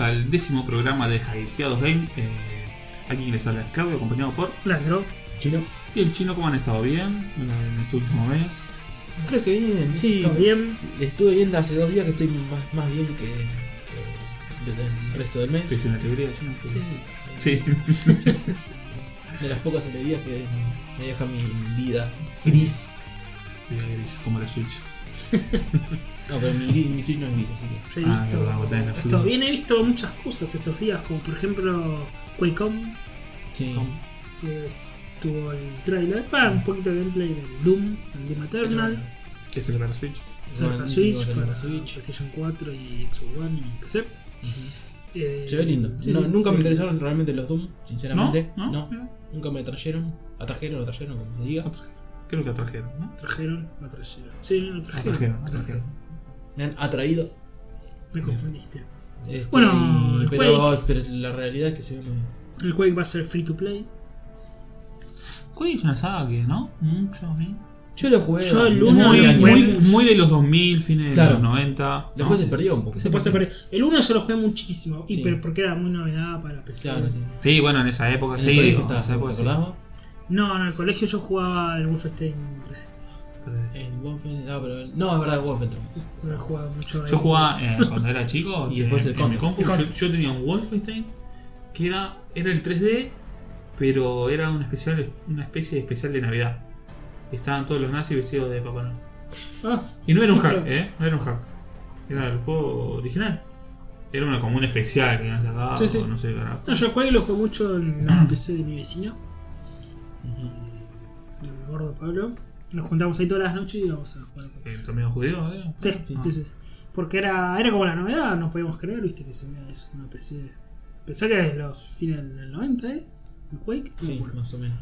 al décimo programa de Hypeados Game. Eh, aquí les habla Claudio, acompañado por. Landro, Chino. ¿Y el chino cómo han estado? ¿Bien? ¿En este último mes? Creo que bien, sí. ¿todo bien? Estuve viendo hace dos días que estoy más, más bien que, que del- del resto del mes. ¿Tuviste una alegría, chino? Sí. Sí. De las pocas alegrías que me deja mi vida gris. Es como la Switch. No, pero mi, gris- mi Switch no es gris, así Yo que. he Ah, visto. verdad, vos tenés la esto, suya. bien, he visto muchas cosas estos días, como por ejemplo QuakeCon, Sí. que estuvo el trailer, para un poquito de gameplay del Doom, el Doom Eternal, ¿Qué es la Switch? No, para no sé cómo Switch, será para la Switch. PlayStation 4 y Xbox One y PC. Eh, Se ve lindo. sí, No, sí, se nunca me ve lindo. interesaron realmente los Doom, sinceramente. ¿No? ¿No? Nunca me atrajeron. Atrajeron, atrajeron, como se diga. Creo que la trajeron, ¿no? Trajeron, no trajeron. Sí, no La Ah, trajeron. trajeron, la trajeron. Me han atraído. Me confundiste. Este, Bueno, el pero, pero la realidad es que se ve muy bien. El Quake va a ser free to play. Quake es una saga que, ¿no? Mucho, a mí. Yo lo jugué. Yo el no uno sé, Muy, lo lo jugué. muy, jugué. muy de los 2000, fines de Claro. los 90. Después ¿no? se perdió un poco. Se puede separar. El 1 yo lo jugué muchísimo, y Sí. pero porque era muy novedad para PC. Claro, sí. Sí, bueno, en esa época En sí. el colegio digo, estaba, en esa época ¿te sí. acordás vos? No, en el colegio yo jugaba el Wolfenstein 3. El Wolfen- ah, pero- no, es verdad, Wolfenstein. No he jugado mucho. ahí. Yo jugaba eh, cuando era chico Y después el en, en mi Contra. compu, El Contra. yo, yo tenía un Wolfenstein que era, era el 3D, pero era una, especial, una especie de especial de Navidad. Estaban todos los nazis vestidos de Papá Noel. Ah, Y no era un hack, Claro. ¿eh? No era un hack. Era el juego original. Era una, como un especial que habían sacado, Sí, sí. no sé, era- no, yo jugué y lo jugué mucho en la PC de mi vecino, el gordo Pablo. Nos juntamos ahí todas las noches y íbamos a jugar. eh, también judío, ¿eh? Sí, sí, Sí. sí. Porque era, era como la novedad, no podíamos creer, viste, que se vea eso en una PC. Pensá que es los fines del 90, ¿eh? El Quake. no me Sí, acuerdo. más o menos.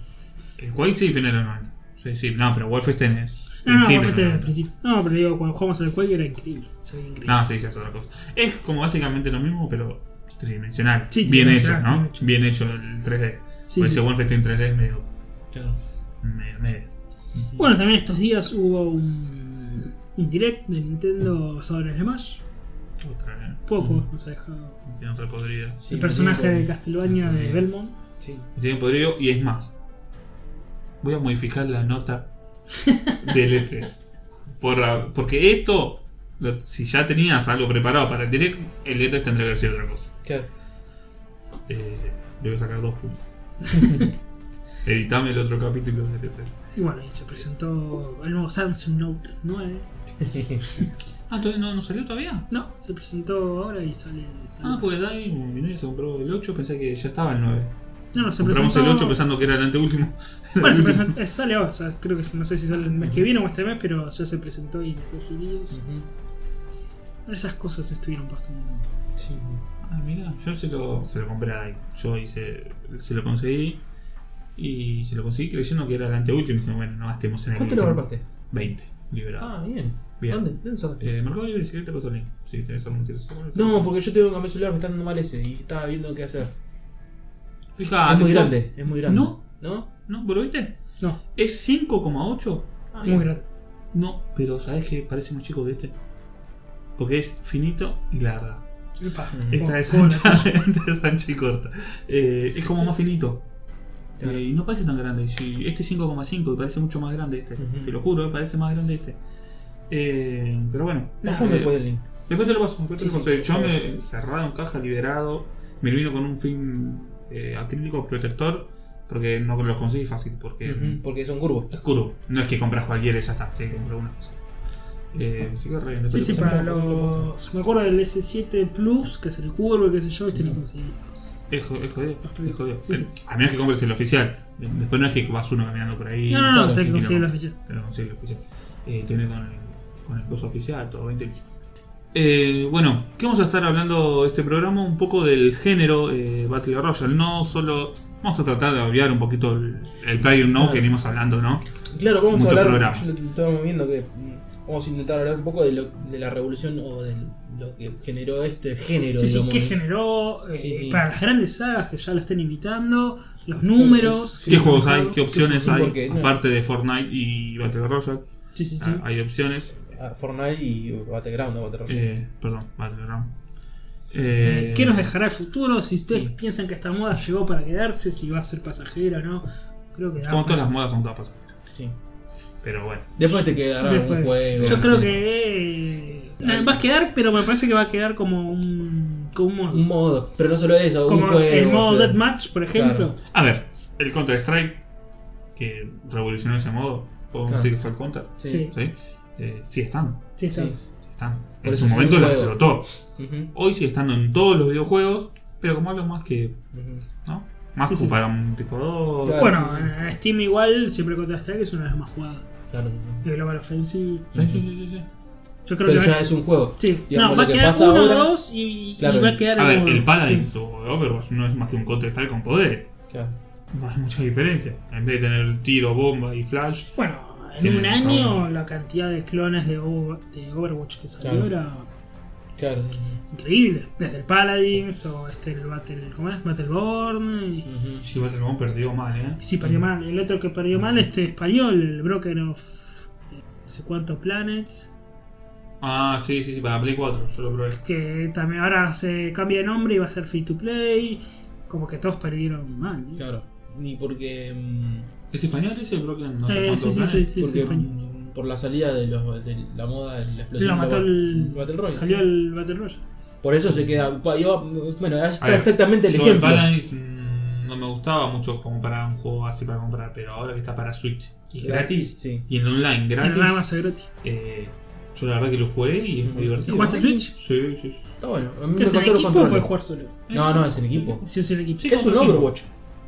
El Quake sí, final de los 90. Sí, sí, no, pero Wolfenstein es. No, no, principio perfecto, de era los el 90. principio. No, pero digo, cuando jugamos al Quake era increíble. Se veía increíble. No, sí, sí, es otra cosa. Es como básicamente lo mismo, pero tridimensional. Sí, bien hecho, tridimensional, ¿no? Bien hecho el 3D. Sí, Ah, Porque sí. ese Wolfenstein 3D es medio. Claro. medio, medio. Bueno, también estos días hubo un, un direct de Nintendo basado en el Smash. Otra, ¿eh? Poco Mm. nos ha dejado. Tiene otra podrida. Sí, el personaje me de dijo- Castlevania de Belmont. Sí. Tiene un podrido y es más. Voy a modificar la nota del E3. Por la- porque esto, lo- si ya tenías algo preparado para el direct, el E3 tendría que haber sido otra cosa. Claro. Eh, le voy a sacar dos puntos. Editame el otro capítulo del E E3. Y bueno, y se presentó el nuevo Samsung Note 9. Ah, ¿todavía no, no salió todavía? No, se presentó ahora y sale. sale. Ah, pues Dai, mi novia se compró el 8, pensé que ya estaba el 9. No, no, se Compramos presentó. el 8 pensando que era el anteúltimo. Bueno, se presentó, eh, sale ahora, o sea, creo que no sé si sale el mes que viene o este mes, pero ya se presentó ahí en Estados Unidos. Ujú. Esas cosas estuvieron pasando. Sí. Ah, mira, yo se lo, se lo compré a Dai. Yo hice, se lo conseguí y se lo conseguí creyendo que era el anteúltimo. Y dije, bueno, no gastemos en el ¿Cuánto lo último. garpaste? 20, liberado. Ah, bien. Bien. ¿Dónde? ¿Dónde sacaste? Eh, Mercado Libre, si querés te paso el link. Si tenés algún interés. No, porque yo tengo que cambiar celular, me está dando mal ese y estaba viendo qué hacer. Fija, es muy fija- grande, es muy grande. Ah, No. ¿No? ¿No? ¿Pero viste? No, Es 5,8. Ah, muy bien. grande. No, pero ¿sabés que parece más chico que este? Porque es finito y larga. Epa, Esta es Bueno, ancha, esta es ancha y corta. Eh, es como más finito. Claro. Eh, y no parece tan grande. Si- Este es 5,5 y parece mucho más grande este. Ujú. Te lo juro, parece más grande este. Eh, pero bueno. Pásame eh, después el link. después te lo paso. Después te Sí, lo paso. Eh, sí, Yo por favor. me cerrado en caja, liberado. Me lo vino con un film eh, acrílico protector porque no los conseguí fácil. Porque Ujú, Porque son curvos. es curvo. No es que compras cualquiera y ya está. Te compras una cosa. Eh, así que re bien. Sí, Después sí, te- para los. Me acuerdo del S7 Plus, que es el curvo y qué sé yo, este lo conseguí. Es jo- es jodido, Sí, es jodido. sí. A menos que compres el oficial. Después no es que vas uno caminando por ahí. No, no, no, claro, tenés que sí, conseguir no. la fecha. Pero consigue el oficial. Eh, tiene con el, con el coso oficial, todo 20 lucas. Eh, bueno, ¿qué vamos a estar hablando este programa? Un poco del género eh, Battle Royale. No solo. Vamos a tratar de obviar un poquito el, el Player No Claro. que venimos hablando, ¿no? Claro, vamos Muchos a hablar. programas. Yo lo estaba viendo que mm, vamos a intentar hablar un poco de, lo, de la revolución o de lo que generó este género. Sí, sí, digamos. qué generó, eh, Sí, sí. para las grandes sagas que ya lo estén imitando, los números. Sí, ¿Qué sí, juegos hay? ¿Qué opciones sí, hay? porque no- Aparte de Fortnite y Battle Royale, Sí, sí, sí. ah, hay opciones. Ah, Fortnite y Battleground, ¿no? Battleground. Eh, perdón, Battleground. Eh, ¿Qué nos dejará el futuro? Si ustedes Sí. piensan que esta moda llegó para quedarse, si va a ser pasajera o no, creo que da Como todas para- las modas son todas pasajeras. Sí. Pero bueno. Después te quedará algún Después. juego. Yo ¿viste? creo que eh, va a quedar, pero me parece que va a quedar como un, como un modo. Un modo, pero no solo eso, como un juego. el modo o sea. Deathmatch, por ejemplo. A ver, el Counter Strike, que revolucionó ese modo, podemos Claro. decir que fue el Counter, Sí. Sí. ¿sí? Eh, sigue estando, Sí, está. Sí. sigue estando. Por En eso su es un momento la juego. explotó. Ujú, Hoy sigue estando en todos los videojuegos, pero como algo más que. ujú. ¿No? Más Sí, que sí. para un tipo 2. Claro. Bueno, sí, sí. en Steam igual, siempre Counter Strike es una de las más jugadas. Claro. El Global Offensive. Sí, sí, sí, sí, sí. Yo creo Pero que va, ya es un juego. sí. digamos, no, va a lo que quedar pasa uno o ahora- dos y, y Claro. va a quedar A ver, como- el Paladins sí. o Overwatch no es más que un Counter Strike con poderes. Claro. No hay mucha diferencia. En vez de tener tiro, bomba y flash, Bueno, en Tiene un un año problema. la cantidad de clones de, Over- de Overwatch que salió Claro. era Claro. sí, sí. increíble. Desde el Paladins o este el Battle, ¿cómo es? Battleborn. Y, Ujú. si vas al perdió mal, ¿eh? y sí, perdió mal. El otro que perdió mal, este español, el Broken of eh, no sé cuántos planets. Ah, sí, sí, sí, para Play 4, yo lo probé. Que también ahora se cambia de nombre y va a ser free to play. Como que todos perdieron mal. ¿eh? Claro. Ni porque. mm, ¿Es español ese Broken? No sé Eh, cuánto sí, sí, gana. sí, sí, sí, porque español. mm, por la salida de, los, de la moda, de la explosión. Lo mató global. el- Battle Royale. Salió sí. el Battle Royale. Por eso se queda. yo- bueno, ahí A está ver, exactamente el Yo ejemplo. Paladins mm, no me gustaba mucho como para un juego así para comprar, pero ahora que está para Switch y gratis, Sí. y en online Era Nada gratis, más de gratis. eh, yo la verdad que lo jugué y es muy Ujú. divertido. ¿Jugaste Switch? Sí, sí, sí. Está bueno. A mí me ¿Es en costó los equipo o puedes controles. jugar solo? No, no, es en equipo. Si es en equipo. Sí, Es un contra cinco. Overwatch.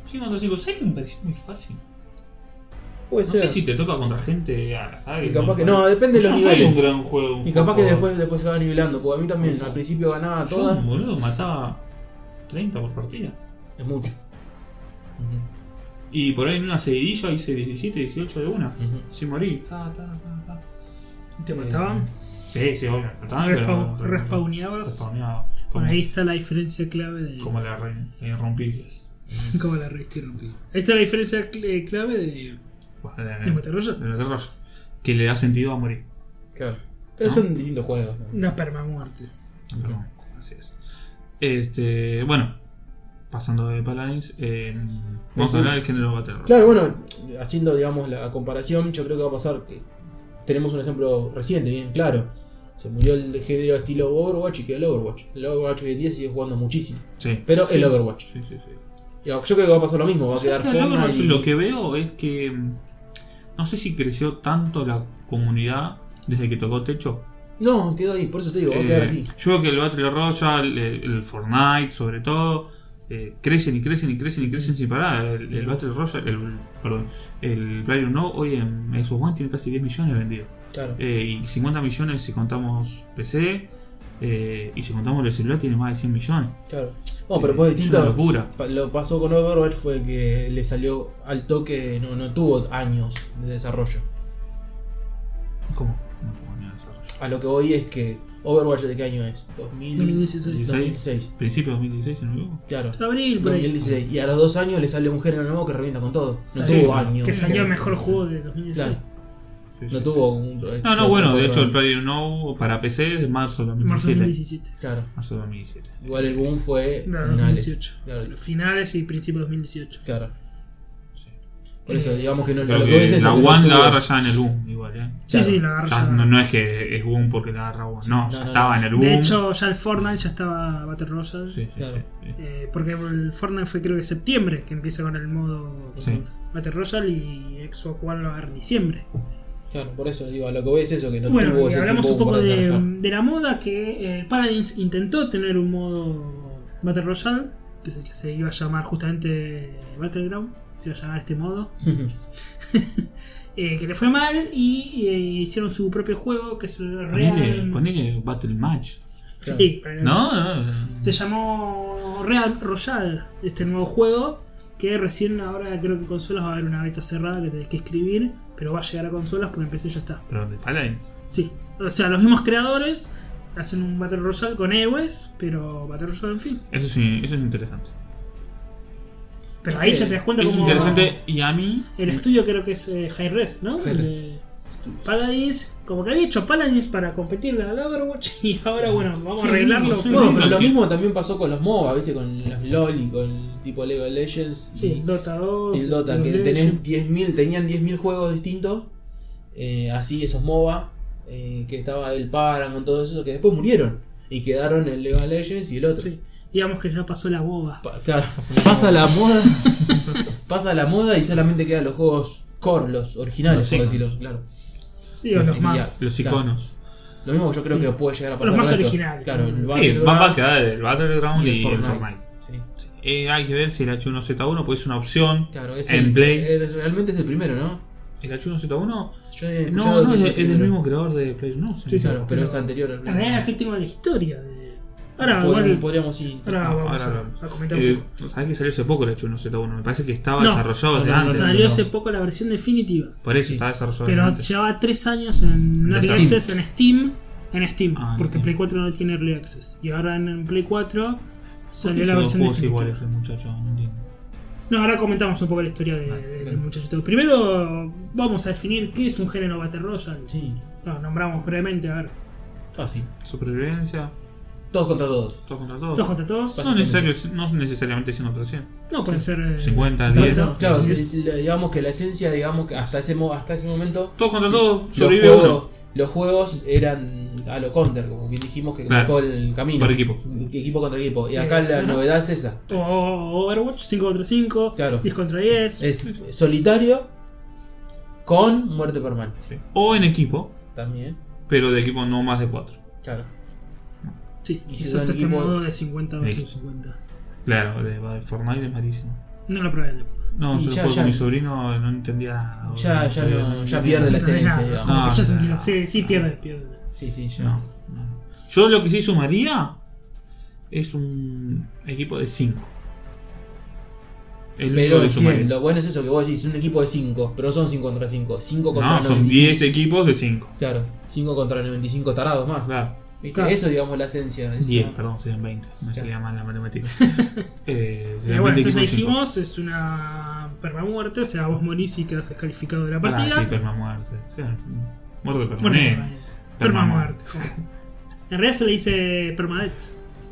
Sí, contra 5. ¿Sabes que me pareció muy fácil? Puede No ser. sé si te toca contra gente a la saga. Y capaz que. No, depende de los Yo soy un niveles. gran juego. un Y capaz que juego- después, después se va nivelando. Porque a mí también Eso. al principio ganaba Yo, todas. boludo, mataba 30 por partida. Es mucho. Y por ahí en una seguidilla hice 17, 18 de una. Ujú, ujú. Sin morir. Ta, ta, ta, ta. ¿Te Eh, mataban? Sí, sí, obvio. me Mataban, Respawn- pero- ah, respawneabas. respawneaba. Por Como, ahí está la diferencia clave de. como la re, eh, rompibles. Como la revista y rompí. Esta es la diferencia cl- eh, clave Eh. de. Bueno, de- ¿De Battle Royale? de Battle Royale. Que le da sentido a morir. Claro. Pero ¿No? son distintos juegos. ¿no? Una permamuerte. Perdón, Así es. Este, bueno. Pasando de Paladins, eh, vamos a hablar del género Battle Royale. Claro, bueno, haciendo digamos la comparación, yo creo que va a pasar que tenemos un ejemplo reciente, bien claro. Se murió el género estilo Overwatch y quedó el Overwatch. El Overwatch hoy en día sigue jugando muchísimo. Sí. Pero el Overwatch. Sí, sí, sí. Y Yo creo que va a pasar lo mismo, va a Sí, quedar está loco, Fortnite no sé, y- Lo que veo es que mm, no sé si creció tanto la comunidad desde que tocó techo. No, quedó ahí, por eso te digo, va a Eh, quedar así. yo creo que el Battle Royale, el, el Fortnite sobre todo, eh, crecen y crecen y crecen y crecen sin parar. El, el Battle Royale, el, perdón, el PlayerUnknown hoy en Xbox One tiene casi 10 millones vendidos. Claro. Eh, y 50 millones si contamos PC. eh, y si contamos el celular tiene más de 100 millones. Claro. Bueno, pero Eh, pues es una distinto. locura. pa- Lo pasó con Overwatch fue que le salió al toque, no, no tuvo años de desarrollo. ¿Cómo? No, no, no, A lo que voy es que Overwatch de qué año es? 2000... 2016. 2016. ¿Principio de 2016 en nuevo? Claro. Abril, por ahí. 2016. Y a los dos años le sale un género nuevo que revienta con todo. No Sí, tuvo años. Que salió el Claro. mejor juego de 2016. Claro. No tuvo un. No, no, bueno, de hecho el Player No para PC es de marzo de Marzo de 2017. 2017. Claro. Marzo de 2017. Igual el boom fue. No, finales. 2018. Claro. Finales y principios de 2018. claro. Sí. Por eso, Eh, digamos que no Creo lo que que es eso, la que no One la tuvo- agarra ya en el boom, igual, ¿eh? Sí, Claro. sí, la Ya agarra. no, no es que es boom porque la agarra One, no, Sí, ya no, no, estaba no. en el boom. De hecho, ya el Fortnite ya estaba Battle Royale. sí, sí, sí, Claro. sí. Eh, porque el Fortnite fue creo que septiembre que empieza con el modo Sí. Battle Royale y Xbox One lo agarra en diciembre. Claro, por eso digo, a lo que voy es eso, que no tuvo Bueno, y ese hablamos tiempo un poco para de, desarrollar. de la moda que eh, Paladins intentó tener un modo Battle Royale que se, que se iba a llamar justamente Battleground, se iba a llamar este modo, eh, que le fue mal y eh, hicieron su propio juego que es el Ponele, Real... ponele Battle Match. Sí, eh, No, no, no. Se llamó Real Royale este nuevo juego que recién ahora creo que en consolas va a haber una beta cerrada que tenés que escribir, pero va a llegar a consolas porque en PC ya está. Pero de Paladins. Sí, o sea, los mismos creadores hacen un Battle Royale con héroes, pero Battle Royale en fin. Eso sí, eso es interesante. Pero ahí ya te das cuenta Es cómo interesante y a mí. el estudio creo que es eh, Hi-Res, ¿no? Hi-Res. El de- Studios. Paladins, como que había hecho Paladins para competirle al Overwatch y ahora, bueno, vamos Sí, a arreglarlo. sí, con- No, pero lo porque- mismo también pasó con los MOBA, ¿viste? Con los LOL y con tipo League of Legends. y- sí, Dota 2. el Dota, los que Legends. tenés 10.000, tenían 10.000 juegos distintos, eh, así esos MOBA, eh, que estaba el Paramount, todo eso, que después murieron y quedaron el League of Legends y el otro. Sí, digamos que ya pasó la boba. Pa- claro, pasa la moda, pasa la moda y solamente quedan los juegos core, los originales, Los por iconos. decirlo, claro. Sí, o los Sí, más. Los Claro. iconos. Lo mismo que yo creo Sí. que puede llegar a Los pasar. con más esto. originales. Claro, el Sí, Sí, Battleground va va a quedar el Battleground y y, el el Fortnite. Fortnite. Sí, Sí. Eh, hay que ver si el H1Z1 pues es una opción. claro, es En el- Play. el- realmente es el primero, ¿no? ¿El H1Z1? Yo he No, escuchado no, que es, el es del primero. mismo creador de Play. No, sí. Sí, claro, pero Pero- es anterior al La verdad, la gente con la historia. De... Ahora, Podríamos- igual- podríamos ir. ahora vamos Ahora a- hablamos. a, comentar un Eh, poco. ¿Sabes que salió hace poco el H1Z1? Me parece que estaba No, desarrollado no, desde no, antes. Salió no. hace poco la versión definitiva. Por eso Sí. estaba desarrollado desde Pero antes. llevaba 3 años en De Early Steam. Access en Steam. En Steam, Ah, en porque Steam. Play 4 no tiene Early Access. Y ahora en, en Play 4 ¿Por qué salió la hizo dos versión juegos definitiva. iguales eh. el muchacho? No entiendo. No, ahora comentamos un poco la historia de- Ah, de- del claro. muchachito. Primero vamos a definir qué es un género Battle Royale. Sí, Lo nombramos brevemente, a ver. fácil. Supervivencia, Todos contra todos. todos contra todos. Todos contra todos. No, necesarios, no necesariamente 100 contra 100. No, pueden ser. eh, 50, sí, 10. no, no, Claro, diez. la- digamos que la esencia, digamos que hasta ese, mo- hasta ese momento. Todos contra todos, Los sobrevive juegos, uno. los juegos eran a lo counter, como bien dijimos que Claro. marcó el camino. Por equipo. Equipo contra equipo. Y Sí. acá la Ajá. novedad es esa. O Overwatch, 5 contra 5. Claro. Eh, 10 contra 10. Es solitario con muerte permanente. Sí. O en equipo, También. pero de equipo no más de 4. Claro. sí, y si excepto son este equipo- modo de 50 versus Sí. 50. Claro, de, de Fortnite es malísimo. No lo probé. No, No, Sí, yo lo ya, juego ya. con mi sobrino, no entendía nada. Ya- No ya sabía, no- ya entendía pierde la nada. es esencia, nada, digamos. Ah. como que ya es un No, quilombo. Sí, sí, no. pierde, pierde. Eh, Sí, sí, ya. No, no. Yo lo que sí sumaría es un equipo de 5. El Pero de sí, lo bueno es eso que vos decís, un equipo de 5, pero no son 5 contra 5, 5 contra No, son 95. 10 equipos de 5. Claro, 5 contra 95 tarados más. Claro, ¿Viste? Claro. Eso, digamos, la esencia. es- 10, perdón, serían 20. Me Claro. salía mal la matemática. eh, Eh, serían 20 bueno, equipos de entonces cinco. dijimos, es una permamuerte, o sea, vos morís y quedas descalificado de la Ah, partida. sí, permamuerte. Sí, muerte permanente. Muerte. Permamuerte. Permamuerte. En realidad se le dice permadeath.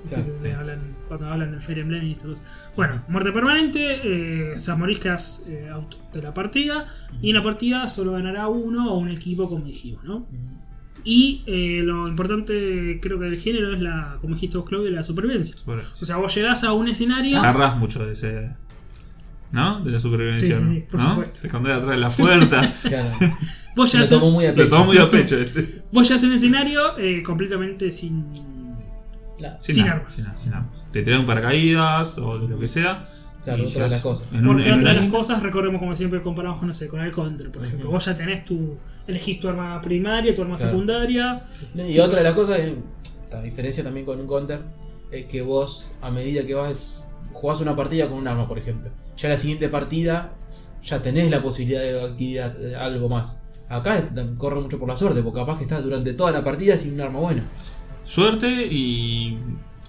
Viste Claro, que sí. hablan- cuando hablan del Fire Emblem y estas cosas. Bueno, muerte permanente, eh, o sea, moriscas eh, out de la partida. Y en la partida solo ganará uno o un equipo, como dijimos, ¿no? Mm, Y eh, lo importante, creo que del género, es la, como dijiste vos, Claudio, la supervivencia. Por- O sea, vos llegás a un escenario. Agarrás mucho de ese. ¿No? De la supervivencia. Sí, sí, sí, por ¿no? supuesto. Te escondés atrás de la puerta. Claro, vos lo llegás a- tomo muy a lo pecho. tomó muy a pecho este. Vos ya haces un escenario eh, completamente sin. Mm, Claro, Sin, Sin armas. armas. Sin, ar- sin armas. Te tiran paracaídas o de lo que sea. claro, y otra de las llegas cosas. En un, Porque en un otra de las anime. cosas, recordemos como siempre comparamos con, no sé, con el counter, por ejemplo. Ujú. Vos ya tenés tu. elegís tu arma primaria, tu arma Claro. secundaria. Y otra de las cosas, eh, la diferencia también con un counter, es que vos, a medida que vas, jugás una partida con un arma, por ejemplo, ya la siguiente partida ya tenés la posibilidad de adquirir a- eh, algo más. Acá es- corre mucho por la suerte, porque capaz que estás durante toda la partida sin un arma buena. Suerte y.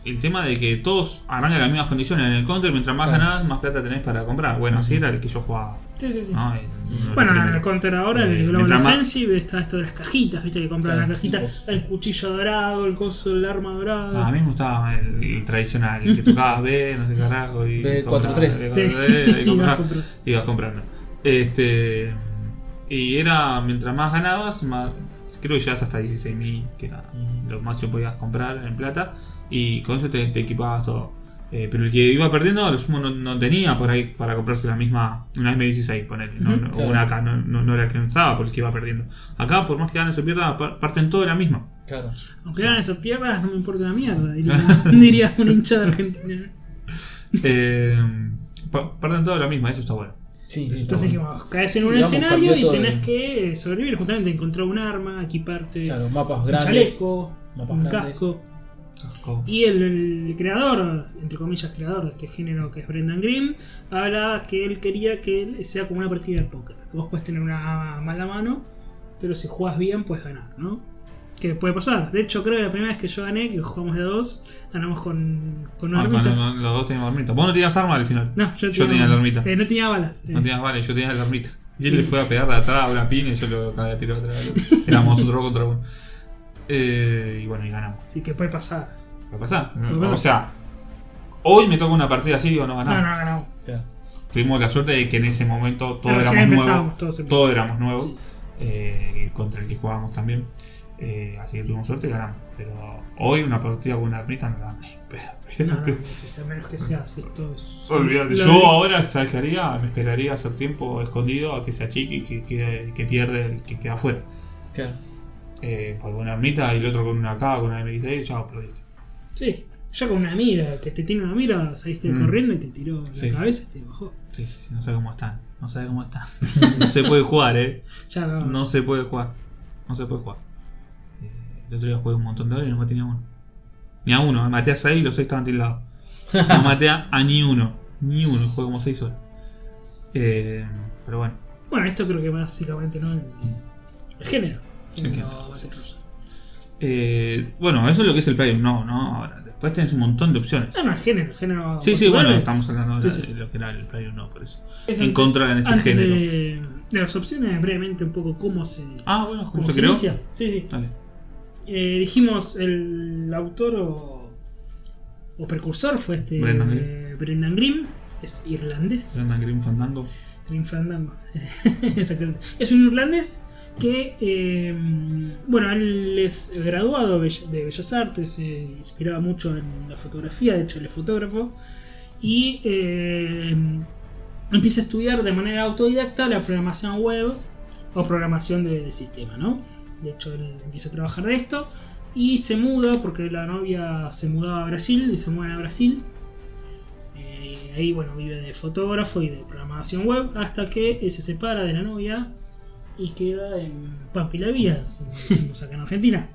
El tema de que todos arrancan las mismas condiciones en el counter, mientras más Claro. ganás, más plata tenés para comprar. Bueno, así era el que yo jugaba. Sí, sí, sí. Ah, ¿no? En- en Bueno, el en el primero. counter ahora, en Eh, el Global mientras más- Offensive, está esto de las cajitas, viste que compran Claro, la cajita, tipos. el cuchillo dorado, el coso, el arma dorada. Ah, a mí me gustaba el, el tradicional, el que tocabas B, no sé qué carajo. Y B, compraba, 4-3. B, Sí. 4-3, y Y vas eh, compraba. a comprar. ibas comprando. Este. Y era, mientras más ganabas, más, creo que llegabas hasta 16.000, que era Mm, lo máximo que podías comprar en plata, y con eso te, te equipabas todo. Eh, pero el que iba perdiendo, a lo sumo no, no tenía por ahí para comprarse la misma, una M16, ponele, no, Ujú, no- o claro. una AK, no, no, no le alcanzaba por el que iba perdiendo. Acá, por más que ganes o pierdas, par- parten todo de la misma. Claro. Aunque eran esas piernas, no me importa una mierda, diría, diría un hincha de Argentina. Eh, pa- parten todo de la misma, eso está bueno. Sí, Eso está sí, Entonces bueno. dijimos, caes en Sí, un digamos, escenario cambió y todo tenés el- que sobrevivir, justamente encontrar un arma, equiparte Claro, mapas un grandes. chaleco, mapas un grandes. casco. Y el, el creador, entre comillas creador de este género que es Brendan Grimm, habla que él quería que él sea como una partida de póker. Que vos puedes tener una mala mano, pero si jugás bien puedes ganar, ¿no? Que puede pasar. De hecho, creo que la primera vez que yo gané, que jugamos de dos, ganamos con, con una Ah, armita. cuando los dos teníamos armita. Vos no tenías arma al final. No, yo, Yo tenía la armita. eh, no tenía balas. eh. No tenías vale, yo tenía la ermita. Y él le fue a pegar de atrás a una pina y yo lo acabé de tirar otra vez. Éramos otro contra uno. Eh, y bueno, y ganamos. Así que puede pasar. ¿Qué pasa? Lo que pasa- O sea, hoy me toca una partida así o no No, ganamos. no, ganamos. Claro. Tuvimos la suerte de que en ese momento todos Recién éramos nuevos. empezamos todos. Todos éramos nuevos. eh, contra el que jugábamos también. Eh, así que tuvimos suerte y ganamos. Pero hoy una partida con una ermita no la gané. Pero- No, no, a menos que sea así, esto es- Olvídate, Lo yo de- ahora ¿sabes qué haría? me esperaría hacer tiempo escondido a que se achique y que, quede- que pierde el que queda afuera. Claro. Eh, porque una ermita y el otro con una K, con una M16, chao, perdiste. Sí, ya con una mira, que te tiene una mira, saliste Mm. corriendo y te tiró en Sí. la cabeza y te bajó. Sí, sí, sí, no sé cómo están. No sé cómo están. no se puede jugar, eh. Ya no. No se puede jugar. No se puede jugar. Eh, el otro día jugué un montón de horas y no maté ni a uno. Ni a uno, me maté a seis y los seis estaban tildados. No maté a, a ni uno. Ni uno, jugué como seis horas. Eh, pero bueno. Bueno, esto creo que básicamente no es el género. Sí, género claro. Battle Royale. Eh, bueno, eso es lo que es el Play No, no, ahora. Después tenés un montón de opciones. No, no, el género, el género. Sí, sí, Battle bueno, Royale. estamos hablando ahora Ah, Sí, sí. de lo que era el Play No, por eso. Es En contra en este Antes género. de, de las opciones, brevemente un poco cómo se, Ah, bueno, cómo ¿cómo se creó? inicia. Sí, sí. Dale. Eh, dijimos el autor o, o precursor fue este Brendan Grimm. eh, Brendan Grimm, es irlandés. Brendan Green Fandango. Green Fandango. Exactamente. Es un irlandés que, eh, bueno, él es graduado de Bell- de Bellas Artes, se inspiraba mucho en la fotografía, de hecho él es fotógrafo, y eh, empieza a estudiar de manera autodidacta la programación web o programación de, de sistema, ¿no? De hecho él empieza a trabajar de esto y se muda porque la novia se mudaba a Brasil y se mudan a Brasil. Eh, ahí, bueno, vive de fotógrafo y de programación web hasta que eh, se separa de la novia y queda en Pampilavía, como decimos acá en Argentina.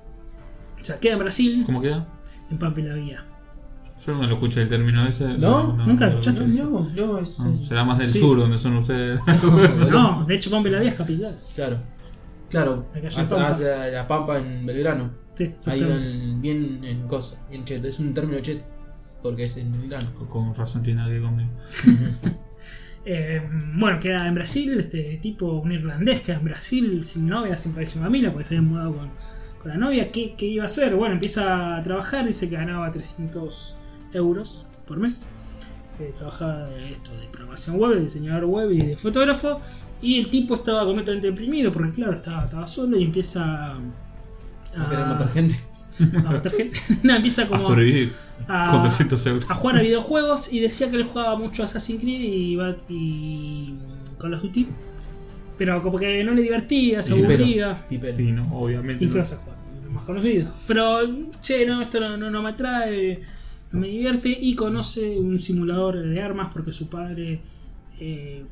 O sea, queda en Brasil, ¿Cómo queda? en Pampilavía. Yo no lo escuché el término ese. ¿No? Nunca lo escuchaste. No, escuché. no, no, es. Ah, Será más del sí. sur donde son ustedes. No, de hecho Pampilavía es capital. Claro. Claro. La calle Hace, Pampa. hace la pampa en Belgrano. Sí, Ahí exactamente. en, bien en cosa. Bien cheto. Es un término cheto. Porque es en Belgrano. Con razón tiene que ver conmigo. Eh, bueno, queda en Brasil, este tipo, un irlandés, queda en Brasil sin novia, sin pareja sin familia, porque se había mudado con, con la novia. ¿Qué, qué iba a hacer? Bueno, empieza a trabajar, dice que ganaba 300 euros por mes. Eh, trabajaba de esto, de programación web, de diseñador web y de fotógrafo. Y el tipo estaba completamente deprimido, porque claro, estaba, estaba solo y empieza a... Ah. No querer matar gente. a matar gente. no, empieza A como Ah. sobrevivir a- con 300 euros. a jugar a videojuegos y decía que él jugaba mucho a Assassin's Creed y, Bat- y Call of Duty. Pero como que no le divertía, se Y pero- aburría. Pipel. Sí, no, obviamente. Y no. Forza Horizon, lo más conocido. Pero, che, no, esto no, no- no me atrae, no me divierte. Y conoce un simulador de armas porque su padre eh,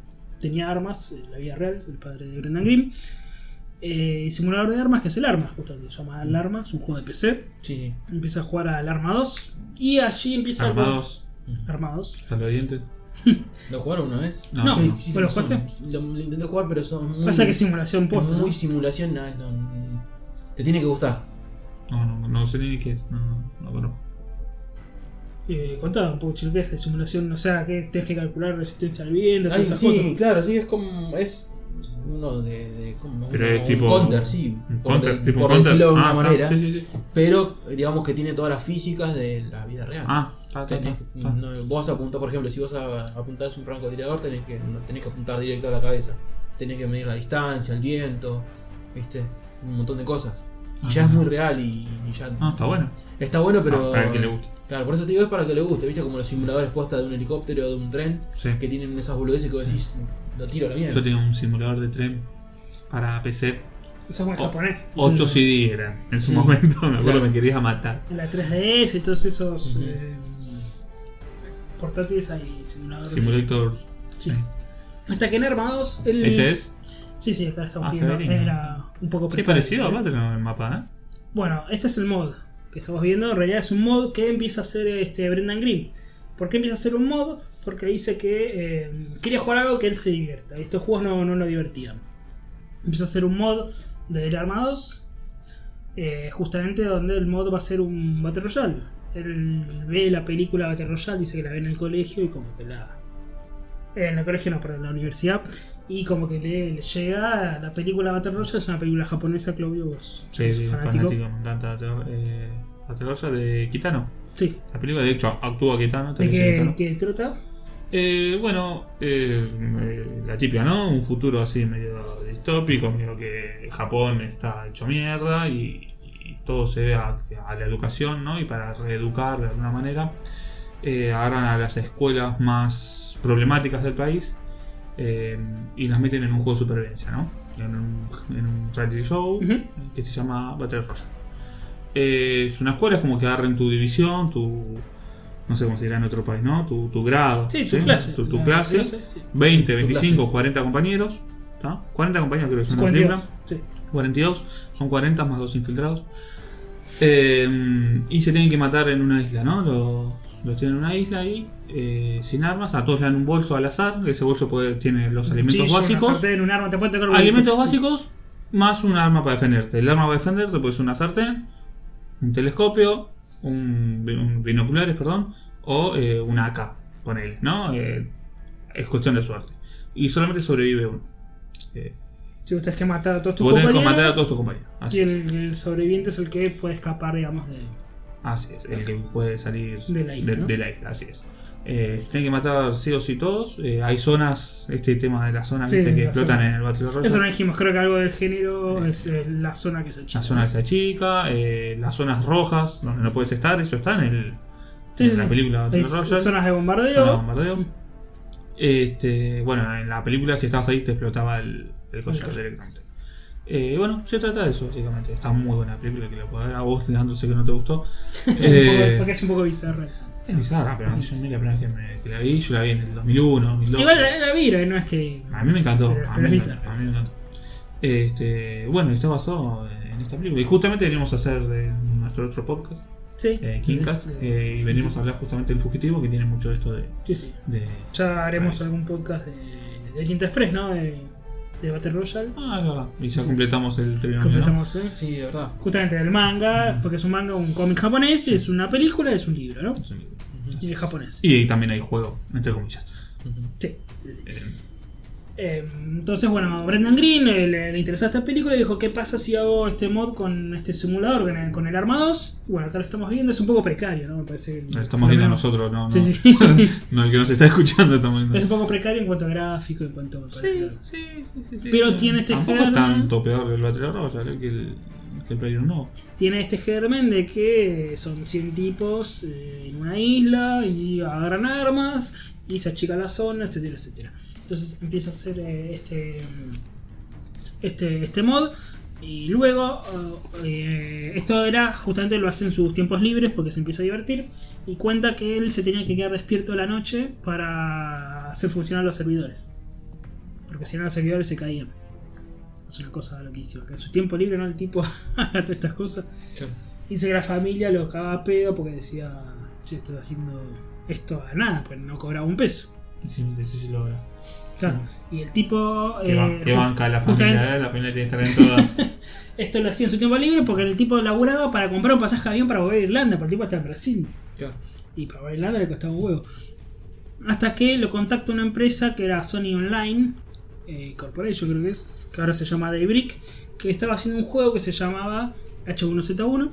tenía armas en la vida real, el padre de Brendan Grimm. Eh, simulador de armas que es el arma, justamente se llama Mm. el arma, es un juego de PC. Sí, Empieza a jugar al arma 2 y allí empieza a- Armados, sí. Armados. salvadientes. ¿Lo jugaron una vez? No, Ah. No. no. Sí, sí, ¿Vos lo son- jugaste? Lo, lo intenté jugar, pero son muy. Pasa que es simulación es posta, ¿no? muy simulación. No, es- no, no. te tiene que gustar. No, no, no sé ni qué es. No, no, no conozco. Eh, contá un poco, Chilo, ¿qué es de simulación? O sea, que tenés que calcular resistencia al viento, todas Ay, esas sí, cosas. claro, sí, es como. Es uno de. de- como Pero un- es un tipo. Counter, sí. un por Counter, de- tipo por Counter. decirlo de Ah, alguna está, manera. Sí, sí, sí. Pero digamos que tiene todas las físicas de la vida real. Ah, está, está, está, Tenés- está. no, vos apuntás, por ejemplo, si vos a- apuntás un francotirador, tenés que, no tenés que apuntar directo a la cabeza. Tenés que medir la distancia, el viento, ¿viste? Un montón de cosas. Y ya Ah. es muy real y, y ya. Ah, está bueno. Está bueno, pero. Ah, para el que le guste. Claro, por eso te digo, es para que le guste, ¿viste? Como los simuladores posta de un helicóptero o de un tren, Sí. que tienen esas boludeces que vos decís, lo tiro a la mierda. Yo tenía un simulador de tren para PC. Eso es muy O- japonés. 8 CD eran en su Sí. momento. Me acuerdo Claro. que me querías matar. La 3DS y todos esos Ujú. eh, portátiles hay simuladores. Simulator. Sí. Sí. Hasta que en Armados el... ¿Ese es? Sí, sí, acá estamos Ah, se viendo. ve lindo. Era un poco Sí, precario, parecido ¿eh? a Battle el mapa, ¿eh? Bueno, este es el mod que estamos viendo. En realidad es un mod que empieza a hacer este Brendan Green. ¿Por qué empieza a hacer un mod? Porque dice que eh, quería jugar algo que él se divierta. Y Estos juegos no, no lo divertían. Empieza a hacer un mod del Armados. eh, justamente donde el mod va a ser un Battle Royale. Él ve la película Battle Royale, dice que la ve en el colegio y como que la, En el colegio, no, perdón, en la universidad. Y como que le, le llega la película Battle Royale, es una película japonesa, Claudio, vos. Sí, sos sí, fanático. me encanta. Eh, Battle Royale de Kitano. Sí. La película, de hecho, actúa Kitano. ¿De también es qué, Kitano. qué trata? Eh, bueno, eh, eh, la típica, ¿no? Un futuro así medio distópico, medio que Japón está hecho mierda y, y todo se ve a, a la educación, ¿no? Y para reeducar de alguna manera, eh, agarran a las escuelas más problemáticas del país eh, y las meten en un juego de supervivencia, ¿no? En un, en un reality show Ujú. que se llama Battle Royale. Eh, es una escuela, es como que agarren tu división, tu. No sé cómo se dirá en otro país, ¿no? Tu, tu grado. Sí, tu clase. Tu, tu La clase. sí. 20, Sí, tu 25, clase. 40 compañeros. ¿tá? 40 compañeros creo que son 52, libra. sí. 42, son 40 más dos infiltrados. Eh, y se tienen que matar en una isla, ¿no? Los, los tienen en una isla ahí, eh, sin armas. A todos le dan un bolso al azar. Ese bolso puede- tiene los alimentos Cuchillo, una básicos. sartén, un arma, te pueden tocar un- Alimentos básicos más un arma para defenderte. El arma para defenderte puede ser una sartén, un telescopio, un, bi- un binoculares, perdón, o eh, una AK, ponele, ¿no? Eh, es cuestión de suerte. Y solamente sobrevive uno. Eh, Si vos tenés que matar a todos tus vos tenés que compañeros. matar a todos tus compañeros. Así Y es. el, el sobreviviente es el que puede escapar, digamos, de. Así es, el que puede salir De la isla, ¿no? de la isla, así es. Eh, se tienen que matar sí o sí todos. Eh, hay zonas, este tema de las zonas Sí, viste, que la explotan zona. en el Battle Royale. Eso no dijimos, creo que algo del género es eh, la zona que se echa. la zona de esa chica, eh, las zonas rojas, donde no puedes estar, eso está en, el, Sí, en sí, la sí. película Battle Es- Royale. Zonas de bombardeo. Zona de bombardeo. Este, bueno, en la película si estabas ahí te explotaba el, el coche coche. directamente. Eh, bueno, se trata de eso básicamente. Está muy buena la película que la puedo ver. A vos, Leandro, sé que no te gustó. Un poco- Eh, porque es un poco bizarro. es bizarra, pero no, yo no es la primera vez que, me- que la vi. Yo la vi en el 2001, 2002. Igual la, la mira, no es que. A mí me encantó. Pero- a pero mí, es me- bizarro. a mí me encantó. Este, bueno, y está basado en esta película. Y justamente venimos a hacer de nuestro otro podcast, Sí. eh, Kinkas, Sí, sí. eh, y venimos a hablar justamente del fugitivo, que tiene mucho de esto de. Sí, sí. de- Ya haremos Ahí. algún podcast de, de Quinta Express, ¿no? De, de Battle Royale. Ah, es verdad. Y ya completamos el trinomio. ¿no? Completamos, ¿eh? Sí, de verdad. Justamente del manga, porque es un manga, un cómic japonés, y es una película, es un libro, ¿no? Y es japonés. Y también hay juego, entre comillas. Sí. sí, sí. Eh, Eh, entonces, bueno, Brendan Green eh, le, le interesó esta película y dijo, ¿qué pasa si hago este mod con este simulador, con el, con el Arma 2? Y Bueno, acá lo estamos viendo, es un poco precario, ¿no? Me parece. lo estamos viendo nosotros, no, no, Sí, sí. no el que nos está escuchando estamos es un viendo. poco precario en cuanto a gráfico, en cuanto a... sí, sí, sí, sí. Pero tiene este Tampoco es germen. tanto peor el Battle Royale que el, que el Play no. Tiene este germen de que son 100 tipos eh, en una isla y agarran armas y se achica la zona, etcétera, etcétera. Entonces empieza a hacer eh, este, mm, este, este mod. Y luego, eh, esto era justamente lo hace en sus tiempos libres porque se empieza a divertir. Y cuenta que él se tenía que quedar despierto la noche para hacer funcionar los servidores. Porque si no, los servidores se caían. Es una cosa loquísima. Que en su tiempo libre, ¿no? El tipo haga todas estas cosas. Dice que la familia lo cagaba a pedo porque decía, che, estás haciendo esto a nada, pues no cobraba un peso. Sí, sí, sí, sí, lo habrá. Eh, Claro. Y el tipo. Que, eh, ba- que banca la justamente- familia, ¿eh? la familia tiene que estar en toda. Esto lo hacía en su tiempo libre porque el tipo laburaba para comprar un pasaje de avión para volver a Irlanda, porque el tipo está en Brasil. Claro. Y para volver a Irlanda le costaba un huevo. Hasta que lo contacta una empresa que era Sony Online eh, Corporation, creo que es, que ahora se llama Daybreak, que estaba haciendo un juego que se llamaba H1Z1,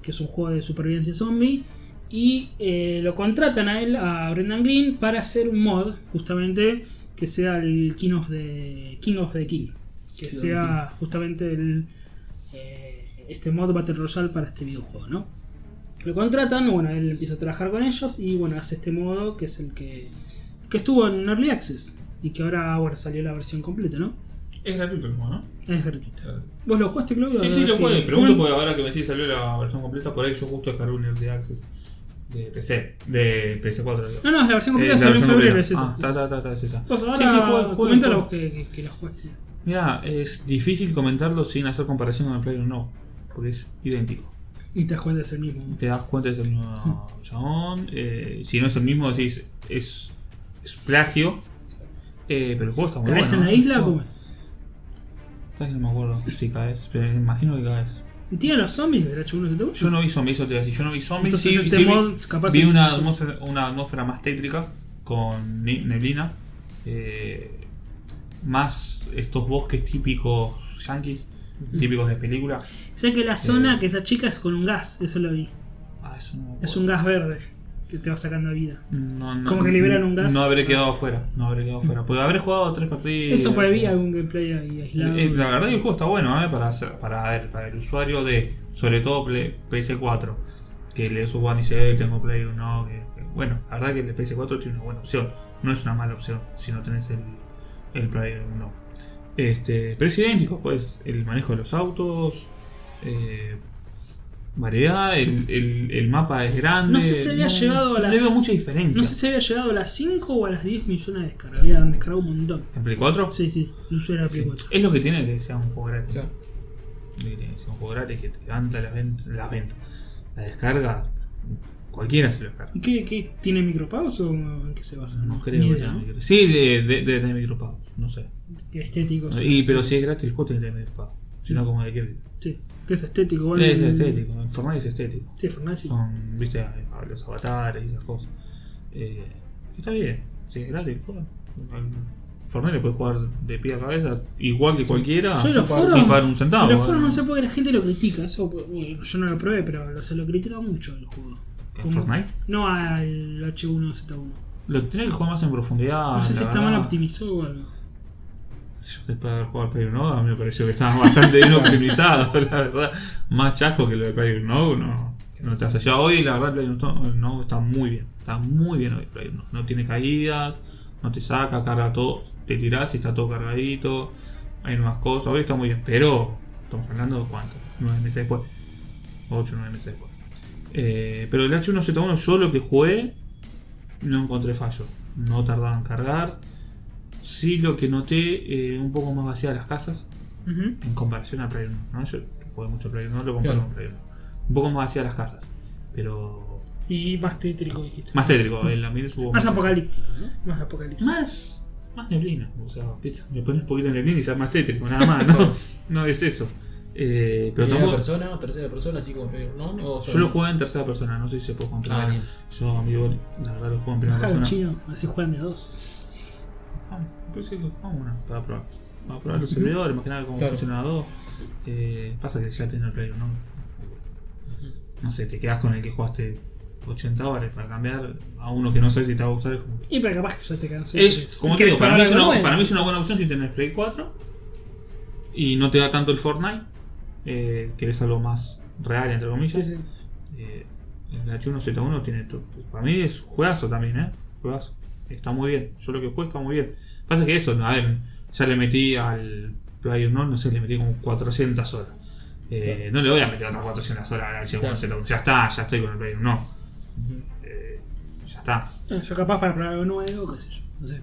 que es un juego de supervivencia zombie. Y eh, lo contratan a él, a Brendan Green, para hacer un mod, justamente, que sea el King of the King. Of the King que King of the sea justamente el, eh, este mod Battle Royale para este videojuego, ¿no? Lo contratan, bueno, él empieza a trabajar con ellos y bueno, hace este modo que es el que, que estuvo en Early Access y que ahora, bueno, salió la versión completa, ¿no? es gratuito el juego, ¿no? Es gratuito. ¿Vos lo jugaste, Claudio? Sí, sí, lo jugué. Bueno, Pregunto porque ahora que me decís salió la versión completa, por ahí yo justo descargué un Early Access de PC, de PS4. digo. No, no, es la versión Eh, completa la salió en versión febrero, completa. es esa. Ah, ta, ta, ta, ta, es esa. Vos ahora Sí, sí, jugué, jugué, comentalo vos jugué. que, que, que la jugaste. Mira, es difícil comentarlo sin hacer comparación con el Player No, porque es idéntico. Y te das cuenta es el mismo. Te das cuenta es el mismo chabón. eh, si no es el mismo, decís es, es plagio. Eh, pero el juego está muy ¿Caes bueno. en la isla o No, cómo es? sabes que no me acuerdo si caes, pero imagino que caes. ¿Y tiene los zombies del H1Z1? Yo no vi zombies, eso te iba a decir, Yo no vi zombies. Entonces Sí, este sí vi- mod capaz vi es- una atmósfera, una atmósfera más tétrica con ni- neblina. eh, más estos bosques típicos yankees, típicos de película. Sé que Eh. la zona que se achica es con un gas, eso lo vi. Ah, eso no me acuerdo. Es un gas verde que te va sacando vida. No, no, como que liberan un gas. Ah. No habré quedado afuera, no habré quedado afuera. Porque habré jugado tres partidas. Eso por ahí vi algún gameplay ahí aislado. Eh, La verdad que el juego está bueno, ¿eh? Para, hacer- para, ver, para el usuario de, sobre todo, Play- PS4. Que le eso Juan dice, "Eh, tengo Play 1. que- que- Bueno, la verdad que el PS4 tiene una buena opción. No es una mala opción si no tenés el, el Play 1. Este, pero es idéntico, pues, el manejo de los autos, eh, variedad, el, el- el mapa es grande. No sé si había llegado a no las- veo mucha diferencia. No sé si había llegado a las 5 o a las 10 millones de descargas. Había descargado un montón. ¿En Play 4? Sí, sí, un usuario de Play Sí. 4. Es lo que tiene que sea un juego gratis. Claro. Lo que tiene que sea un juego gratis que te levanta las ventas. Las ventas. La descarga, cualquiera se lo descarga. ¿Y qué, qué? ¿Tiene micropagos o en qué se basa? No Ni creo que idea, tenga ¿no? micro- Sí, de, de, de, de micropagos, no sé. Que estético. Y, pero si es gratis, el juego tiene que tener micropagos. Si no, como de qué. Sí, que es estético. igual Es el- estético, en formato es estético. Sí, Fernández, sí. Son, viste, los avatares y esas cosas. Eh, está bien, si es gratis, juega. Al Fortnite le puedes jugar de pie a cabeza, igual que cualquiera, Yo los sin pagar- foros, sin pagar un centavo. Los foros ¿eh? no sé por qué la gente lo critica. Eso, pues, bueno, yo no lo probé, pero lo- se lo critica mucho el juego. ¿En Fortnite? No al H1Z1. Lo tenía que jugar más en profundidad. no sé si Ah, la está verdad. mal optimizado o algo. Yo después de haber jugado al Player No, me pareció que estaba bastante bien optimizado, la verdad. Más chasco que lo de Player No, no, no te hace allá. Hoy, la verdad, Player No está muy bien. Está muy bien hoy Player No. No tiene caídas, no te saca, carga todo. Te tirás y está todo cargadito. Hay nuevas cosas. Hoy está muy bien, pero estamos hablando de cuánto. Nueve meses después. 8 9 meses después. Eh, pero el H1Z1 yo lo que jugué no encontré fallo. No tardaba en cargar. Sí lo que noté eh, un poco más vacía las casas Ujú. en comparación a Play 1. ¿no? Yo jugué mucho Play 1, lo comparo Claro. con Play 1. Un poco más vacía las casas. Pero Y más tétrico, dijiste. más tétrico. El ambiente estuvo Más apocalíptico, ¿no? Más apocalíptico. más, más neblina. O sea, ¿viste? me pones un poquito de neblina y ya es más tétrico, nada más. No, no es eso. Eh, pero ¿Primera tampoco- persona, tercera persona, así como Player Unknown, o yo lo solo- jugué en tercera persona, no sé si se puede Ah, comprar. bien. Ah, Yo, amigo, la verdad lo juego en primera Claro, persona. chino, así juegan de a dos. Vamos, parece que Ah, pues vamos una para probar. Vamos a probar los servidores, más que nada cómo Claro. funcionan las dos. Eh, pasa que ya tenés el player, ¿no? No sé, te quedás con el que jugaste 80 horas para cambiar a uno que no sé si te va a gustar. Es, como... Y pero capaz que ya te pues, cansó. es como te digo, para mí es, una, para mí mí es una buena opción si tenés Play 4 y no te da tanto el Fortnite, eh, querés algo más real, entre comillas. Eh, el H1Z1 tiene todo. Para mí es juegazo también, ¿eh? Juegazo. Está muy bien. Yo lo que juego está muy bien. Pasa que eso, a ver, ya le metí al Player no, no sé, le metí como 400 horas. Eh, No le voy a meter otras 400 horas al H1Z1. Ya está, ya estoy con el Player no. Eh, ya está. Eh, Yo capaz para probar algo nuevo, qué sé yo. No sé.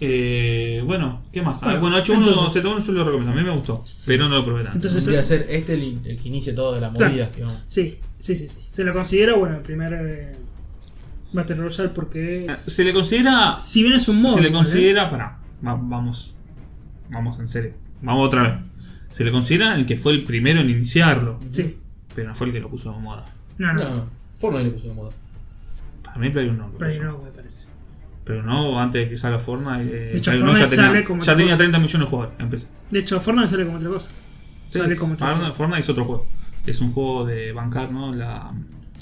Eh, bueno, ¿qué más? Ah, Bueno, Bueno, H1Z1 yo lo recomiendo. A mí me gustó, pero no lo probé tanto. Entonces, Vendría a ser este el, in- el que inicie toda la movida, digamos. Sí, sí, sí, sí. Se lo considera, bueno, el primer eh, Battle Royale porque. Eh, Se le considera Si bien es un mod. se le ¿eh? considera, pará, va- vamos, vamos en serio, vamos otra vez. Se le considera el que fue el primero en iniciarlo, Sí. pero no fue el que lo puso de moda. No, no. No, Fortnite le puso de moda. Para mí Play 1 lo Pero puso. no, me parece. Pero no, antes de que salga Fortnite, eh, De hecho, Play uno ya, Fortnite tenía, sale como ya tipo- tenía 30 millones de jugadores. Empecé. De hecho, Fortnite sale como otra cosa. Sale como otra Fortnite, cosa. Fortnite es otro juego. Es un juego de bancar, ¿no? La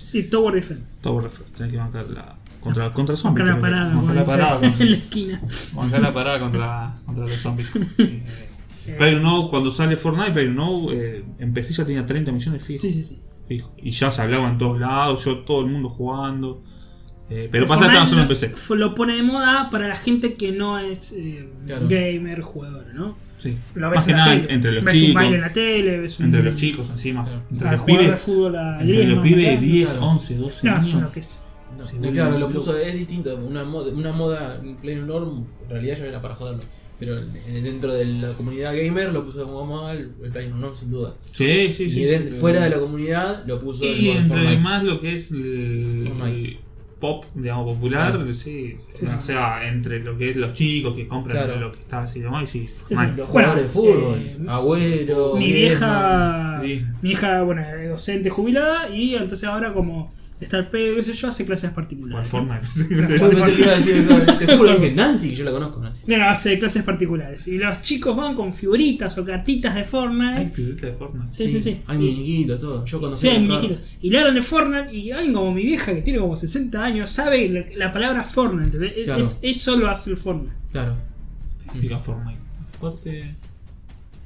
Sí, Tower Defense. Tower Defense. Tenés que bancar la contra, contra zombies. Con la creo que era. parada, Bancar la como parada. dice, en la esquina. Bancar la parada contra, contra los zombies. Eh, Player No, cuando sale Fortnite, Player No eh, en PC ya tenía 30 millones fijos. Sí, sí, sí. Fijo. Y ya se hablaba en todos lados, yo todo el mundo jugando. Eh, pero pasa que Fortnite estaban solo en PC. lo- Lo pone de moda para la gente que no es eh, Claro. gamer, jugador, ¿no? Sí. Lo ves Más que en la nada tele. entre los ves un chicos. baile en la tele, ves un- Entre los chicos encima. Claro. Entre al los jugador de pibes. fútbol a Entre 10, los más pibes de grande. 10, Claro. 11, 12 No, años. yo no, que es. No, Sí, y bueno, claro, no, lo pero- puso, es distinto. Una moda, una moda en Player Norm, en realidad ya era para joderlo. Pero en- en- dentro de la comunidad gamer lo puso como moda el, el Player Norm, sin duda. Sí, sí, Y sí. de- sí. fuera de la comunidad lo puso Y en moda entre Fortnite. más lo que es el, Fortnite. pop, digamos, popular, Claro. sí. Sí. O sea, entre lo que es los chicos que compran Claro. lo que está así y demás, y sí, sí. Fortnite. Los Bueno, jugadores de fútbol, eh, Agüero, mi vieja Griezmann. Sí. mi hija bueno es docente jubilada y entonces ahora como está el pedo, qué sé yo, hace clases Bueno, particulares. Fortnite. Yo pensé que iba a decir, te juro que Nancy, yo la conozco, Nancy. No, no, hace clases particulares. Y los chicos van con figuritas o cartitas de Hay Fortnite. figuritas de Fortnite. Sí, sí, sí. Hay Y- muñequitos, todo. Yo cuando Sí, fui a hay comprar- muñequitos. Y le hablan de Fortnite y alguien como mi vieja que tiene como 60 años sabe la, la palabra Fortnite. ¿entendés? Es- Claro. es- eso lo hace el Fortnite. Claro. Significa Fortnite. Fuerte.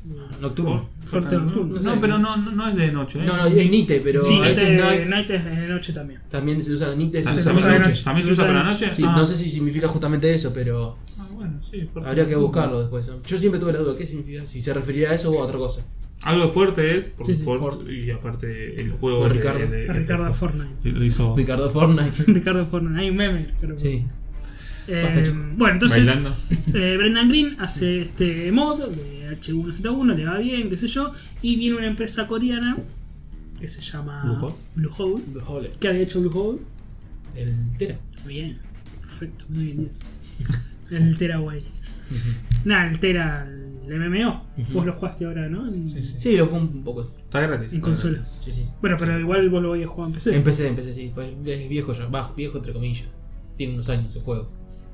Oh. Nocturno. Fuerte nocturno. No, pero no, no, no es de noche. ¿eh? No, no, hay Nite, pero sí, a veces Night, Night Night es de noche también. también se usa Nite. ¿También, se se también usa de Ah, se noche. también se usa para la noche? Sí, Ah. no sé si significa justamente eso, pero Ah, bueno, sí, fuerte habría que nocturno. buscarlo después. ¿no? Yo siempre tuve la duda, ¿qué significa? Si se referirá a eso o a otra cosa. Algo fuerte es, por, Sí, sí, por- fuerte. y aparte el juego Por de- Ricardo. de- de- Ricardo Fortnite. Lo hizo Ricardo Fortnite. Ricardo Fortnite. Hay un meme. creo. Sí. Eh, Basta, chicos. bueno, entonces bailando. eh, Brendan Green hace este mod de H1Z1, le va bien, qué sé yo. Y viene una empresa coreana que se llama Blue Hole. Blue Hole. The Hole. ¿Qué había hecho Blue Hole? El Tera. Bien, perfecto, muy bien Dios. El Tera guay. Nada, el Tera, el MMO. Ujú. Vos lo jugaste ahora, ¿no? En, Sí, sí. Sí, lo jugué un poco así. Está gratis. en consola. Sí, sí. Bueno, pero igual vos lo vais a jugar en PC. Empecé, empecé, sí. Pues es viejo ya, bajo, viejo entre comillas. Tiene unos años el juego.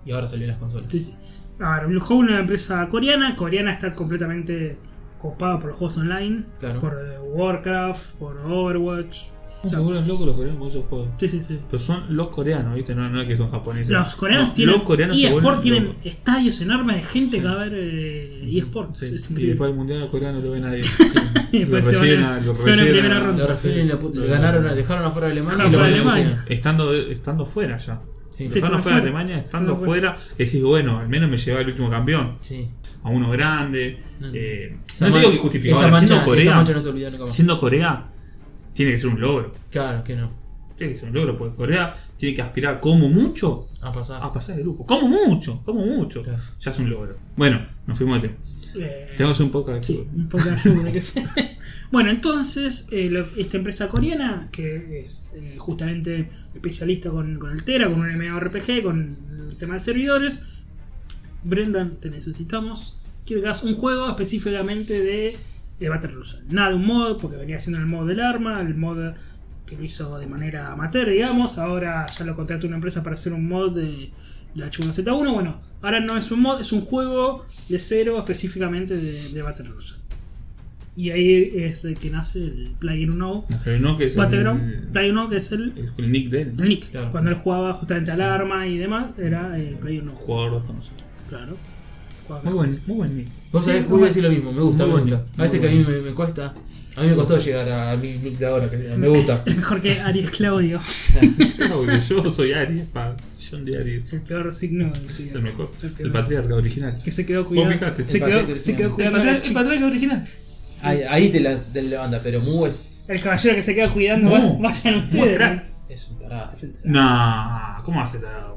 Y ahora salió en las consolas. Sí, sí. Ahora, Blue Hole es una empresa coreana. Coreana está completamente copada por los juegos online. Claro. Por eh, Warcraft, por Overwatch. O sea, algunos locos los coreanos con esos juegos. Sí, sí, sí. Pero son los coreanos, ¿viste? No, no es que son japoneses. Los coreanos No, tienen. Los coreanos y se vuelven eSport tienen locos. estadios enormes de gente Sí. que va a ver eh, eSports. Sí, Es y después increíble. el mundial coreano no lo ve nadie. Y lo después se van reciben a- a- lo se van en reciben primera a- ronda. Lo refieren, la pu- Lo- le ganaron, a- dejaron afuera a Alemania Dejaron y lo afuera a ganaron. Alemania. Estando, estando fuera ya. Sí, Sí. sí. estando fuera estando de fuera. Alemania, estando Estando fuera, decís, bueno, al menos me lleva el último campeón. A uno grande. No, no. eh, Esa no te digo man- que justificado. Esa ahora, mancha, siendo esa Corea, mancha no se olvida nunca más. siendo Corea, tiene que ser un logro. Claro que no. Tiene que ser un logro, porque Corea tiene que aspirar como mucho A pasar. a pasar el grupo. Como mucho, como mucho. Ah. Claro. Ya es un logro. Bueno, nos fuimos de tema. Eh, Tenemos un poco de Sí, fútbol. un poco de fútbol, que sé. Bueno, entonces, eh, lo- esta empresa coreana, que es eh, justamente especialista con, con el Tera, con un MMORPG, con el tema de servidores, Brendan, te necesitamos. Quiero que hagas un juego específicamente de, de Battle Royale. Nada de un mod, porque venía siendo el mod del arma, el mod que lo hizo de manera amateur, digamos. Ahora ya lo contrató una empresa para hacer un mod de, de H1Z1. Bueno, ahora no es un mod, es un juego de cero específicamente de, de Battle Royale. Y ahí es el que nace el Player No Pero no que es Battleground. el, Player No que es el, el- el nick de él. ¿no? el Nick. Claro. Cuando él jugaba justamente al arma y demás, era el Player No. Jugador desconocido. Claro. Jugaba Muy con- buen, muy buen nick. Vos Sí, sabés, muy voy a decir lo mismo, me gusta, Muy me bueno, gusta. A veces muy que a mí me, me cuesta, a mí me costó llegar a mi nick de ahora, que me gusta. Mejor que Aries Claudio, Porque yo soy Aries, pa. John de Aries. el peor signo del siglo. El mejor. peor. El patriarca original. Que se quedó cuidado. fijate. Se El quedó, patriarca se quedó El cuidando. patriarca, el patriarca original. Ahí, ahí te, las, te levanta, pero Mu es, El caballero que se queda cuidando, No. va- vayan Muy ustedes. eh. crack. es un tarado. ¿no? Nah, ¿cómo hace? tarado?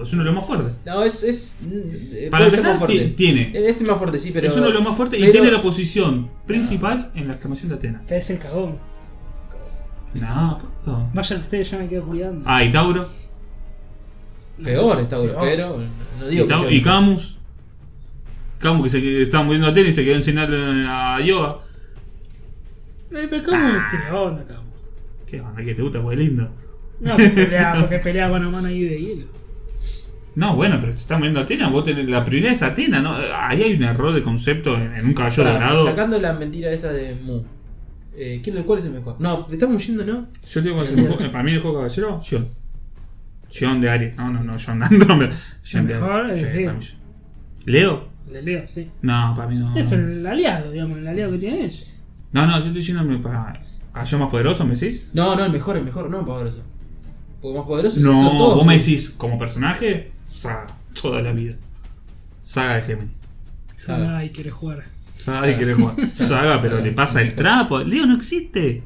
Es uno de los más fuertes. No, es. es mm, Para puede empezar, ser más fuerte. ti- tiene. Este es más fuerte, sí, pero. es uno de los más fuertes y pero- tiene la posición principal en la exclamación de Atenas. Pero es el cagón. Nah, por eso. Vayan ustedes, yo me quedo cuidando. Ah, y Tauro. Peor está duro, pero. No digo y, que Cam- sea- y Camus. Camus que se que estaba muriendo a tenis y se quedó enseñando a Yoga. Eh, pero Camus tiene onda, Camus. ¿Qué onda? ¿Qué te gusta? Porque es lindo. No, porque pelea, porque pelea mano a mano ahí de hielo. No, bueno, pero se está muriendo Atena, vos tenés la prioridad es Atena, ¿no? Ahí hay un error de concepto en, en un caballo Pará, dorado. Sacando la mentira esa de Mu. Eh, ¿quién, ¿Cuál es el mejor? No, estamos yendo, ¿no? Yo tengo que hacer un juego- eh, para mí el juego caballero, John. John de Aries. No, no, no, John Andrómeda. John de mejor Aries. es Sí, Leo. para mí John. ¿Leo? Le leo, sí. No, para mí no. Es el aliado, digamos, el aliado que tiene ella. No, no, yo estoy diciendo para caballero más poderoso, ¿me decís? No, no, el mejor, el mejor, no más poderoso. Porque más poderoso No, son todos. vos me decís, como personaje, Saga, toda la vida. Saga de Géminis. Saga. Ay, quiere jugar. Saga y querés jugar. Saga, pero Saga, le pasa sí. el trapo. Leo no existe.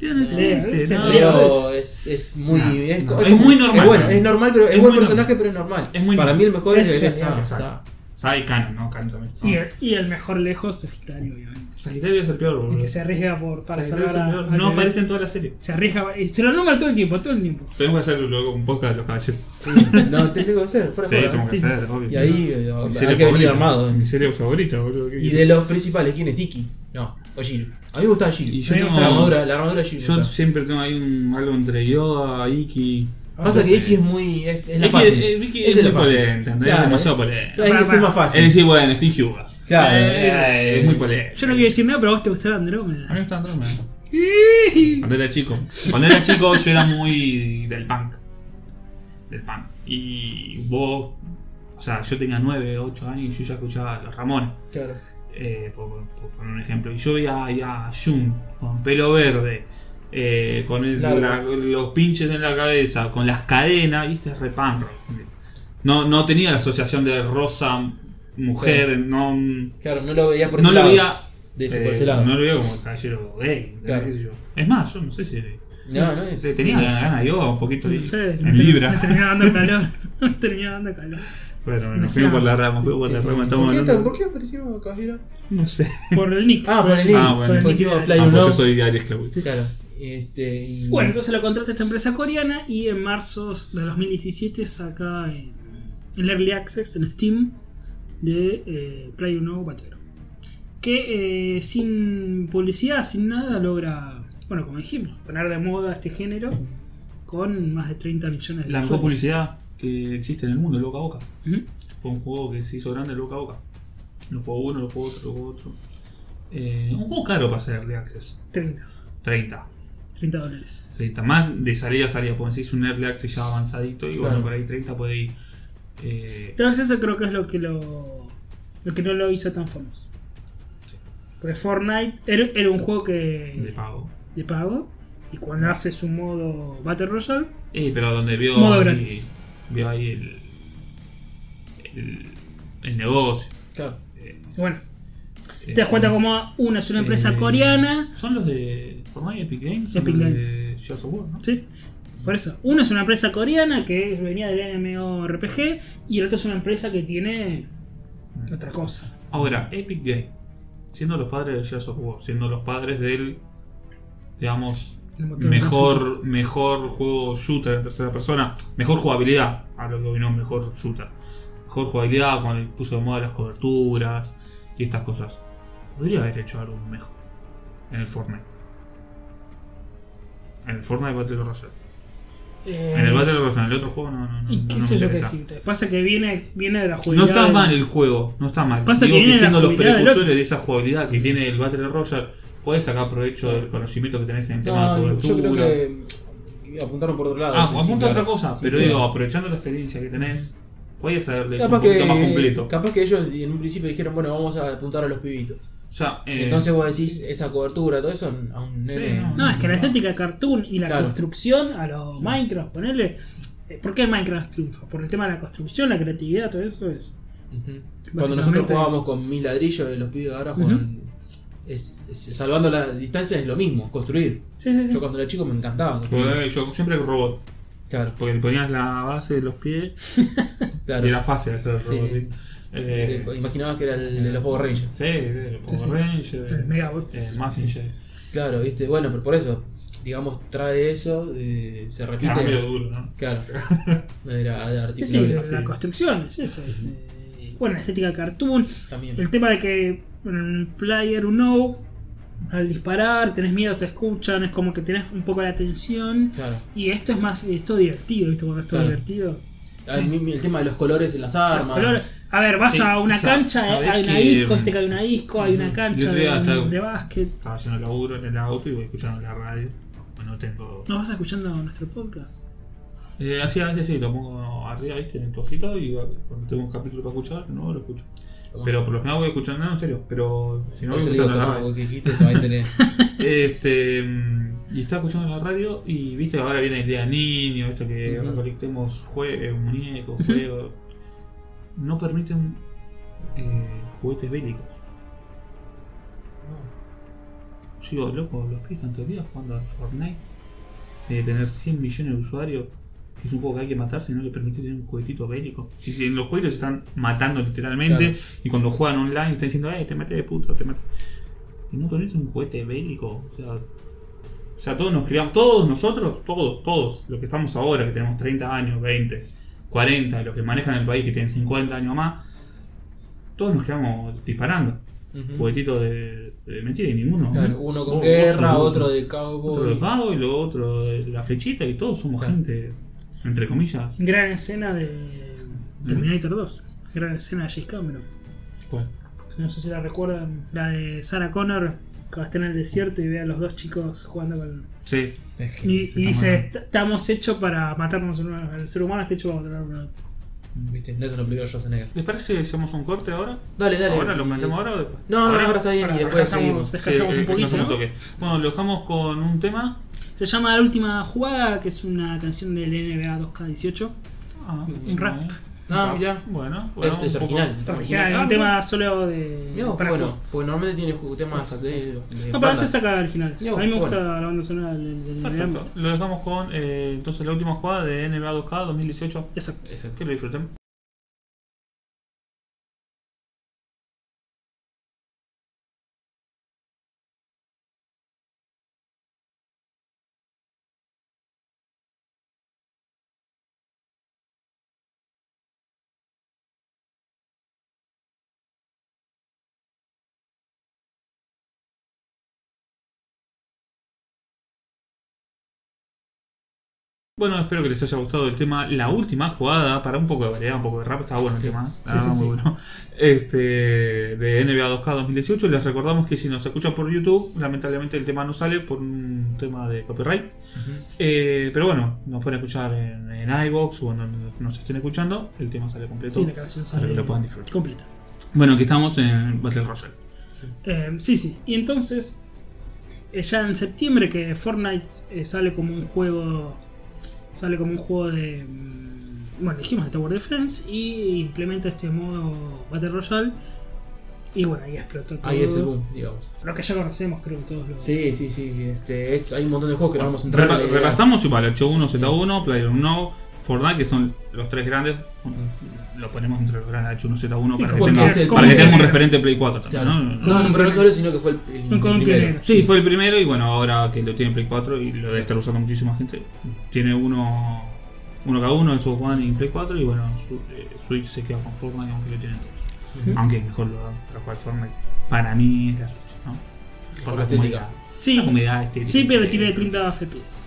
Leo no No, existe. ese no. Leo es, es muy. No, es, no, co- es muy normal. Es, bueno, es normal, pero es, Es buen muy personaje, pero es normal. Es muy Para normal. mí el mejor es, Es es genial, Saga. exacto. Saga. Sai Kano, ¿no? Kano también. Y ¿no? el, y el mejor lejos, Sagitario, obviamente. Sagitario es el peor, El boludo. que se arriesga por, para Sagitario es salvar el a- peor. al No bebé. aparece en toda la serie. Se arriesga, eh, se lo nombra todo el tiempo, todo el tiempo. Tenemos que hacer luego un podcast de los caballeros. No, tengo que hacer, fuera Sí, de tenemos joda. que sí, hacer, sí. obvio. Y ahí eh, Mi hay serie que venir favorita. armado. eh. Mi serie favorita, boludo. ¿qué Y querés? de los principales, ¿quién es Iki? No, o Jill. A mí me gustaba Jill. Y yo Me tengo- gusta La armadura, la armadura de Jill. me Yo gusta. siempre tengo ahí un, algo entre Yoda, Iki. Pasa que Iki es muy. es, es la Iki fácil. es- eh, Iki Esa es muy la fácil. polenta, ¿entendés? Claro, Demasiado es- polenta. Claro, hay que ser más fácil. Es decir, bueno, estoy Hyuga. Claro, Eh, eh, es muy polenta. Yo no quiero decir nada, pero a vos te gustaba A mí me Andrómeda. gusta Andrómeda. Ah. Cuando era chico. Cuando era chico yo era muy del punk. Del punk. Y vos, o sea, yo tenía 9, 8 años y yo ya escuchaba los Ramones. Claro. eh, por, por- por poner un ejemplo. Y yo veía ahí a Jun con pelo verde, eh, con el- Largo. la- los pinches en la cabeza, con las cadenas, y este es re punk rock. No, no tenía la asociación de rosa mujer, no, no Claro, no lo veía por ese lo lado. veía. De ese, eh, por ese lado. No No, lo veía como el caballero gay, ¿entendés? Claro. ¿Qué sé yo? Es más, yo no sé si no, es. Sí, tenía ganas gana yo un poquito ahí, No sé, me en ter- Libra. Me terminaba dando calor. Me terminaba dando calor. Bueno, Me nos fuimos por la rama, fuimos por Sí, la sí. rama, estamos ¿Por, qué, hablando- tan- ¿Por qué apareció Caballero? No sé. Por el nick. Ah, por el nick. Ah, bueno. Por el Porque nick. iba a Ah, Play- Hay un pues yo no. soy de Aries Claudio. Claro. Este, y... Bueno, entonces lo contrata esta empresa coreana y en marzo de 2017 saca eh, el Early Access en Steam de eh, Play 1 Batero. Que eh, sin publicidad, sin nada, logra, bueno, como dijimos, poner de moda este género con más de 30 millones de La mejor usuarios. publicidad que existe en el mundo, boca a boca. Ujú. Fue un juego que se hizo grande boca a boca. Lo jugó uno, lo jugó otro, lo jugó otro. Eh, un juego caro para hacer Early Access. 30, 30. 30 dólares. 30. Más de salida a salida, porque si es un Early Access ya avanzadito y bueno, Claro. por ahí 30 puede ir. Eh, Entonces eso creo que es lo que lo, lo que no lo hizo tan famoso. Porque Fortnite era, era un juego que de pago. de pago. Y cuando haces un modo Battle Royale, Eh, pero donde vio Modo ahí, gratis. vio ahí el, el, el negocio. Claro. eh, bueno, eh, te das cuenta como una es una empresa eh, coreana. Son los de Fortnite Epic Games. Epic Epic Games. De Gears of War, ¿no? Sí, por eso. Una es una empresa coreana que venía del MMORPG y el otro es una empresa que tiene otra cosa. Ahora, Epic Game, siendo los padres del Gears of War, siendo los padres del, digamos, El motor gráfico. mejor, mejor juego shooter en tercera persona, mejor jugabilidad, a lo que vino mejor shooter, mejor jugabilidad con el puso de moda las coberturas y estas cosas. Podría haber hecho algo mejor en el Fortnite. En el Fortnite Battle Royale. Eh, En el Battle Royale, en el otro juego no, no, no. y no, qué no me sé yo qué interesa. decirte. Pasa que viene, viene de la No jugabilidad. está del- mal el juego, no está mal. Pasa Digo que que, viene la siendo los jugabilidad del precursores de esa jugabilidad que tiene el Battle Royale, puedes sacar provecho del conocimiento que tenés en el tema de No, yo creo cobertura. que apuntaron por otro lado. Ah, sí, sí, apunta a claro. otra cosa, Sí, pero claro. digo, aprovechando la experiencia que tenés, podías haberle hecho un Capaz poquito que, más completo. capaz que ellos en un principio dijeron, bueno, vamos a apuntar a los pibitos. O sea, eh, Entonces vos decís esa cobertura, todo eso a un nene. no, No, es que la estética cartoon y la Claro. construcción a los Minecraft, ponele. eh, ¿Por qué el Minecraft triunfa? Por el tema de la construcción, la creatividad, todo eso es. Ujú. Cuando nosotros jugábamos con mis ladrillos, los pibes ahora juegan. es- es- salvando la distancia es lo mismo, construir. Sí, sí, sí. Yo cuando era chico me encantaba construir. porque yo siempre el robot, Claro, porque le ponías la base de los pies claro. y era fácil hacer el Sí, robot. sí. pues. Sí, Eh, Te imaginabas que era el de los Power Rangers. sí, de los Sí, sí. Power Rangers, El Megabots. eh, Mazinger. Claro, viste, bueno, pero por eso, digamos, trae eso, eh, se repite. Era Ah, medio duro, ¿no? Claro. Era de Sí, articulable. sí, la sí. construcción, es eso. es, eh, bueno, la estética cartoon, También. el tema de que en Player Uno, al disparar, tenés miedo, te escuchan, es como que tenés un poco la atención. Claro. Y esto es más, esto divertido, ¿viste? Cuando esto es Claro. divertido. A mí Ah, el tema de los colores en las Los armas. colores- A ver, vas Sí, a una sa- cancha, eh, sabés hay una que- disco, este que hay una disco, hay una Ujú. Yo cancha te digo, de, hasta- de básquet. Estaba haciendo laburo en el auto y voy escuchando la radio. como No tengo. ¿Nos vas escuchando nuestro podcast? Eh, así a veces sí, lo pongo arriba, viste, en el cosito y cuando tengo un capítulo para escuchar, no lo escucho. Pero por lo general voy escuchando, no, en serio, pero si no no voy se digo escuchando la todo radio. lo que dijiste, lo va a tener. Este, mm, y estaba escuchando la radio y viste que ahora viene el día del niño, esto que Ujú. recolectemos jue eh, muñecos, juegos. No permiten eh, juguetes bélicos. Yo Eh, digo, loco, los pies están todavía jugando a Fortnite. De tener 100 millones de usuarios. Es un juego que hay que matar si no le permitís un juguetito bélico. Si, si en los juegos se están matando literalmente Claro. y cuando juegan online están diciendo, eh, te maté de puto, te maté. Y no con eso un juguete bélico. O sea, o sea, todos nos criamos, todos nosotros, todos, todos, los que estamos ahora, que tenemos 30 años, 20, 40, los que manejan el país, que tienen 50 años más, todos nos criamos disparando. Ujú. Juguetitos de, de mentira y ninguno. Claro, uno con Pues, vos- guerra, vos sos- otro de otro de cowboy. pago y lo otro de la flechita y todos somos Claro. gente, entre comillas. Gran escena de Terminator 2. Gran escena de James Cameron. ¿Cuál? No sé si la recuerdan. La de Sarah Connor. Que va a estar en el desierto y ve a los dos chicos jugando con. Sí, Y, y Está dice: bueno. "Est- Estamos hechos para matarnos uno al otro. El ser humano está hecho para matarnos uno al otro". Viste, no se lo obligó Schwarzenegger. ¿Les parece que hacemos un corte ahora? Dale, dale. ¿Ahora lo metemos ahora o después? No, no, ahora está bien Ahora y después descansamos- seguimos. Descansamos Sí, un eh, poquito. descansamos ¿no? un toque. Bueno, lo dejamos con un tema. Se llama La última jugada, que es una canción del NBA 2K18. Ah, Un rap. Ah, mirá. Bueno, bueno Este es un poco- original. está Original, original. un Ah, tema solo de. Eh, mirá vos, para bueno, jugar. porque normalmente tiene ju- temas de. de No, pero a banda. veces saca originales. Mirá A vos, mí me qué gusta bueno. la banda sonora del, del Perfecto. NBA. Lo dejamos con eh, entonces la última jugada de NBA 2K 2018. Exacto. Ese. Que lo disfruten. Bueno, espero que les haya gustado el tema. La última jugada, para un poco de variedad, un poco de rap, está bueno el Sí. tema. ¿eh? Sí, Ah, sí, muy sí. bueno. Este, de NBA 2K 2018. Les recordamos que si nos escuchan por YouTube, lamentablemente el tema no sale por un tema de copyright. Ujú. Eh, pero bueno, nos pueden escuchar en, en iBox o en donde nos estén escuchando. El tema sale completo. Sí, la canción para que lo puedan disfrutar. completa. Bueno, aquí estamos en Battle Royale. Eh, sí, sí. Y entonces, eh, ya en septiembre que Fortnite eh, sale como un juego. Sale como un juego de. mm, Bueno, dijimos de Tower Defense y implementa este modo Battle Royale. Y bueno, ahí explotó todo. Ahí es el boom, digamos. Lo que ya conocemos, creo, todos los. Sí, sí, sí. Este, esto- hay un montón de juegos que no vamos a entrar. Repa- la idea. repasamos igual, H1, Z1, PlayerUnknown, Fortnite, que son los tres grandes. Lo ponemos entre los grandes H1, Z1 Sí, para, que como tenga- que es el- para que tenga un como- referente Play 4 también, Claro. ¿no? No, no, pero no solo, sino que fue el, el Un con un primero. pionero. Sí, fue el primero y bueno, ahora que lo tiene Play 4 y lo debe estar usando muchísima gente. Tiene uno uno cada uno, Xbox One y Play 4 y bueno, su- eh, Switch se queda con Fortnite aunque lo tienen todos. Ujú. Aunque es mejor lo para jugar Fortnite. Para mí es la Switch, ¿no? Por la estética. Sí, La comodidad estética. sí, pero tiene Eh, 30 FPS.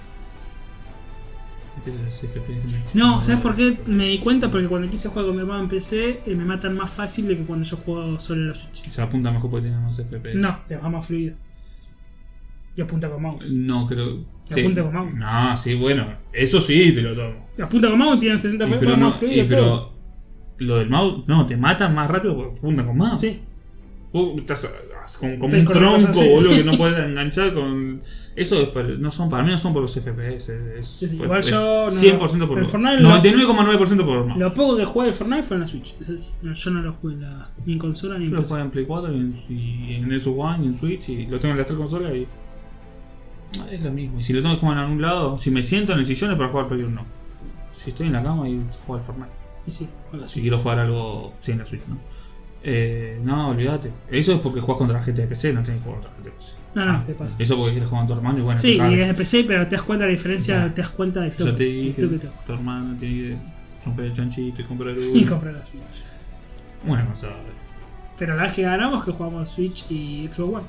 tiene los FPS. No, ¿sabes por qué? Me di cuenta porque cuando quise jugar con mi hermano en PC, eh, me matan más fácil de que cuando yo juego solo en la Switch. Se apunta mejor porque tiene más FPS. No, te va más fluido. Y apunta con mouse. No, creo. Te apunta con mouse. No, sí, bueno. Eso sí, te lo tomo. La punta con mouse tiene 60 Y FPS pero más no, fluido. y pero todo. lo del mouse, no, te matan más rápido porque apunta con mouse. Sí. Vos estás ah, como, como Estás un con la tronco, cosa así, boludo, sí. que no puedes enganchar con. Eso es para- no son, para mí no son por los FPS. Es, Sí, sí, pues, igual es yo no- 100% por el los Fortnite 99,9% por los mouse. Lo poco que jugué de Fortnite fue en la Switch. Eso sí. No, yo no lo jugué en la, ni en consola ni en Yo lo PC. juego en Play 4 y en, y en Xbox One y en Switch y lo tengo en las tres consolas y. Es lo mismo. Y si lo tengo que jugar en algún lado, si me siento en el sillón es para jugar Play 1. No. Si estoy en la cama y juego al Fortnite. Y sí, con la Si Switch. quiero jugar algo sin la Switch, ¿no? Eh, no, olvídate. Eso es porque juegas contra la gente de PC, no tenés que jugar contra la gente de PC. No, Ah, no, te pasa. Eso porque quieres jugar con tu hermano y bueno, Sí, te y cagas. es de PC, pero te das cuenta de la diferencia, Claro. te das cuenta de todo. Yo te dije, Toque, toque. tu hermano tiene que romper el chanchito y comprar uno. Y compré la Switch. Bueno, o sea, Pero la vez que ganamos que jugamos a Switch y Xbox One.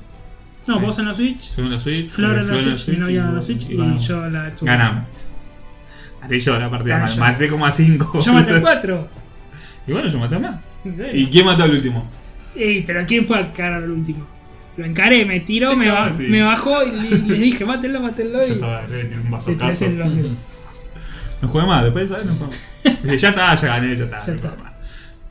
No, Sí. vos en la Switch, yo en la Switch, Flor en Flor la Switch, mi novia en la y- Switch y ganamos. yo la Xbox One. Ganamos. Maté yo la partida, Gané yo. maté como a 5. Yo maté 4. Y bueno, yo maté más. ¿Y quién mató al último? Ey, pero ¿quién fue a encarar al último? Lo encaré, me tiró, me, ba- Sí. me bajó y le, le dije, mátenlo, mátenlo. Yo Y estaba arriba y tiré un le tiré vasocazo. el vacío. No jugué más, después de esa vez no jugué más. Dije, ya está, ya gané, ya está. Ya no está. juego más.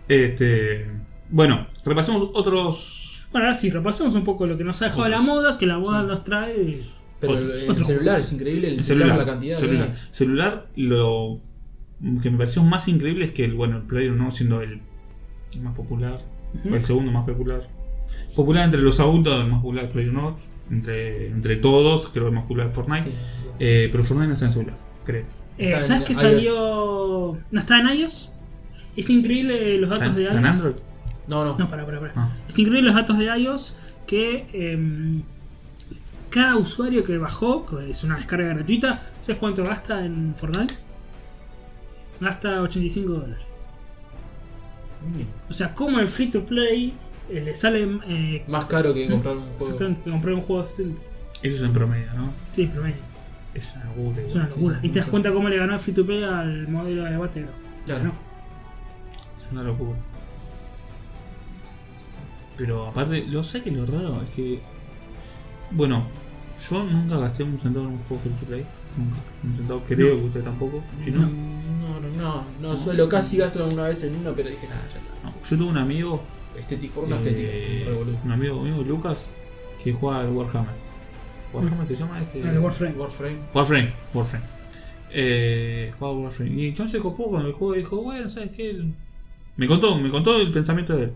Este, bueno, repasemos otros. Bueno, ahora sí, repasemos un poco lo que nos ha dejado la moda, que la moda nos trae. Eh, Pero Otro- el otro celular juego. es increíble, el El celular, celular. la cantidad. que celular. hay. Celular, lo que me pareció más increíble es que el, bueno, el Player no siendo el más popular, Ujú. el segundo más popular. Popular entre los adultos, el más popular Player no, entre, entre todos, creo que el más popular Fortnite. Sí. Eh, pero Fortnite no está en celular, creo. Eh, Está en ¿Sabes que iOS. salió. ¿No está en iOS? Es increíble los datos ¿Tan- de tan iOS. Android? No, no. No, para, para, para. Ah. Es increíble los datos de iOS que em, cada usuario que bajó, que es una descarga gratuita, ¿sabes cuánto gasta en Fortnite? Gasta 85 dólares. Mm, O sea, como el free to play eh, le sale eh, Más caro que comprar un juego. exactamente, que comprar un juego así. Eso es en promedio, ¿no? Sí, promedio. Es una locura. Es una igual. locura. sí, y te das mucho. cuenta cómo le ganó el free to play al modelo de Battle. Claro. No. Es una locura. Pero aparte, lo sé que lo raro es que. Bueno, yo nunca gasté un centavo en un juego free to play. Nunca. Un centavo creo que usted tampoco. Si no, No, no, no, no, suelo casi gasto alguna vez en uno, pero dije, nada, ya está. no. Yo tuve un amigo. Estético, por una eh, estética. re boludo. un amigo mío, Lucas, que juega al Warhammer. ¿Warhammer se llama este? El Warframe. Warframe. Warframe, Warframe. Eh, jugaba Warframe. Y entonces se copó con el juego y dijo, bueno, ¿sabes qué? Me contó, me contó el pensamiento de él.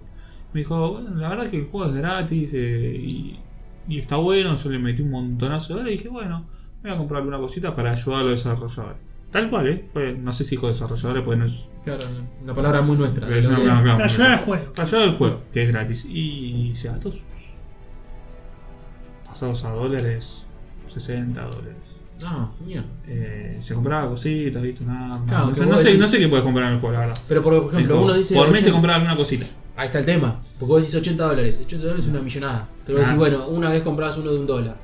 Me dijo, bueno, la verdad que el juego es gratis eh, y, y está bueno, yo le metí un montonazo de horas y dije, bueno, voy a comprar alguna cosita para ayudar a los desarrolladores. Tal cual, ¿eh? Fue- no sé si dijo desarrolladores, porque no es... Claro, una palabra muy nuestra. pero es una- una- una- Para ayudar al juego. para ayudar al juego, que es gratis. Y se gastó... sus- Pasados a dólares, 60 dólares. Ah, mierda. Eh, se compraba cositas, viste, una arma. Claro, no, que sé, vos no sé- decís- no sé qué puedes comprar en el juego, la verdad. Pero por, por ejemplo, Dijo, uno dice. por mes se 80 compraba alguna cosita. Ahí está el tema. Porque vos decís 80 dólares. 80 dólares es una millonada. Pero vos Ah. decís, bueno, una vez comprabas uno de un dólar.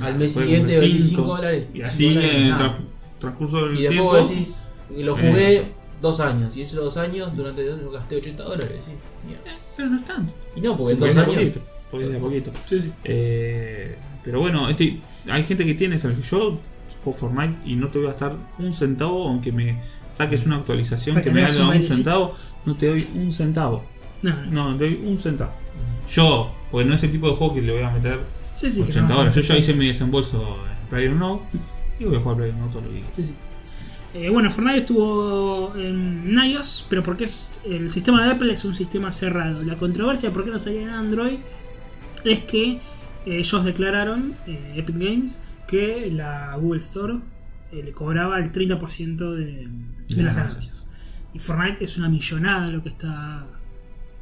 Al Puedes mes siguiente comprar vos decís cinco, 5 dólares. Y cinco así dólares, en el nada. tra- transcurso del Y después tiempo. vos decís, lo jugué Eh. dos años. Y esos dos años, durante dos años gasté 80 dólares. sí. Mierda. Pero no es tanto. Y no, porque Porque en dos es de a años. poquito. porque es de a poquito. Sí, sí. Eh, pero bueno, este, hay gente que tiene esa. Yo juego Fortnite y no te voy a gastar un centavo, aunque me saques una actualización Para que que me me hagas haga un un bailecito. centavo, no te doy un centavo. No, no. No, te doy un centavo. Yo, porque no es el tipo de juego que le voy a meter Sí, sí, que 80 no horas. Yo vas a- ya hice mi desembolso en Player No y voy a jugar Player No todo lo que quiera. Sí, sí. Eh, bueno, Fortnite estuvo en iOS, pero porque es, el sistema de Apple es un sistema cerrado. La controversia por qué no salía en Android es que eh, ellos declararon, eh, Epic Games, que la Google Store eh, le cobraba el 30% de, de De las las ganancias. Y Fortnite es una millonada lo que está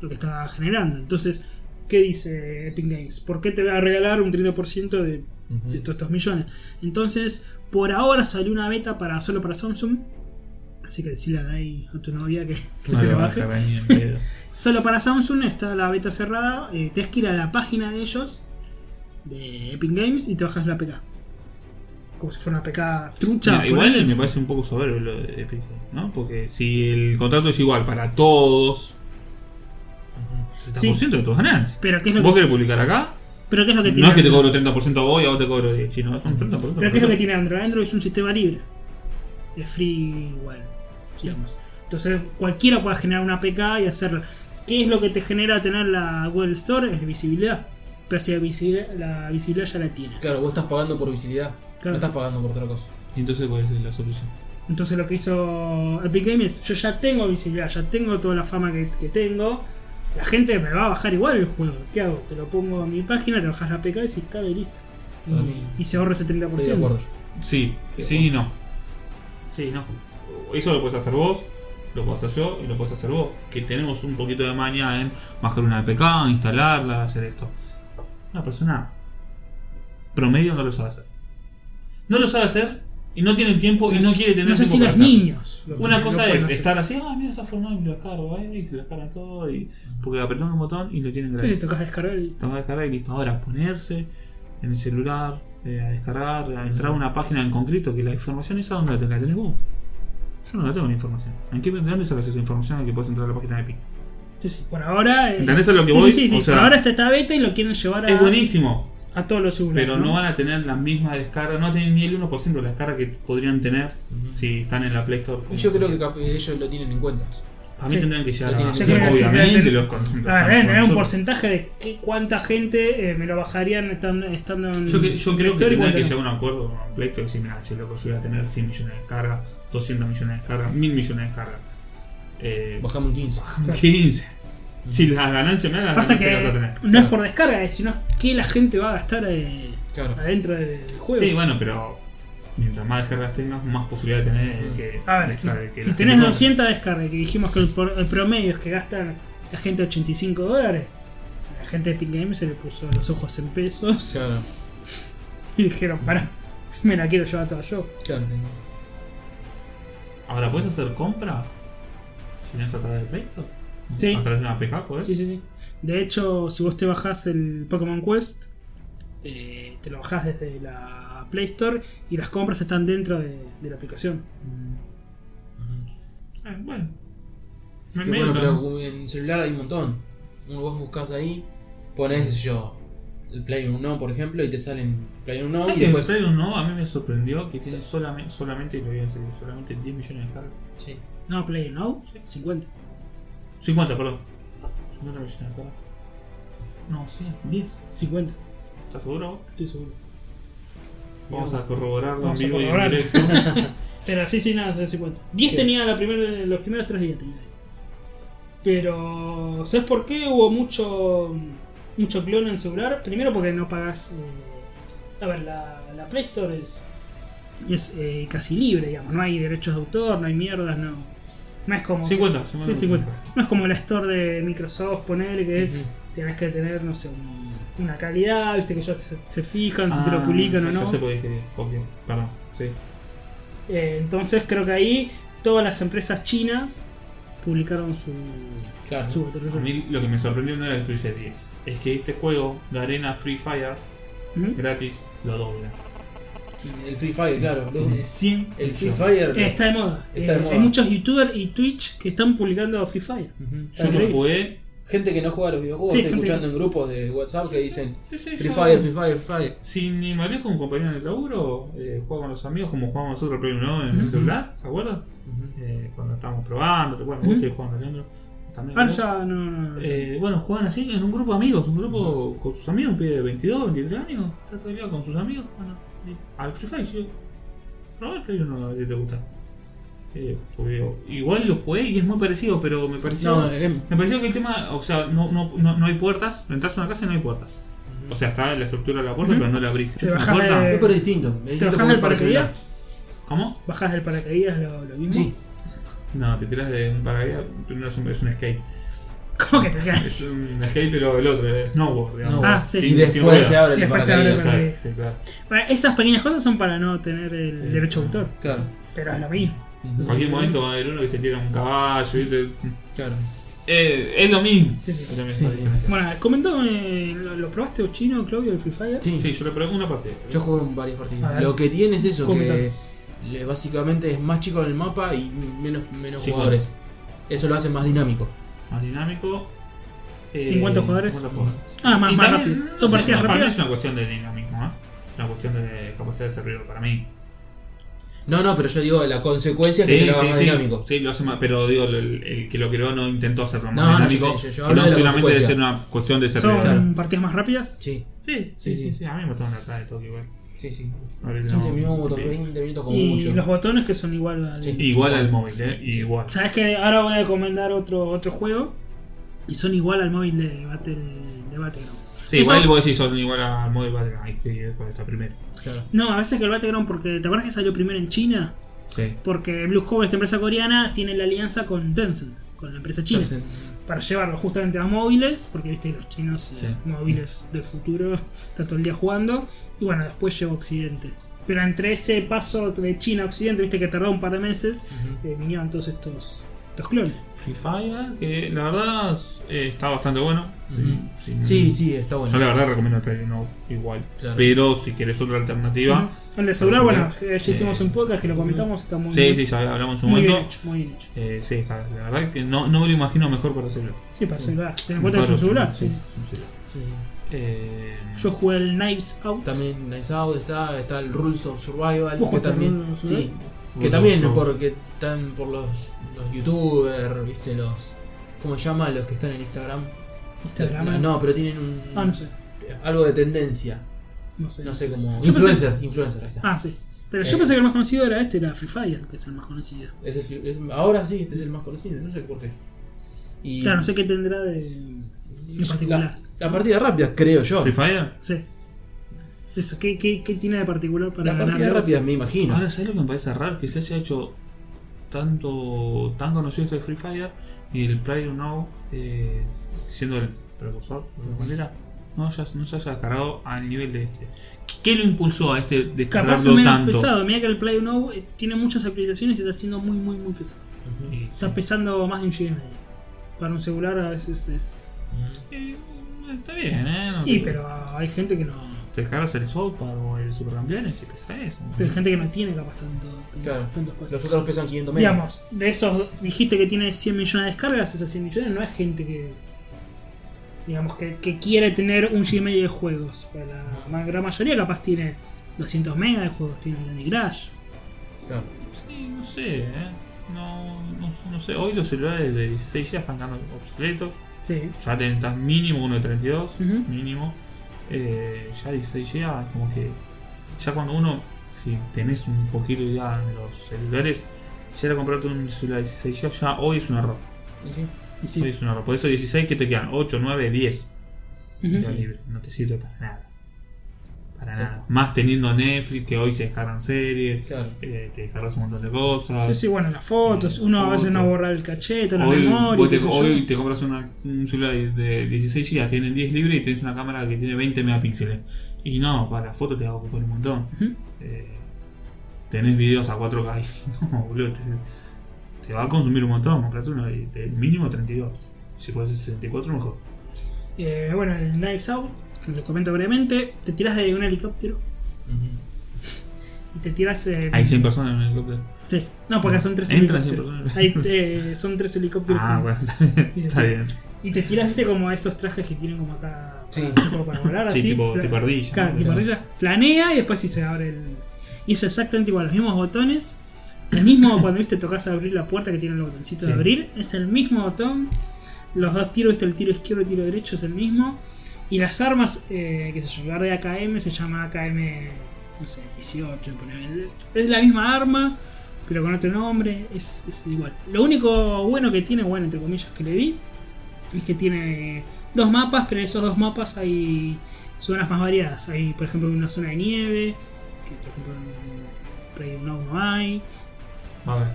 lo que está generando. Entonces, ¿qué dice Epic Games? ¿Por qué te va a regalar un 30% de Ujú. de todos estos millones. Entonces, por ahora salió una beta para solo para Samsung. Así que decirle ahí a tu novia que, que se lo voy la a baje. dejar ni en pedo. Solo para Samsung está la beta cerrada. Eh, tenés que ir a la página de ellos, de Epic Games, y te bajas la PK. Como si fuera una PK trucha. Mira, igual ponele. me parece un poco soberbio lo de Epic, ¿no? Porque si el contrato es igual para todos, Ujú. 30% de tus ganancias. Pero ¿qué es lo Vos que, querés publicar acá, pero ¿qué es lo que tiene no es que te cobro Android? 30% a vos y a vos te cobro 10, chino, es un 30%. Pero ¿qué es lo que tiene Android? Android es un sistema libre. Es free igual. digamos. Entonces cualquiera puede generar una APK y hacerla. ¿Qué es lo que te genera tener la Google Store? Es visibilidad. Pero si la visibilidad, la visibilidad ya la tiene. Claro, vos estás pagando por visibilidad. No Claro. estás pagando por otra cosa. Y entonces, ¿cuál es la solución? Entonces lo que hizo Epic Games es, yo ya tengo visibilidad, ya tengo toda la fama que, que tengo. La gente me va a bajar igual el juego. ¿Qué hago? Te lo pongo en mi página, te bajas la APK y si está, listo. Para mí, Y se ahorra ese 30%. estoy de acuerdo. Sí, Sí, sí y no. Sí, no. Eso lo puedes hacer vos, lo puedo hacer yo y lo puedes hacer vos. Que tenemos un poquito de maña en bajar una APK, instalarla, hacer esto. Una persona promedio no lo sabe hacer. No lo sabe hacer y no tiene el tiempo y no quiere tener No sé tiempo si para los hacerlo. niños. lo- Una lo cosa pueden es hacer. estar así, ah, mira, está formando y lo descargo, eh, y se lo descarga todo, y... porque apretando un botón y lo tienen Sí, gratis. tocas descargar y Tengo que descargar y listo. Ahora ponerse en el celular, eh, a descargar, a entrar a una página en concreto, que la información esa dónde la tenés, la tenés vos. Yo no la tengo la información. ¿En qué, ¿De dónde sacas esa información a que puedes entrar a la página de Epic? Sí, sí, por ahora. eh, ¿Entendés a lo que sí, voy? Sí, sí, O sí, sea, por ahora está esta beta y lo quieren llevar a, Es buenísimo, a todos los celulares. pero no van a tener la misma descarga, no tienen ni el 1% de la descarga que podrían tener Ujú. si están en la Play Store. Y yo creo que cap- ellos lo tienen en cuenta. A mí Sí. tendrían que llegar Lo a tienen- Ya creo que sí, deben obviamente tener- los con- los Ah, deben tener un con- porcentaje de qué, cuánta gente eh, me lo bajarían estando, estando en. Yo, que- yo creo que Store y tendría que cuánta llegar no. a un acuerdo con Play Store y decir, mira, che, loco, yo voy a tener 100 millones de cargas, 200 millones de cargas, 1000 millones de cargas. Eh, Bajamos un 15. bajame 15. Si las ganancias me dan, las Pasa ganancias las que vas a tener. no es por descarga, eh, sino que la gente va a gastar eh, Claro. adentro del juego. Sí, bueno, pero mientras más descargas tengas, más posibilidad de tener que A ver, si, descargar, que si la tenés gente 200 descargas, que dijimos que el, por- el promedio es que gastan la gente 85 dólares, la gente de Epic Games se le puso los ojos en pesos Claro, y dijeron, pará, me la quiero llevar toda yo. claro. compra. Ahora, ¿puedes hacer compra? Si no es a través de Play Store? Sí. ¿A través de una PK, podés? Sí, sí, sí. De hecho, si vos te bajás el Pokémon Quest, eh, te lo bajás desde la Play Store y las compras están dentro de, de la aplicación. Eh, bueno. Que Me bueno, meto. pero como en celular hay un montón. Uno vos buscas ahí, pones qué sé yo el Play 1, por ejemplo, y te salen Play 1 ¿Sabes y que después. Play no? A mí me sorprendió que tiene Sí. solamente, solamente, y lo voy a decir, solamente 10 millones de descargas. Sí. No, Play Now, 50. 50, perdón. 50 millones de descargas. No, sí, 10. 50, ¿Estás seguro? estoy seguro. Vamos a corroborarlo Vamos a en vivo y en corroborar. directo. Pero sí, sí, nada, 50. 10 Sí. tenía la primer- los primeros 3 días. Tenía. Pero, ¿sabes por qué hubo mucho mucho clon en celular? Primero porque no pagás... eh, a ver, la, la Play Store es, es eh, casi libre, digamos. No hay derechos de autor, no hay mierdas, no... No es como... 50, Sí, 50. No es como la Store de Microsoft, ponele que Ujú. tenés que tener, no sé, un- una calidad, viste que ellos se, se fijan si te lo Ah, publican ya- o ya no. sé por qué dije 10, ok, perdón, sí. Eh, entonces creo que ahí todas las empresas chinas publicaron su, Claro. su A autorización. mí lo que me sorprendió no era que tuviese 10, es que este juego de arena Free Fire ¿Mm? gratis lo dobla. El Free Fire, claro. boludo. Tiene 100 El Free millones. Fire. Eh, está de moda. Está de Eh, moda. Hay muchos youtubers y Twitch que están publicando Free Fire. Ujú. Yo lo Increíble. jugué. Gente que no juega a los videojuegos, Sí, estoy gente escuchando que- en grupos de WhatsApp que dicen Sí, sí, Free yo- Fire, Free Fire, Free Fire. Si ni manejo un compañero en el laburo, eh, juego con los amigos como jugábamos nosotros primero ¿no? en el Ujú. celular, ¿se acuerdan? Eh, cuando estábamos probando, bueno, vos Ujú. seguís jugando, Leandro. También, Ahora ¿no? ya no. no, no. Eh, bueno, juegan así en un grupo de amigos, un grupo con sus amigos, un pibe de 22, 23 años, está todo el día con sus amigos, bueno, al Free Fire, yo, probá el Play 1 a ver si te gusta. Eh, porque igual lo jugué y es muy parecido, pero me pareció, No, el game. me pareció que el tema, o sea, no, no, no, no hay puertas, entras a una casa y no hay puertas. O sea, está la estructura de la puerta, Ujú. pero no la abrís. Te ¿Una bajás puerta? de- es pero distinto. es distinto bajás como del para paracaídas? celular. ¿Cómo? Bajas del paracaídas, lo, lo mismo. Sí. No, te tiras de un paracaídas, primero es un, es un skate. ¿Cómo que te quedas? Es un skate, pero el otro, es snowboard, digamos. No, Ah, sí. Y después se abre el Después se abre Sí, el o paracaídas. sea, sí, claro. Bueno, esas pequeñas cosas son para no tener el Sí. derecho de autor. Claro. Pero es lo mismo. En cualquier momento va a haber uno que se tira un caballo, ¿viste? Claro. Eh, es lo mismo. Sí, sí. Es lo mismo, Sí, la sí. diferencia. Bueno, comentame, ¿lo, lo probaste o chino, Claudio, el Free Fire? Sí, Sí, yo le pregunto una parte. yo juego en varias A partidas. ver. Lo que tiene es eso, que Comentanos. le- básicamente es más chico en el mapa y menos, menos Sí, jugadores. Eso lo hace más dinámico. Más dinámico. 50 jugadores. 50 jugadores. Ah, más, Y más también, rápido. no Son sé, partidas no, Para mí es rápidas. una cuestión de dinamismo, ¿eh? Una cuestión de capacidad de servidor para mí. No, no, pero yo digo, la consecuencia es que te lo haga más sí. dinámico. Sí, lo hace más, pero digo, el, el que lo creó no intentó hacerlo más No, no, dinámico, sí, sí, yo- yo sino hablo de la solamente de consecuencia. ser una cuestión de Son servidor. partidas más rápidas. Sí, Sí, sí, sí, Sí, sí. sí, a mí me están atrás de todo igual. sí, sí. Ahora 15 no- minutos, 20 minutos como y mucho. los botones que son igual al. Sí. Igual al móvil, ¿eh? Igual. Sabes que ahora voy a recomendar otro, otro juego y son igual al móvil de Battle de Battleground. Sí, Eso- igual vos decís son igual a Mobile Battle. Hay que ir con esta primero. Claro. No, a veces que el Battleground, porque ¿te acuerdas que salió primero en China? Sí. Porque Blue Hole, esta empresa coreana, tiene la alianza con Tencent, con la empresa china, Entonces, para llevarlo justamente a móviles, porque viste los chinos eh, Sí. móviles del futuro están todo el día jugando, y bueno, después llegó a Occidente. Pero entre ese paso de China a Occidente, viste que tardó un par de meses, eh, vinieron todos estos, estos clones. Free Fire, que la verdad eh, está bastante bueno. Ujú. Sí, Sí, sí, está bueno. Yo la verdad recomiendo el Play No igual. Claro. Pero si querés otra alternativa. El de celular, bueno, Perfecto. eh, ya hicimos Eh, un podcast que lo comentamos, está muy, Sí, bien- sí, ya hablamos un muy bien momento. hecho, muy bien hecho. Eh, sí, está- la verdad que no, no me lo imagino mejor para celular. Sí, para Sí. celular. Ten en cuenta que es un Mejor- celular. Sí, sí. un celular. Sí. Eh, Yo jugué el Knives Out. También Nice Out está, está el Rules of Survival. ¿Vos Que jugaste también, Rules of sí, Survival? que Bueno, también no. porque están por los, los youtubers, viste, los. ¿Cómo se llama? Los que están en Instagram. Instagram. No, No, pero tienen un, Ah, no sé. algo de tendencia. No sé. No sé cómo. Yo pensé- Influencer, influencer, ahí está. Ah, sí. Pero yo Eh. pensé que el más conocido era este, era Free Fire, que es el más conocido. Es el- es- ahora sí, este es el más conocido, no sé por qué. Y Claro, no sé qué tendrá de, de particular. La, la partida rápida, creo yo. Free Fire. Sí. Eso, ¿qué, qué, qué tiene de particular para Las partidas ganarlo? rápidas me imagino. Ahora, ¿sabes lo que me parece raro? Que se haya hecho tanto tan conocido esto de Free Fire y el Player Now, eh, siendo el precursor de alguna manera, no, haya- no se haya descargado al nivel de este. ¿Qué lo impulsó a este Capaz es descargarlo menos tanto? pesado. Mira que el Play Now eh, tiene muchas aplicaciones y está siendo muy, muy, muy pesado. Ujú. Y- Está pesando más de un GB y medio. Para un celular a veces es. Eh, está bien, ¿eh? No Y te- pero hay gente que no. Te descargas el software o el Super Gamblers y pesa eso. ¿no? Hay gente que no tiene capaz tanto, tanto- Claro. tantos juegos. Los otros pesan 500 megas. Digamos, de esos dijiste que tiene 100 millones de descargas, esas 100 millones no es gente que. Digamos, que, que quiere tener un Gmail de juegos. Para la ma- gran mayoría, capaz tiene 200 megas de juegos, tiene Candy Crush. Claro. Sí, no sé, ¿eh? No, no, no sé. Hoy los celulares de 16 ya están quedando obsoletos. Sí. Ya tenés mínimo uno de 32, Ujú. mínimo. Eh, ya 16 llega, como que. Ya cuando uno, si tenés un poquito de idea en los celulares, ya era comprarte un celular de 16 GB, ya hoy es un error. Y sí. Y sí. Hoy es un error. Por eso 16 que te quedan 8, 9, 10. Ujú. Ya libre, No te sirve para nada. Para Exacto. nada. Más teniendo Netflix, que hoy se descargan series, Claro. eh, te descargas un montón de cosas. Sí, sí, bueno, las fotos. Eh, Uno a veces fotos. no borra el cachete, la Hoy, memoria. vos qué te, sé yo. hoy te compras una- un celular de- de 16 GB, tiene 10 libre y tenés una cámara que tiene 20 megapíxeles. Y no, para la foto te va a ocupar un montón. Ujú. Eh, tenés videos a 4K y no, boludo, te, te va a consumir un montón. Comprate uno y el mínimo 32. Si puedes 64, mejor. Eh, bueno, el Night Out, que lo comento brevemente, te tiras de un helicóptero Ujú. y te tiras. eh, Hay 100 personas en el helicóptero. Sí. No, porque son tres Entran helicópteros. siempre. Hay, eh, son tres helicópteros. Ah, bueno, está bien. Sí, sí, Está sí. bien. Y te tiras, viste, como esos trajes que tienen como acá. para- Sí. como para volar Sí, así. tipo- Fla- tipo ardilla, Claro, ¿no? tipo Claro. ardilla. Planea y después sí se abre el. Y es exactamente igual, los mismos botones. El mismo cuando viste tocas abrir la puerta que tiene el botoncito de Sí. abrir, es el mismo botón. Los dos tiros, viste, el tiro izquierdo y el tiro derecho es el mismo. Y las armas, eh, que se yo, en lugar de AKM se llama AKM, no sé, 18, ponele. Es la misma arma, pero con otro nombre, es, es igual. Lo único bueno que tiene, bueno, entre comillas, que le vi, es que tiene dos mapas, pero en esos dos mapas hay zonas más variadas. Hay, por ejemplo, una zona de nieve, que por ejemplo en Play Now no hay. A ver.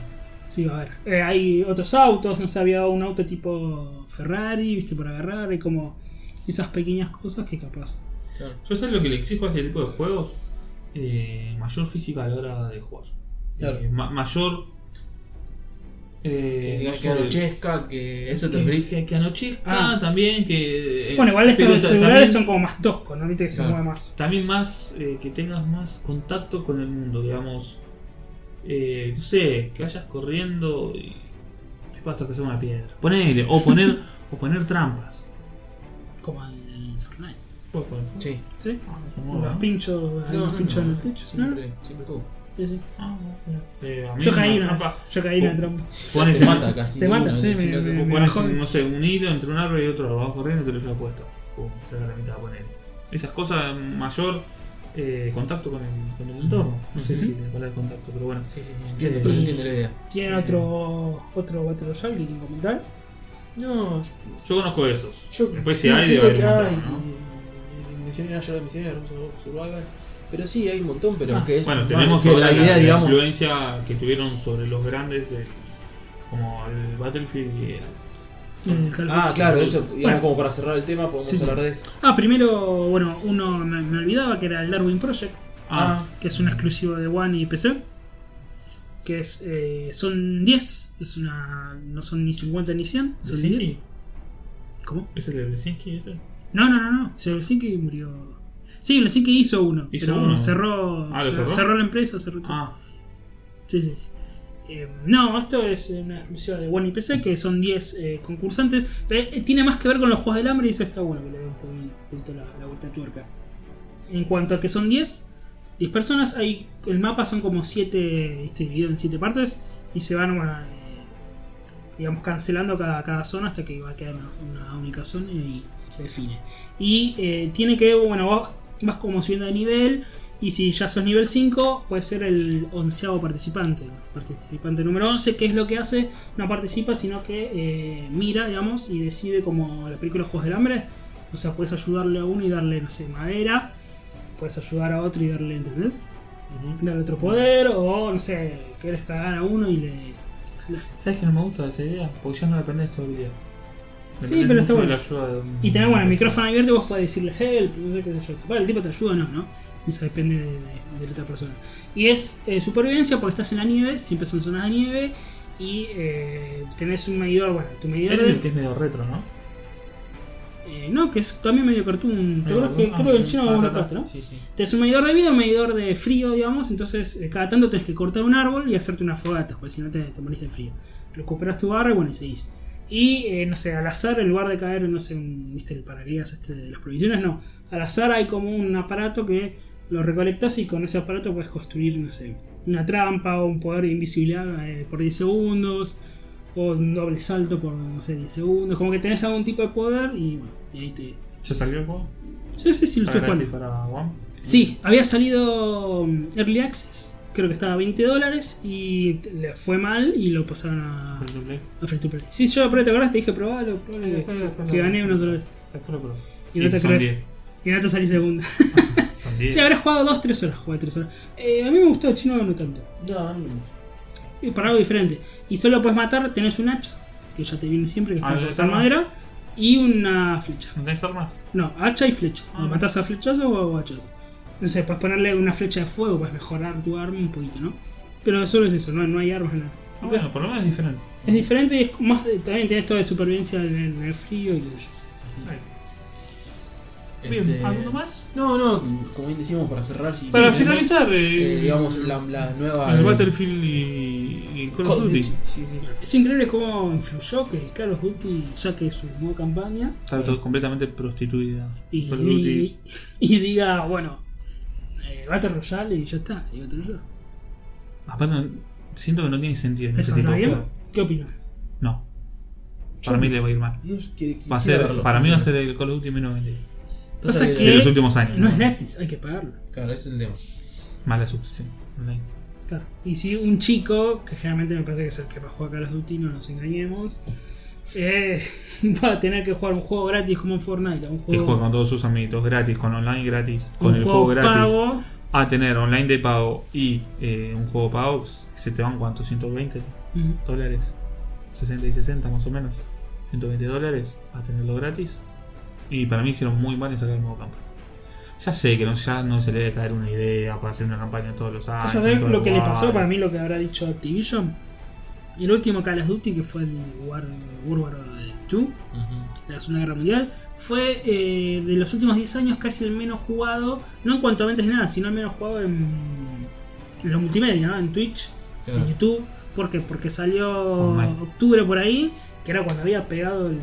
Sí, va a haber. Eh, hay otros autos, no sé, había un auto tipo Ferrari, viste, por agarrar, hay como esas pequeñas cosas que capaz. Claro. Yo sé lo que le exijo a este tipo de juegos, eh, mayor física a la hora de jugar. Claro. Eh, ma- mayor... Que, Eh, no que sé, anochezca, que eso te que- brilla. que, que anochezca Ah. también, que... eh, Bueno, igual pero estos ta- celulares también- son como más toscos, ¿no? Viste que se Claro. mueve más. También más eh, que tengas más contacto con el mundo, digamos... Eh, no sé, que vayas corriendo y te puedas tropezar una piedra. Ponele, o poner, o poner trampas. Como el Fortnite. Puedes poner- Sí. ¿Sí? Ah, Los no, pinchos, Ah, No, los no, pinchos no. en el techo, ¿sí? ¿no? Siempre, siempre tú. Sí, sí. ah, no. Eh, a mí Yo una caí una trampa- vez, yo caí en Uh. una trampa. Pones te en- mata casi. te de mata, una, sí, decirlo me- que- O me- pones, joven. no sé, un hilo entre un árbol y otro, lo vas corriendo y te lo llevas puesto. Pum, te saca la mitad, poner. Esas cosas, mayor eh, contacto con el, con el entorno. No sé Ujú. si la palabra es contacto, pero bueno. Sí, sí, sí, entiendo, Eh, pero se entiende la idea. ¿Tienen otro, otro Battle Royale que quieren comentar? No, Yo conozco esos. yo. Después si no hay, debe creo haber que un hay. montón, y- y- Mencioné ayer, mencioné a Russo Survivor. Pero sí, hay un montón, pero Ah, que es. Bueno, tenemos que ahora la idea, digamos. influencia que tuvieron sobre los grandes, de- como el Battlefield y el. El Call of Ah, Duty. claro, eso, digamos, Bueno. como para cerrar el tema, podemos Sí, sí. hablar de eso. Ah, primero, bueno, uno me, me olvidaba que era el Darwin Project, Ah, que es un exclusivo de One y PC. Que es, eh, son 10, es una, no son ni 50 ni 100, son Helsinki. 10. ¿Cómo? ¿Es el de Helsinki ese? No, no, no, no, si Helsinki murió. Sí, Helsinki hizo uno, Hizo pero uno. cerró, Ah, ¿lo cerró? la empresa, cerró todo. Ah, Sí, sí. Eh, no, esto es una exclusiva de One y PC, que son 10 eh, concursantes. Eh, eh, tiene más que ver con los Juegos del Hambre y eso está bueno, que le dé un poquito- un poquito la, la vuelta de tuerca. En cuanto a que son 10, 10 personas, hay, el mapa son como 7, este dividido en 7 partes, y se van, bueno, eh, digamos, cancelando cada, cada zona hasta que va a quedar una, una única zona y se define. Y eh, tiene que, bueno, vos vas como subiendo de nivel, y si ya sos nivel 5, puede ser el onceavo participante. Participante número 11, que es lo que hace, no participa, sino que eh, mira, digamos, y decide como la película Juegos del Hambre. O sea, puedes ayudarle a uno y darle, no sé, madera. puedes ayudar a otro y darle, ¿entendés? Darle otro poder, o no sé, querés cagar a uno y le. ¿Sabes que no me gusta esa idea? Porque ya no dependés todo el día. Sí, pero está bueno. bueno. Y tener bueno, el micrófono abierto, vos podés decirle help, no sé qué sé yo. Capaz el tipo te ayuda o no, ¿no? Eso depende de, de- de la otra persona. Y es eh, supervivencia porque estás en la nieve, siempre son zonas de nieve. Y eh, tenés un medidor, bueno, tu medidor. Es el de- que es medio retro, ¿no? eh, no, que es también medio cartoon. ¿Te Ah, acuerdas que ah, creo que el ah, chino vos ah, lo ah, probaste, no? Sí, sí. Tenés un medidor de vida, un medidor de frío, digamos, entonces eh, cada tanto tenés que cortar un árbol y hacerte una fogata, porque si no te, te morís de frío. Recuperas tu barra y bueno, y seguís. Y, eh, no sé, al azar, en lugar de caer, no sé, un, viste, el paraguas este de las provisiones, no. Al azar hay como un aparato que lo recolectas y con ese aparato puedes construir, no sé, una trampa o un poder de invisibilidad eh, por 10 segundos, o un doble salto por, no sé, 10 segundos. Como que tenés algún tipo de poder y bueno, y ahí te... ¿Ya salió el juego? Sí, sí, sí, lo ¿Está estoy jugando. gratis para One? Sí, había salido mm, Early Access, creo que estaba a 20 dólares y le fue mal y lo pasaron a, Free to play. a Free to Play. Sí, yo lo probé, ¿te acordás? Te dije probalo, probalo, que- que gané una sola vez. Después lo probé. Y no te son crees. 10. Y no te salí segunda. Son 10. Sí, habrás jugado 2-3 horas, jugué 3 horas. Eh, a mí me gustó, chino no tanto. No, no me gusta. Y para algo diferente. Y solo puedes matar, tenés un hacha, que ya te viene siempre, que Ah, está ¿de cortada en armas? madera, y una flecha. ¿No tenés armas? No, hacha y flecha. Ah. ¿Lo matás a flechazo o a hachazo? No sé, puedes ponerle una flecha de fuego, puedes mejorar tu arma un poquito, ¿no? Pero solo es eso, no, no hay armas, nada. Ah, bueno, por lo menos es diferente. Es diferente y es más de- también tiene esto de supervivencia en el, en el frío y lo Bien, Este, ¿alguno más? No, no, como bien decíamos, para cerrar. Si Para si tenemos, finalizar, eh, eh, digamos, la, la nueva. el eh, Battlefield y, y Call of Call of Duty. Duty, Sí, sí. Es increíble cómo influyó que Call of Duty saque su nueva campaña Está todo completamente prostituida. y, Call of Duty. y, y diga, bueno, eh, Battle Royale y ya está, y Battle Royale. Aparte, no- siento que no tiene sentido en ¿Eso ese tipo está de bien? juego. ¿Qué opinas? No, para Yo- mí le va a ir mal. Dios, quiere- quisiera Va a ser, verlo. para mí va a ser el Call of Duty menos vendido Pasa Pasa que- de que- los últimos años. ¿Eh? No es gratis, hay que pagarlo. Claro, ese es el tema. Mala suscripción. online. Claro. Y si un chico, que generalmente me parece que es el que más juega Call of Duty, no nos engañemos, eh, va a tener que jugar un juego gratis como en Fortnite, un Que juega juego, con todos sus amiguitos gratis, con online gratis, Uh. un con el juego, gratis. pago. A tener online de pago y eh, un juego pago, se te van cuánto, 120 Ujú. dólares, 60 y 60 más o menos, 120 dólares a tenerlo gratis. Y para mí hicieron muy mal en sacar el nuevo campo. Ya sé que no, ya no se le debe caer una idea para hacer una campaña todos los años. ¿Vas a ver en todos lo que le lugares. pasó para mí, lo que habrá dicho Activision? El último Call of Duty, que fue el War, World War II, de la Segunda Guerra Mundial, fue eh, de los últimos 10 años casi el menos jugado, no en cuanto a ventas ni nada, sino el menos jugado en, en los multimedia, ¿no? en Twitch, en Claro. YouTube. ¿Por qué? Porque salió Fortnite. octubre por ahí, que era cuando había pegado el,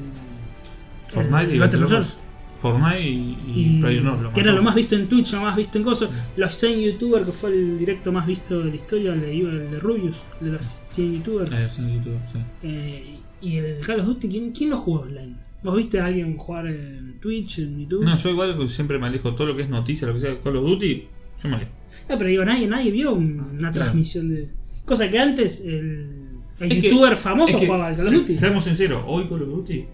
Fortnite el y Battle Battle Royale. Royale. Fortnite y, y Y- Play Honor, lo Mm. que era mató. lo más visto en Twitch, lo más visto en cosas. Los 100 youtubers, que fue el directo más visto de la historia, el de, el de Rubius, de los 100 youtubers. Eh, sí, en YouTube, sí. Eh, y el Call of Duty, ¿quién, quién lo jugó online? ¿Vos viste a alguien jugar en Twitch, en YouTube? No, yo igual que siempre me alejo todo lo que es noticia, lo que sea Call of Duty, yo me alejo. Ah, pero digo, nadie, nadie vio Ah, un- una Claro. transmisión de. Cosa que antes el, el Es que- youtuber famoso Es que, jugaba al Call of se- Duty. Seamos sinceros, hoy Call of Duty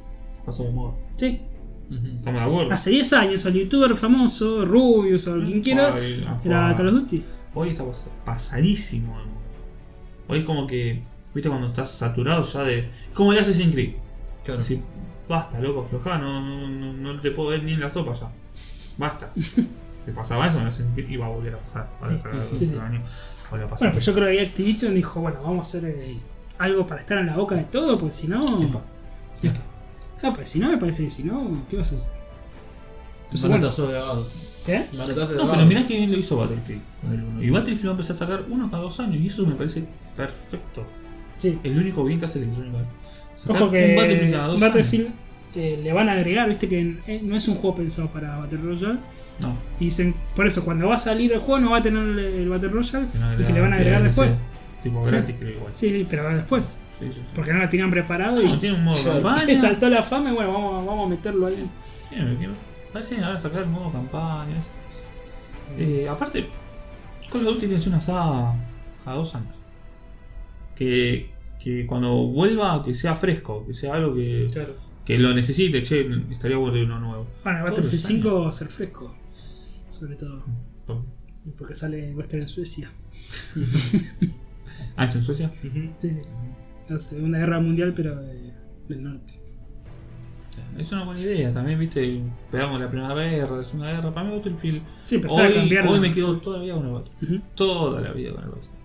pasó de moda. Sí. Ujú. Estamos de acuerdo. Hace 10 años al youtuber famoso, Rubius o quien quiera, Ay, a era jugar. Call of Duty. ah, Hoy está pas- pasadísimo de moda. Hoy como que, viste, cuando estás saturado ya de... Como el Assassin's Creed. Claro. Así, basta, loco, aflojá, no, no, no, no te puedo ver ni en la sopa ya. Basta. Le pasaba eso, en el Assassin's Creed iba a volver a pasar. Para Sí, sacar sí, los sí, sí. años. Volvió a pasar. Bueno, pero pues yo creo que ahí Activision dijo, bueno, vamos a hacer eh, algo para estar en la boca de todo, porque si no... Epa. Epa. Ah, pues si no, me parece que si no, ¿qué vas a hacer? Entonces, bueno, Manotazo de abado. ¿qué? Manotazo de No, abado. pero mirá que bien lo hizo Battlefield con el 1. Y Battlefield va a empezar a sacar uno cada dos años y eso me parece perfecto. Sí. El único bien que hace Electronic Arts. Sacar Ojo que un Battlefield cada dos Battlefield eh, le van a agregar, viste que en- eh, no es un juego pensado para Battle Royale. años. No, Y dicen, por eso cuando va a salir el juego no va a tener el, el Battle Royale que no y que le van a agregar DLC. después. Tipo gratis, creo igual. Sí, sí, pero después. Sí, sí, sí. Porque Ah, no lo tenían preparado y No, tiene un modo Claro. campaña. se saltó la fama y bueno, vamos, vamos a meterlo ahí. Sí, me quiero- Parece que van a sacar el modo campaña. eso. Eh, aparte, Call of Duty tiene una saga cada dos años. Que, que cuando vuelva, que sea fresco, que sea algo que, Claro. que lo necesite. Che, estaría bueno de uno nuevo. Bueno, el Todos Battlefield los años. 5 va a ser fresco. Sobre todo. Porque sale va a estar en Suecia. Ah, ¿es en Suecia? Sí, sí. La Segunda Guerra Mundial, pero de- del norte. Es una buena idea, también, viste, pegamos la primera guerra, la segunda guerra, para mí Battlefield. Sí, empezar Hoy, a cambiar. hoy ¿no? me quedo toda la vida con el Battlefield. Ujú. Toda la vida con el Battlefield.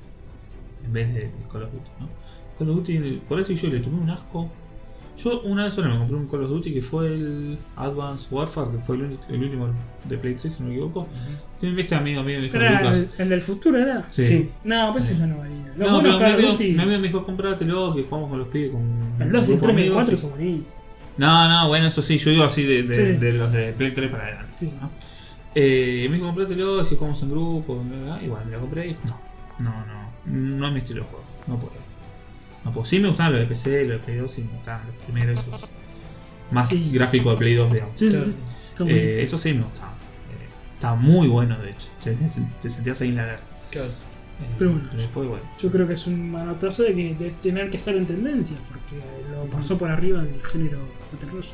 En vez de Call of Duty, ¿no? Call of Duty, por eso yo le tomé un asco. Yo una vez solo me compré un Call of Duty que fue el Advanced Warfare, que fue el, único- el último de Play 3, si no me equivoco. Y un este amigo mío me dijo, Era Lucas. el, el del futuro era. Sí. Sí. No, pues eso no valía. Los No, pero buenos mi Call of amigo, Duty. mi amigo me dijo, comprátelo, que jugamos con los pibes, con El un 2, el grupo 3 y el amigos, 4 y- son buenísimos. No, no, bueno, eso sí, yo digo así de, de- Sí. de los de Play 3 para adelante. Sí, sí. ¿no? Eh, me dijo, comprátelo, si jugamos en grupo, bla, bla, bla, y bueno, me lo compré y no, no, no, no es mi estilo de juego, no puedo. No puedo, sí me gustaban los de PC, los de Play 2, sí me gustaban los primeros, esos más Sí. gráfico de Play 2, digamos. Sí, sí, Claro. sí. Son buenísimos. Eh, eso sí me gustaba. Eh, está muy bueno, de hecho, te, te- te sentías ahí en la guerra. Claro. Eh, Pero bueno. después, bueno. Yo creo que es un manotazo de, que, de tener que estar en tendencia, porque lo pasó por arriba el género Battle Royale.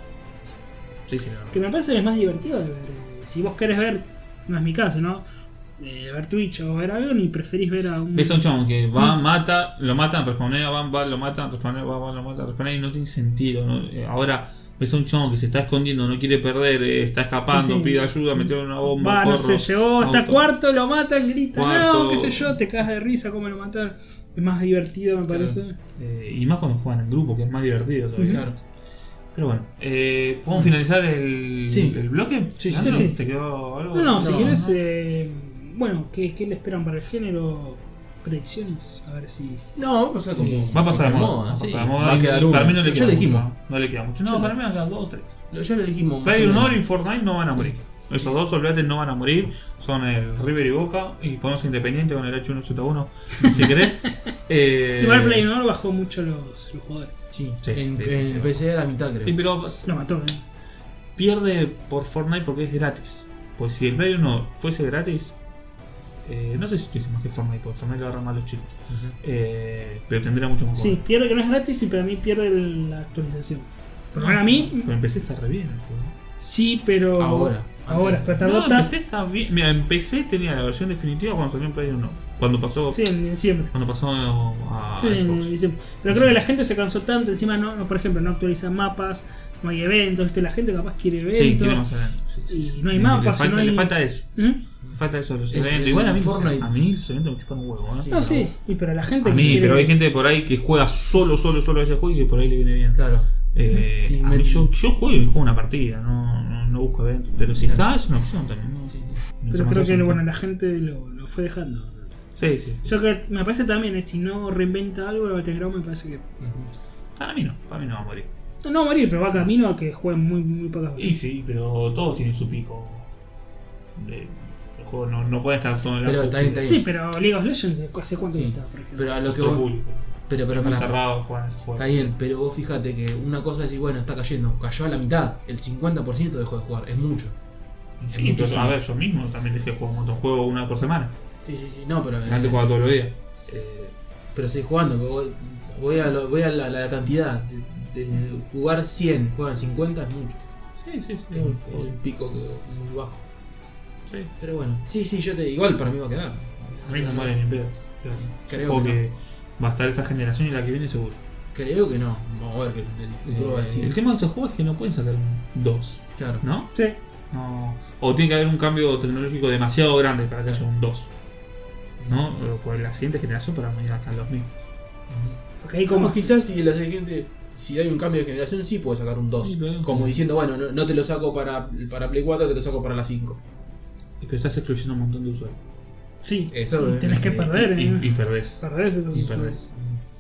Sí, sí, no. Que me parece que es más divertido de ver. eh, Si vos querés ver, no es mi caso, ¿no? Eh, ver Twitch o ver algo, ni preferís ver a un. Ves a un chabón que va, Mm. mata, lo matan, respawnea, van, va, lo matan, respawnea, va, va, lo matan, respawnea y no tiene sentido. ¿no? Eh, Ahora ves a un chabón que se está escondiendo, no quiere perder, eh, está escapando, Sí, sí. pide ayuda, metieron una bomba, Va, no corro, sé, llegó hasta auto. cuarto, lo matan, grita, no, Cuarto. qué sé yo, te cagas de risa, cómo lo mataron. Es más divertido, me Claro. parece. Eh, y más cuando juegan en grupo, que es más divertido todavía. Claro. Pero bueno, eh, ¿podemos finalizar el, Sí. el bloque? Sí, sí, Leandro, sí. ¿Te quedó algo? No, no, si No, querés, eh, bueno, ¿qué, ¿qué le esperan para el género? Predicciones, a ver si. No, va a pasar como. Va a pasar de como moda. moda, va a sí. pasar de moda. Va a quedar uno. Para mí no le ya queda lo mucho. dijimos. No le queda mucho. Ya No, lo- para mí me quedan dos o tres. Lo- Ya lo dijimos. Play más o Honor y menos. Fortnite no van a morir. Esos dos olvídate no van a morir. Son el River y Boca. Y ponemos Independiente con el H181 si querés. Eh, Igual Play Honor bajó mucho los, los jugadores. Sí, Sí, en, sí, sí, en sí, PC era la mitad, creo. y pero Lo mató, ¿eh? pierde por Fortnite porque es gratis. Pues si el Play 1 fuese gratis, eh, no sé si tuviese más que Fortnite, porque Fortnite lo agarran más los chicos. Ujú. Eh, pero tendría mucho más Sí, jugadores. pierde que no es gratis y para mí pierde la actualización. Por lo menos a mí, Pero empecé está re bien el juego. sí, pero. Ahora. Ahora, Antes. pero tardó No, tan- empecé está bien. Mira, empecé tenía la versión definitiva cuando salió en Play 1. Cuando pasó. Sí, en diciembre. Cuando pasó a Sí, en Xbox. diciembre. Pero creo que la gente se cansó tanto, encima, no, no, por ejemplo, no actualizan mapas, no hay eventos, ¿viste? la gente capaz quiere Sí, tiene eventos. más eventos. sí, sí. y no hay Le- mapas, Le falta, no hay- le falta eso. ¿Mm? Le falta eso de los Es- eventos. Igual a mí, Fortnite. a mí los eventos me chupan un huevo. ¿eh? Sí, No, sí, y pero la gente a que mí, quiere- pero hay gente por ahí que juega solo, solo, solo a ese juego y que por ahí le viene bien. Claro. Eh, Sí, a me- mí yo, yo juego y juego una partida, no, no, no busco eventos. Pero si está, Claro. es una opción también. ¿no? Sí. No sé Pero más creo allá que de- bueno, la gente lo, lo fue dejando. Sí, sí. sí. Yo creo que me parece también, eh, si no reinventa algo, el Battleground me parece que. Ujú. Para mí no, para mí no va a morir. No, no va a morir, pero va camino a que jueguen muy, muy pocas veces. Y sí, pero todos tienen su pico. De, el juego no, no puede estar todo en la Pero está bien, está bien. Sí, pero League of Legends, ¿hace cuánto Sí, que está? por ejemplo? Pero a lo que Otro vos- público. Pero, pero, Muy pará. cerrado juegan ese juego. Está bien, pero vos fíjate que una cosa es decir, bueno, está cayendo, cayó a la mitad, el 50% dejó de jugar, es mucho. Sí, pero, a ver, yo mismo también dejé de jugar un montón de juegos una por semana. Sí, sí, sí, no, pero. eh, Antes jugaba todos los días. eh, pero seguís jugando, que voy- voy a, lo- voy a la, la cantidad. De, de jugar 100, jugar 50 es mucho. Sí, sí, sí. Es, un- es un pico que- muy bajo. sí. Pero bueno, sí, sí, yo te. Igual para mí va a quedar. A mí no muere ni en pedo. Creo Creo que que va a estar esta generación y la que viene seguro. Creo que no. Vamos a ver que el futuro va a Eh, decir. el tema de estos juegos es que no pueden sacar un dos, Claro. ¿no? Sí. No. O tiene que haber un cambio tecnológico demasiado grande para que haya un 2. ¿No? O por la siguiente generación para mí hasta el 2000. Porque ahí Como como quizás si la siguiente. Si hay un cambio de generación, sí puede sacar un 2. Sí, pero- Como diciendo, bueno, no, no te lo saco para, para Play 4, te lo saco para la 5. Pero estás excluyendo un montón de usuarios. Sí, Eso, eh, tenés que eh, perder, ¿eh? Y, y perdés. Perdés esos Y usuarios. perdés.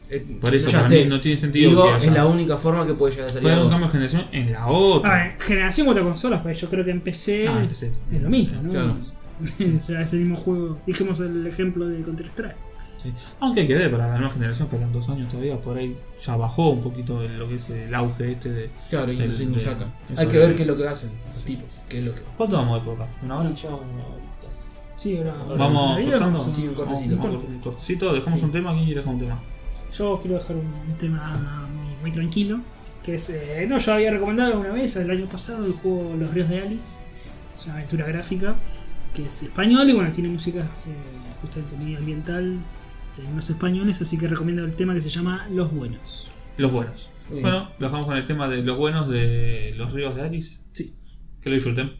Eh, Por eso ya para sé. mí no tiene sentido Digo, que es la haya- única forma que puede llegar a salir puede a haber un dos. cambio de generación en la A otra. ver, Ah, eh, generación contra consolas, porque yo creo que empecé. Ah, empecé. Es lo mismo, ¿no? Claro. o sea, es el mismo juego. Dijimos el ejemplo de Counter-Strike. Sí. Aunque hay que ver, para la nueva generación faltan dos años todavía, por ahí ya bajó un poquito el- lo que es el auge este de... Claro, y El- entonces ni el- saca. eso Hay que es. ver qué es lo que hacen los tipos. Qué es lo que. ¿Cuánto vamos de poca? ¿Una hora? Sí, ahora. Vamos ahora- cortando. vamos a- Sí, un cortecito. Vamos- vamos a un cortecito, dejamos Sí. un tema, ¿quién quiere dejar un tema? Yo quiero dejar un tema muy, muy tranquilo. Que es. eh, no, yo había recomendado una vez, el año pasado, el juego Los Ríos de Alice. Es una aventura gráfica. que es español y bueno, tiene música eh, justamente muy ambiental de unos españoles, así que recomiendo el tema que se llama Los Buenos. Los buenos. Muy Bueno, lo dejamos con el tema de los buenos de los ríos de Alice. Sí. Que lo disfruten.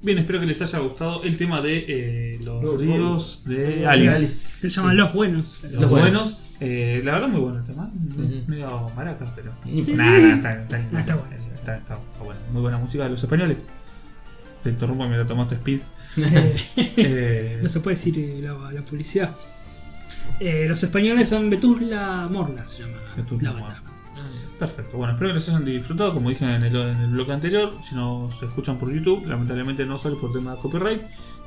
Bien, espero que les haya gustado el tema de eh, los, Los ríos de bien. Eh, Alice. Se llama Los Buenos. Los, Los buenos. buenos. eh, la verdad, muy bueno el tema. Ujú. Medio maracas, pero. Sí. Nada, nada, está, está, está, Está bueno. Está, está- está bueno. Muy buena música de los españoles. Te interrumpo y me la tomaste speed. Eh, No se puede decir eh, la, la publicidad. Eh, los españoles son Vetusla Morla, se llama Vetusla la banda. Perfecto. Bueno, espero que les hayan disfrutado. Como dije en el, en el bloque anterior, si nos escuchan por YouTube, lamentablemente no sale por tema de copyright.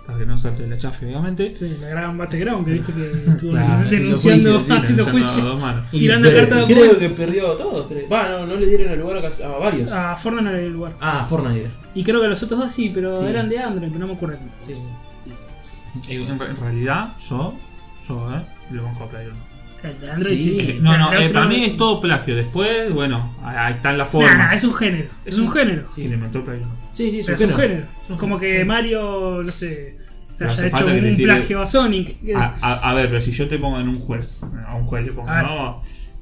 Para que no salte la chafe, obviamente. Ah, Sí, la gran Battleground que viste que estuvo Claro, denunciando, haciendo juicio, sí, Lanzando haciendo a juicio. dos manos. Tirando Pero carta de Creo juego. que perdió todo. creo. Va, no, no le dieron el lugar a, casi- a varios. A Fortnite en el lugar. Ah, Fortnite era. Y creo que los otros dos sí, pero Sí. eran de Android, pero no me acuerdo. Sí. Eh, En, en realidad, yo, yo, eh, lo banco a Play uno. El de Android Sí. sí. Eh, no, no, El eh, otro- para mí es todo plagio. Después, bueno, ahí están las Nah, formas. nah, es un género. Es un género. Sí, le inventó el Play uno. Sí, sí, Pero es un género. un Como que género. Mario, no sé, No hace haya hecho falta que le un tire- Ah, plagio a Sonic. A, a- a ver, pero si yo te pongo en un juez, a un juez le pongo, A ver. no,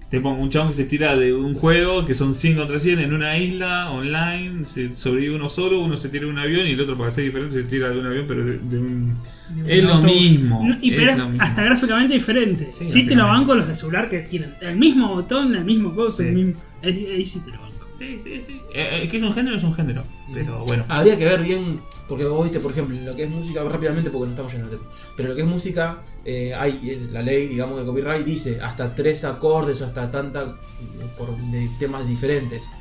te pongo un chabón que se tira de un juego que son 100 contra 100 en una isla online, se sobrevive uno solo, uno se tira de un avión y el otro, para ser diferente, se tira de un avión, pero de, de un. Es lo Autobús. mismo, No, y es pero es lo mismo. hasta gráficamente diferente. Sí, Sí, te lo gráficamente. banco los de celular que tienen el mismo botón, el mismo cosa, el Sí. mismo. Ahí, ahí sí te lo banco. Sí, sí, sí. Eh, eh, que es un género, es un género. Pero bueno, Habría que ver bien, porque vos viste, por ejemplo, lo que es música, rápidamente porque no estamos llenando el tiempo, pero lo que es música, eh, hay en la ley, digamos, de copyright, dice hasta tres acordes o hasta tanta eh, por de temas diferentes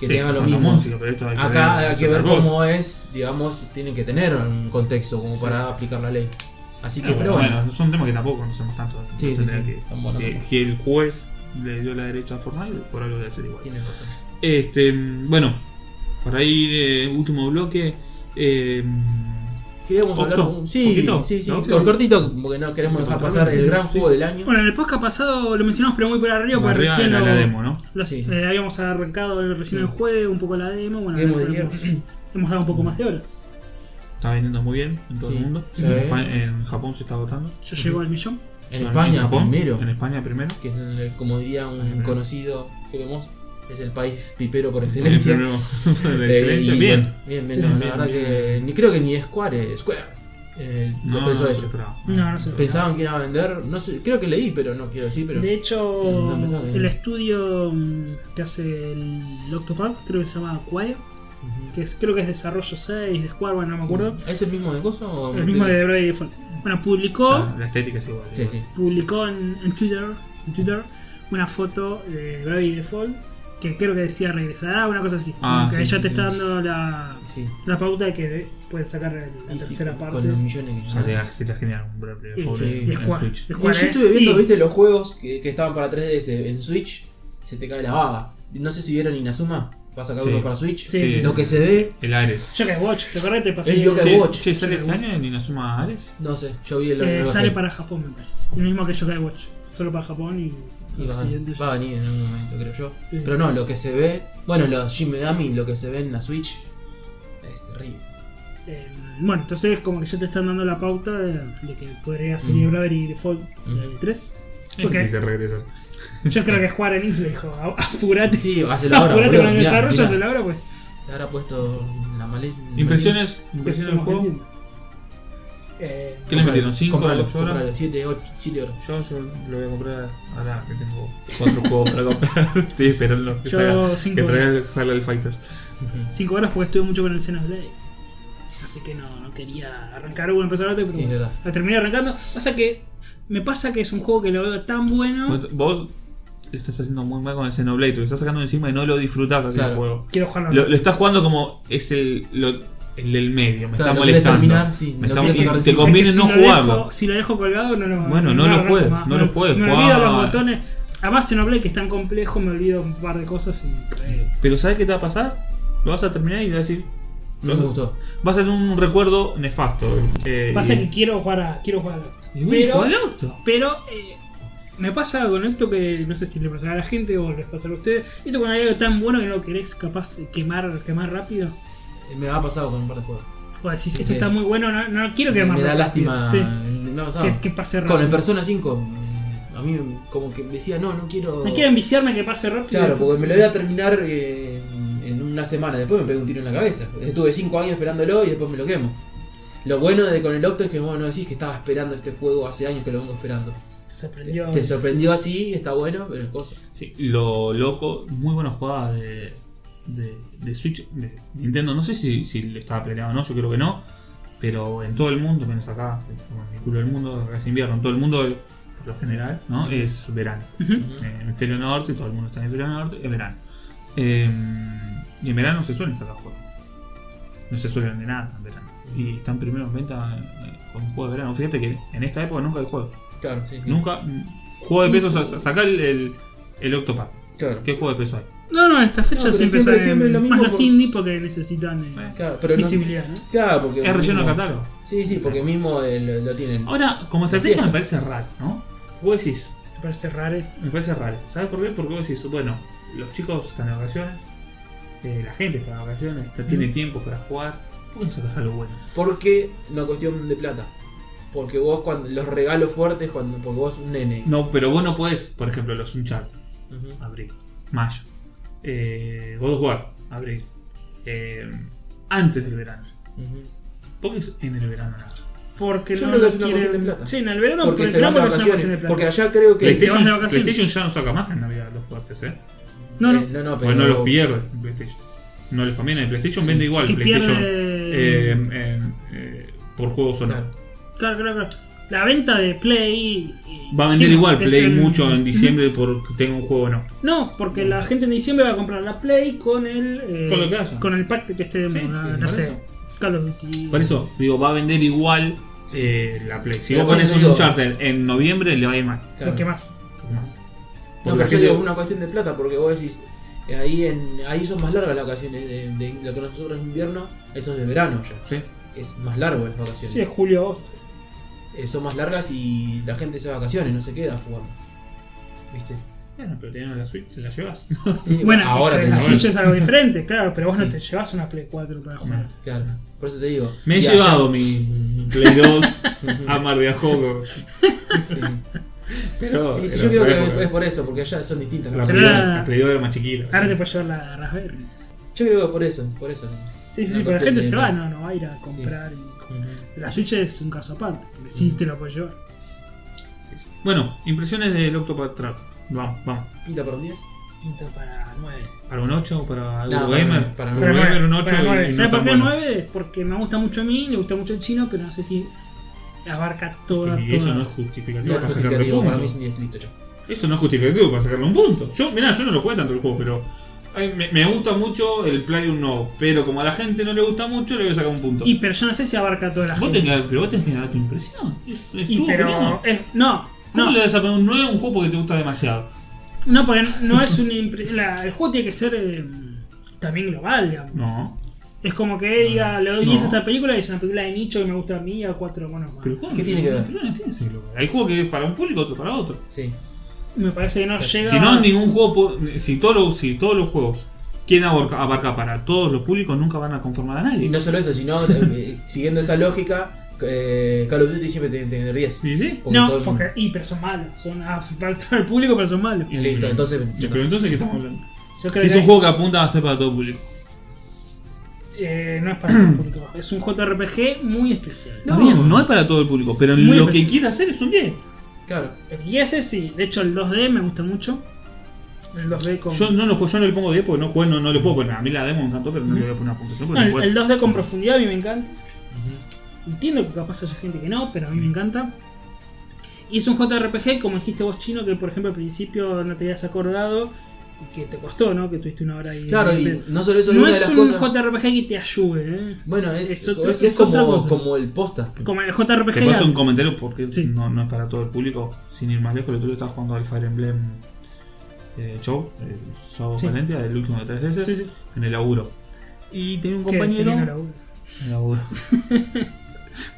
que sí, tengan lo con la mismo. música, pero esto hay que Acá ver, hay es que ver otra cosa. cómo es, digamos, tienen que tener un contexto como para aplicar la ley. Así que, Ah, pero bueno, bueno, bueno, son temas que tampoco conocemos tanto. Sí, sí, Tendría sí. que- Están buenos, si- están si el juez le dio la derecha a Fortnite, por algo debe ser igual. tienen razón. Este, mm, bueno, por ahí, eh, último bloque. eh, Queríamos hablar ¿Corto? un- Sí, ¿Poquito? sí, sí, ¿No? cor- cortito, porque no queremos dejar pasar el gran juego del año. Bueno, en el podcast pasado lo mencionamos, pero muy por arriba, como porque arriba recién era lo- la demo, ¿no? los- Sí. eh, habíamos arrancado recién Sí. el juego, un poco la demo. Bueno, Demo ahora de hemos, hemos dado un poco más de horas. Está vendiendo muy bien en todo Sí. el mundo. Sí. En, Espa- en Japón se está agotando. Yo llego al millón. En O sea, España, Japón, primero. En España primero. que es el- como diría un Ajá. conocido que vemos, es el país pipero por En excelencia. primero. La Eh, excelencia, y bien. bueno, Bien, bien, Sí, no, bien, la verdad bien. que ni creo que ni Square, Square eh, lo No, no, pensó no se ello. lo esperaba. No, no se lo Pensaban que iban a vender, no sé, creo que leí, pero no quiero decir, pero De hecho, No, no pensaba que- el estudio mm, que hace el Octopath, creo que se llama Acquire, que es- creo que es desarrollo 6 de Square, bueno, no me acuerdo. Sí. ¿Es el mismo de cosa o El mismo de Brave Default. Bueno, publicó Está- La estética es igual. Sí, igual. sí. publicó en, en Twitter, en Twitter una foto de Bravely Default que creo que decía regresará, una cosa así. Ah, Como que sí, ya sí, te está sí. dando la, Sí. la pauta de que pueden sacar la Y sí, tercera parte. Con los millones que O sea, sería- sería genial un breve Sí, pobre sí. en Es guay. Switch. Es Y yo Jugar, ¿eh? estuve viendo, Sí. viste, los juegos que, que estaban para 3DS en Switch, se te cae la baba. No sé si vieron Inazuma, va a sacar Sí. uno para Switch. Sí. Sí. Lo que se ve, El Ares. Yo que Watch, ¿te acordás? Te pasé. Es Yo que Che, Watch. che, ¿sale este año en Inazuma Ares? no sé, yo vi el Eh, el- sale para Japón, me parece. Lo mismo que yo que Watch, solo para Japón y. Y y va, siguiente ya. va a venir en algún momento, creo yo. Sí. Pero no, lo que se ve. Bueno, los Shin Megami, lo que se ve en la Switch. Es terrible. Eh, bueno, entonces como que ya te están dando la pauta de, de que podría ser Mm. Bravely Default Mm. eh, 3. Es Ok. que se regresa. Yo creo que Juan Enix le dijo, "A- apurate. Sí, hacelo ahora. Apurate boludo, con el mirá, desarrollo, mirá. hace la hora, pues. Le habrá puesto la maleta. Impresiones, impresiones del juego. Eh, ¿Qué le metieron? ¿Cinco, Compralo, ocho horas? compralo, siete, ocho, siete horas. Yo, yo lo voy a comprar ahora que tengo cuatro juegos para comprar. Estoy esperando que, salga, yo que 5 traiga, horas. salga el Fighter. Cinco horas porque estuve mucho con el Xenoblade Así que no, no quería arrancar uno, empezar otro, pero Sí, es verdad. la terminé arrancando. Pasa que me pasa que es un juego que lo veo tan bueno. Vos- Vos lo estás haciendo muy mal con el Xenoblade, te lo estás sacando encima y no lo disfrutás así el Claro. juego. Quiero jugarlo. Lo, lo estás jugando como es el, lo- el del medio, me está Claro, lo querés molestando. terminar, sí, Me lo está- querés y sacar te encima. conviene Es que no si lo jugarlo. dejo- si lo dejo colgado, no lo Bueno, no lo arranco puedes, más. no lo puedes Me olvido jugar. los botones. Además, Xenoblade que es tan complejo, me olvido un par de cosas y. eh, Pero ¿sabes qué te va a pasar? lo vas a terminar y vas a decir. No me gustó. Va a ser un recuerdo nefasto. eh, Pasa y- que quiero jugar a, quiero jugar al Octo. y bueno, Pero, ¿cuál otro? pero eh, me pasa con esto que no sé si le pasará a la gente o les pasará a ustedes. Esto con algo tan bueno que no lo querés capaz quemar, quemar rápido. Eh, Me ha pasado con un par de juegos. O decís, esto Sí. está muy bueno, no, no quiero quemar me da rápido. lástima. Sí, Me ha pasado. que, que pase rápido. Con el Persona 5, mm, a mí como que me decía, no, no quiero. No quiero enviciarme que pase rápido. Claro, porque me lo voy a terminar eh, en una semana. Después me pegué un tiro en la cabeza. Estuve 5 años esperándolo y después me lo quemo. Lo bueno de con el Octo es que vos no decís que estaba esperando este juego hace años que lo vengo esperando. Se prendió. Te sorprendió así, está bueno, pero cosa. Sí, lo loco, muy buenas jugadas de, de, de Switch, de Nintendo. No sé si, si le estaba peleado o no, yo creo que no. Pero en todo el mundo, menos acá, como en el culo del mundo, acá es invierno, en todo el mundo, por lo general, ¿no? Es verano. Ujú. En el hemisferio norte, todo el mundo está en el hemisferio norte, es verano. Eh, y en verano no se suelen sacar juegos. No se suelen de nada en verano. Y están primero en venta eh, con un juego de verano. Fíjate que en esta época nunca hay juegos. Claro, sí. sí. Nunca. mm, Juego de peso, sa- sa- sacá el, el, el Octopath. Claro. ¿Qué juego de peso hay? No, no, esta fecha No, pero siempre, siempre- salen siempre lo mismo más los por- indie porque necesitan eh, Claro, pero no- visibilidad, ¿no? Claro, porque. Es relleno de mismo- catálogo. Sí, sí, porque mismo eh, lo, lo tienen. Ahora, como estrategia me parece raro, ¿no? Vos decís, Me parece raro. me parece raro. ¿Sabes por qué? Porque vos decís, bueno, los chicos están de vacaciones, eh, la gente está de vacaciones, está- tiene tiempo para jugar. ¿Por qué no sacas algo bueno? Porque una cuestión de plata. Porque vos cuando los regalos fuertes cuando porque vos un nene. No, pero vos no podés, por ejemplo, los Uncharted, Ujú. abril, mayo. Eh, God of War, abril. Eh, antes del verano. Ujú. ¿Por qué es en el verano? nada? Porque Yo no creo que los es una quieren- cuestión de plata. Sí, en el verano, Porque por se el van de verano no es una cuestión de vacaciones. plata. Porque allá creo te que. vas de PlayStation, vacaciones. PlayStation ya no saca más en Navidad los fuertes, ¿eh? No, no. Eh, no, no, pero. Porque Pues no los pierde en PlayStation. No les conviene. PlayStation Sí. vende igual. que PlayStation pierde. eh, eh, eh, por juegos o no. Claro. Claro, claro, claro. La venta de Play. y- Va a vender sí, igual es Play el- mucho en diciembre porque tenga un juego o no. No, porque la gente en diciembre va a comprar la Play con el. eh, Con lo que haya. Con el pack que esté de moda. sí, no por sé. eso. Call of Duty. Por eso, digo, va a vender igual eh, la Play. Si Pero vos pones yo un digo- Uncharted en noviembre, le va a ir mal. claro. Lo que más. Más. No, Porque la pero yo gente- digo, es una cuestión de plata, porque vos decís, eh, ahí en ahí son más largas las vacaciones de, de lo que nosotros es invierno, eso es de verano ya. Sí. Es más largo las Sí, vacaciones. es julio, agosto. Eh, son más largas y la gente se va de vacaciones, no se queda jugando. ¿Viste? Bueno, pero teniendo la Switch, te la llevas. Sí, Bueno, ahora ahora la tenés. Switch es algo diferente, claro, pero vos no Sí. te llevas una Play 4 para jugar. Claro, por eso te digo. Me he y allá- llevado mi Play 2 a Mar de Ajogo. Sí. Pero. Sí, sí, pero yo creo la que es, época- es por eso, porque allá son distintas. las La Play, vacaciones. Era- la Play 2 era más chiquita. Ahora te puedes llevar la Raspberry. Yo creo que por eso, por eso. Sí, sí, Una sí, pero la cuestión gente de- se va, no, no va a ir a comprar. y- La Switch es un caso aparte, porque sí te la puedes llevar. Bueno, impresiones del Octopath Trap. Vamos, vamos. ¿Pinta para un 10? Pinta para 9. ¿Para un 8 o para No, Eurogamer? para- para- Eurogamer un 8 y- y, no ¿Sabes tan por qué bueno. 9? Porque me gusta mucho a mí, le gusta mucho el chino, pero no sé si abarca toda, Y eso toda. no es justificativo No, para es sacarle justificativo, para mí puntos. es un 10, listo, ya. Eso no es justificativo para sacarle un punto. Yo, mirá, yo no lo jugué tanto el juego, pero ay, me, me gusta mucho el Playroom No. Pero como a la gente no le gusta mucho, le voy a sacar un punto. Y pero yo no sé si abarca toda la vos gente. tenés, pero vos tenés que dar tu impresión. Es, es Y tu pero opinión. es- no, ¿Cómo no, le vas a poner un 9 a un juego porque te gusta demasiado? no, porque no es un impre- la- el juego tiene que ser eh, también global, digamos. No. Es como que diga, le doy 10 a No. esta película y es una película de nicho que me gusta a mí y a cuatro monos más. Pero, ¿cómo? ¿Qué tiene que ver? No, no tiene sentido. Hay juegos que es para un público, otro para otro. Sí. Me parece que no Si llega. Si no, ningún juego. pu- Si todos los, si todos los juegos quieren abarca- abarcar para todos los públicos, nunca van a conformar a Y nadie. no solo eso, sino eh, siguiendo esa lógica, eh, Call of Duty siempre tiene que tener 10. ¿Sí, sí? porque todo No, el porque. Y, pero son malos. Son ah, para todo el público, pero son malos. Y Listo, entonces- Pero entonces, ¿qué estamos hablando? Yo creo Si es que un juego que apunta a ser para todo público. eh, no es para todo el público. Es un JRPG muy especial. No. Bien, no es para todo el público, pero Muy lo que específico. quiera hacer es un 10. Claro. Y ese sí. De hecho, el 2D me gusta mucho. El 2D con. Yo no, lo, juego- yo no le pongo 10 porque no juego, no, no le puedo poner. A mí la demo me encantó, pero no le voy a poner una puntuación No, porque no, el, puedo. el 2D con profundidad a mí me encanta. Entiendo que capaz haya gente que no, pero a mí me encanta. Y es un JRPG, como dijiste vos, chino, que por ejemplo al principio no te habías acordado y que te costó, ¿no? Que tuviste una hora y. Claro, y no solo eso, no una de es las un cosas. JRPG que te ayude, ¿eh? Bueno, es, Es otra- es- es es otra como, cosa. como el posta. Como el JRPG. Te paso un comentario porque Sí. no, no es para todo el público. Sin ir más lejos, el otro día estaba jugando al Fire Emblem eh, Show, el Show Sí. Valencia, el último de 3 veces, Sí, sí. en el laburo. y tenía un Que compañero. tenía laburo. En el laburo.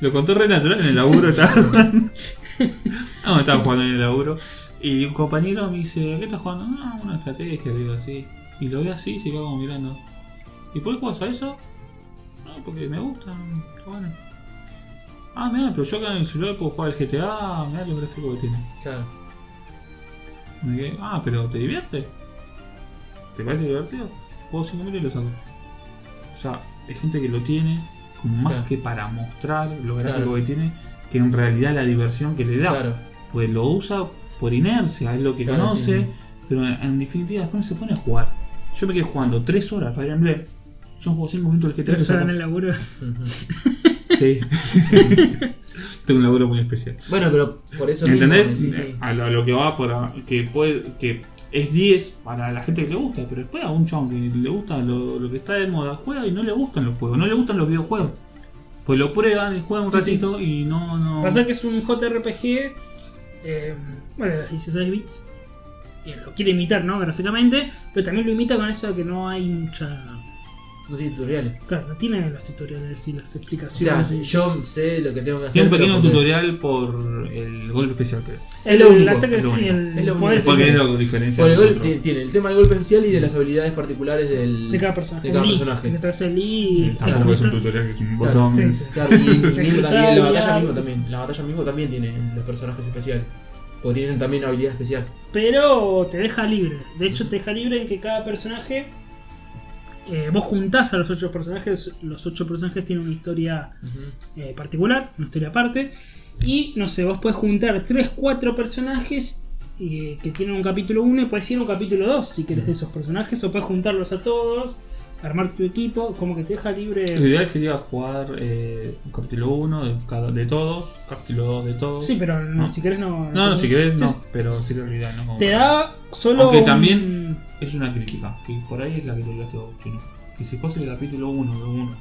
Lo contó re natural en el laburo estaba jugando. No, estaba jugando en el laburo. Y un compañero me dice, ¿qué estás jugando? No, una estrategia, digo así. Y lo veo así y se queda como mirando. ¿Y por qué juegas a eso? No, porque me gusta, está bueno. Ah, mira, pero yo acá en el celular puedo jugar al GTA, mirá los gráficos que tiene. Claro. Me quedé, ah, pero ¿te divierte? ¿Te parece divertido? Puedo 5 minutos y lo saco. O sea, hay gente que lo tiene como más Claro. que para mostrar lo gráfico Claro. que tiene, que en realidad la diversión que le da. Claro. Pues lo usa por inercia, es lo que Claro, conoce, sí. pero en, en definitiva después se pone a jugar. Yo me quedé jugando 3 horas Fire Emblem. Yo juego 5 minutos el que Tres horas en el laburo. Ujú. Sí. Tengo un laburo muy especial. Bueno, pero por eso. mismo, ¿Entendés? sí, sí. A, lo, a lo que va por a- que puede que es 10 para la gente que le gusta, pero después a un chabón que le gusta lo, lo que está de moda juega y no le gustan los juegos, no le gustan los videojuegos. Pues lo prueban y juegan un Sí, sí. ratito y no no Pasa que es un JRPG, eh, bueno, de 16 bits. Bien, lo quiere imitar, ¿no? Gráficamente, pero también lo imita con eso de que no hay mucha. No tiene tutoriales. Claro, no tienen los tutoriales y las O sea, explicaciones. y- yo sé lo que tengo que hacer. tiene un pequeño pero porque- tutorial por el golpe especial, creo. el, es lo único, ataque, es lo sí, único. el Es lo poder único. Porque de, es lo que diferencia. Por a el gol nosotros. ti- tiene el tema del golpe especial y de las habilidades particulares del. de cada personaje. de cada Lee, personaje. Que traes el Lee, Eh, Tampoco es un escritor. tutorial que es un Claro, botón. sí, sí. Claro, y, y mismo Ejecutar, también, la batalla bloquear, mismo sí. también. La batalla mismo también tiene los personajes especiales. Porque tienen también una habilidad especial. Pero te deja libre. De hecho, te deja libre en que cada personaje. eh, vos juntás a los ocho personajes. Los ocho personajes tienen una historia eh, particular, una historia aparte. Y no sé, vos podés juntar 3, 4 personajes eh, que tienen un capítulo 1 y puedes ir a un capítulo 2 si querés de esos personajes, o puedes juntarlos a todos, armar tu equipo, como que te deja Lo libre. ideal sería jugar eh, capítulo 1 de, cada- de todos, capítulo 2 de todos. Sí, pero no, No. si querés no. No, no, si querés, Sí, no, pero sí lo ideal, ¿no? Como Te para- da solo. Aunque un- también- Es una crítica, que por ahí es la que te olvidaste vos, chino. Que si juegas el capítulo 1 de uno,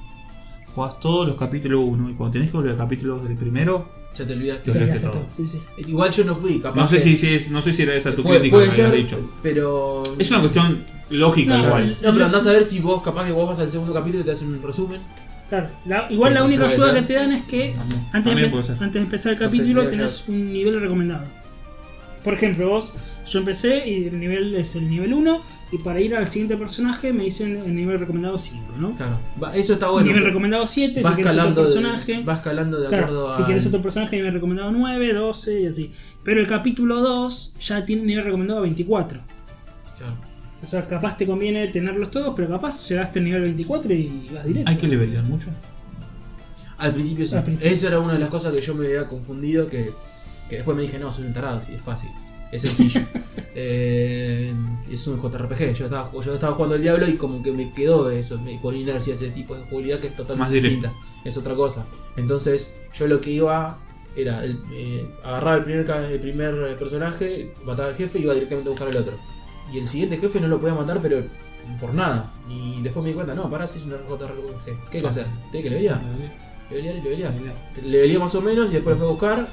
jugás todos los capítulos 1 y cuando tenés que volver al capítulo del primero, Ya te te olvidaste. Eh, olvidaste Te olvidaste todo. Sí, sí. Igual yo no fui, capaz. No sé que- si, si es- no sé si era esa tu Puede- crítica puede que habías ser. dicho. Pero. Es una cuestión lógica No, igual. No, pero andás a ver si vos, capaz que vos vas al segundo capítulo y te hacen un resumen. Claro, la- igual la Pero pues, no única se va a ayuda que dejar. te dan es que No sé, antes, de, también empe- puede ser. antes de empezar el No sé, capítulo creo que tenés un nivel recomendado. Por ejemplo, vos, yo empecé y el nivel es el nivel 1 y para ir al siguiente personaje me dicen el nivel recomendado 5, ¿no? Claro. Va- eso está bueno. nivel recomendado 7, si vas quieres otro calando, personaje. de, vas calando de Claro, acuerdo a. si quieres otro personaje, nivel recomendado 9, 12 y así. Pero el capítulo 2 ya tiene nivel recomendado 24. Claro. O sea, capaz te conviene tenerlos todos, pero capaz llegaste al nivel 24 y vas directo. Hay que levelear mucho. Al principio sí. Al principio. Eso era una de las cosas que yo me había confundido, que, que después me dije, no, soy un tarado, sí, es fácil, es sencillo. Eh, es un JRPG, yo estaba, yo estaba jugando al diablo y como que me quedó eso, me, por inercia ese tipo de jugabilidad que es Más totalmente directo. distinta, es otra cosa. Entonces yo lo que iba era el- eh, agarrar el primer, ca- el primer personaje, matar al jefe y iba directamente a buscar al otro. Y el siguiente jefe no lo podía matar, pero por nada. Y después me di cuenta, no, pará, si es un JRPG, ¿qué hay que hacer? ¿Tiene que leer? Levelear y levelear. Le veía más o menos y después lo fue a buscar.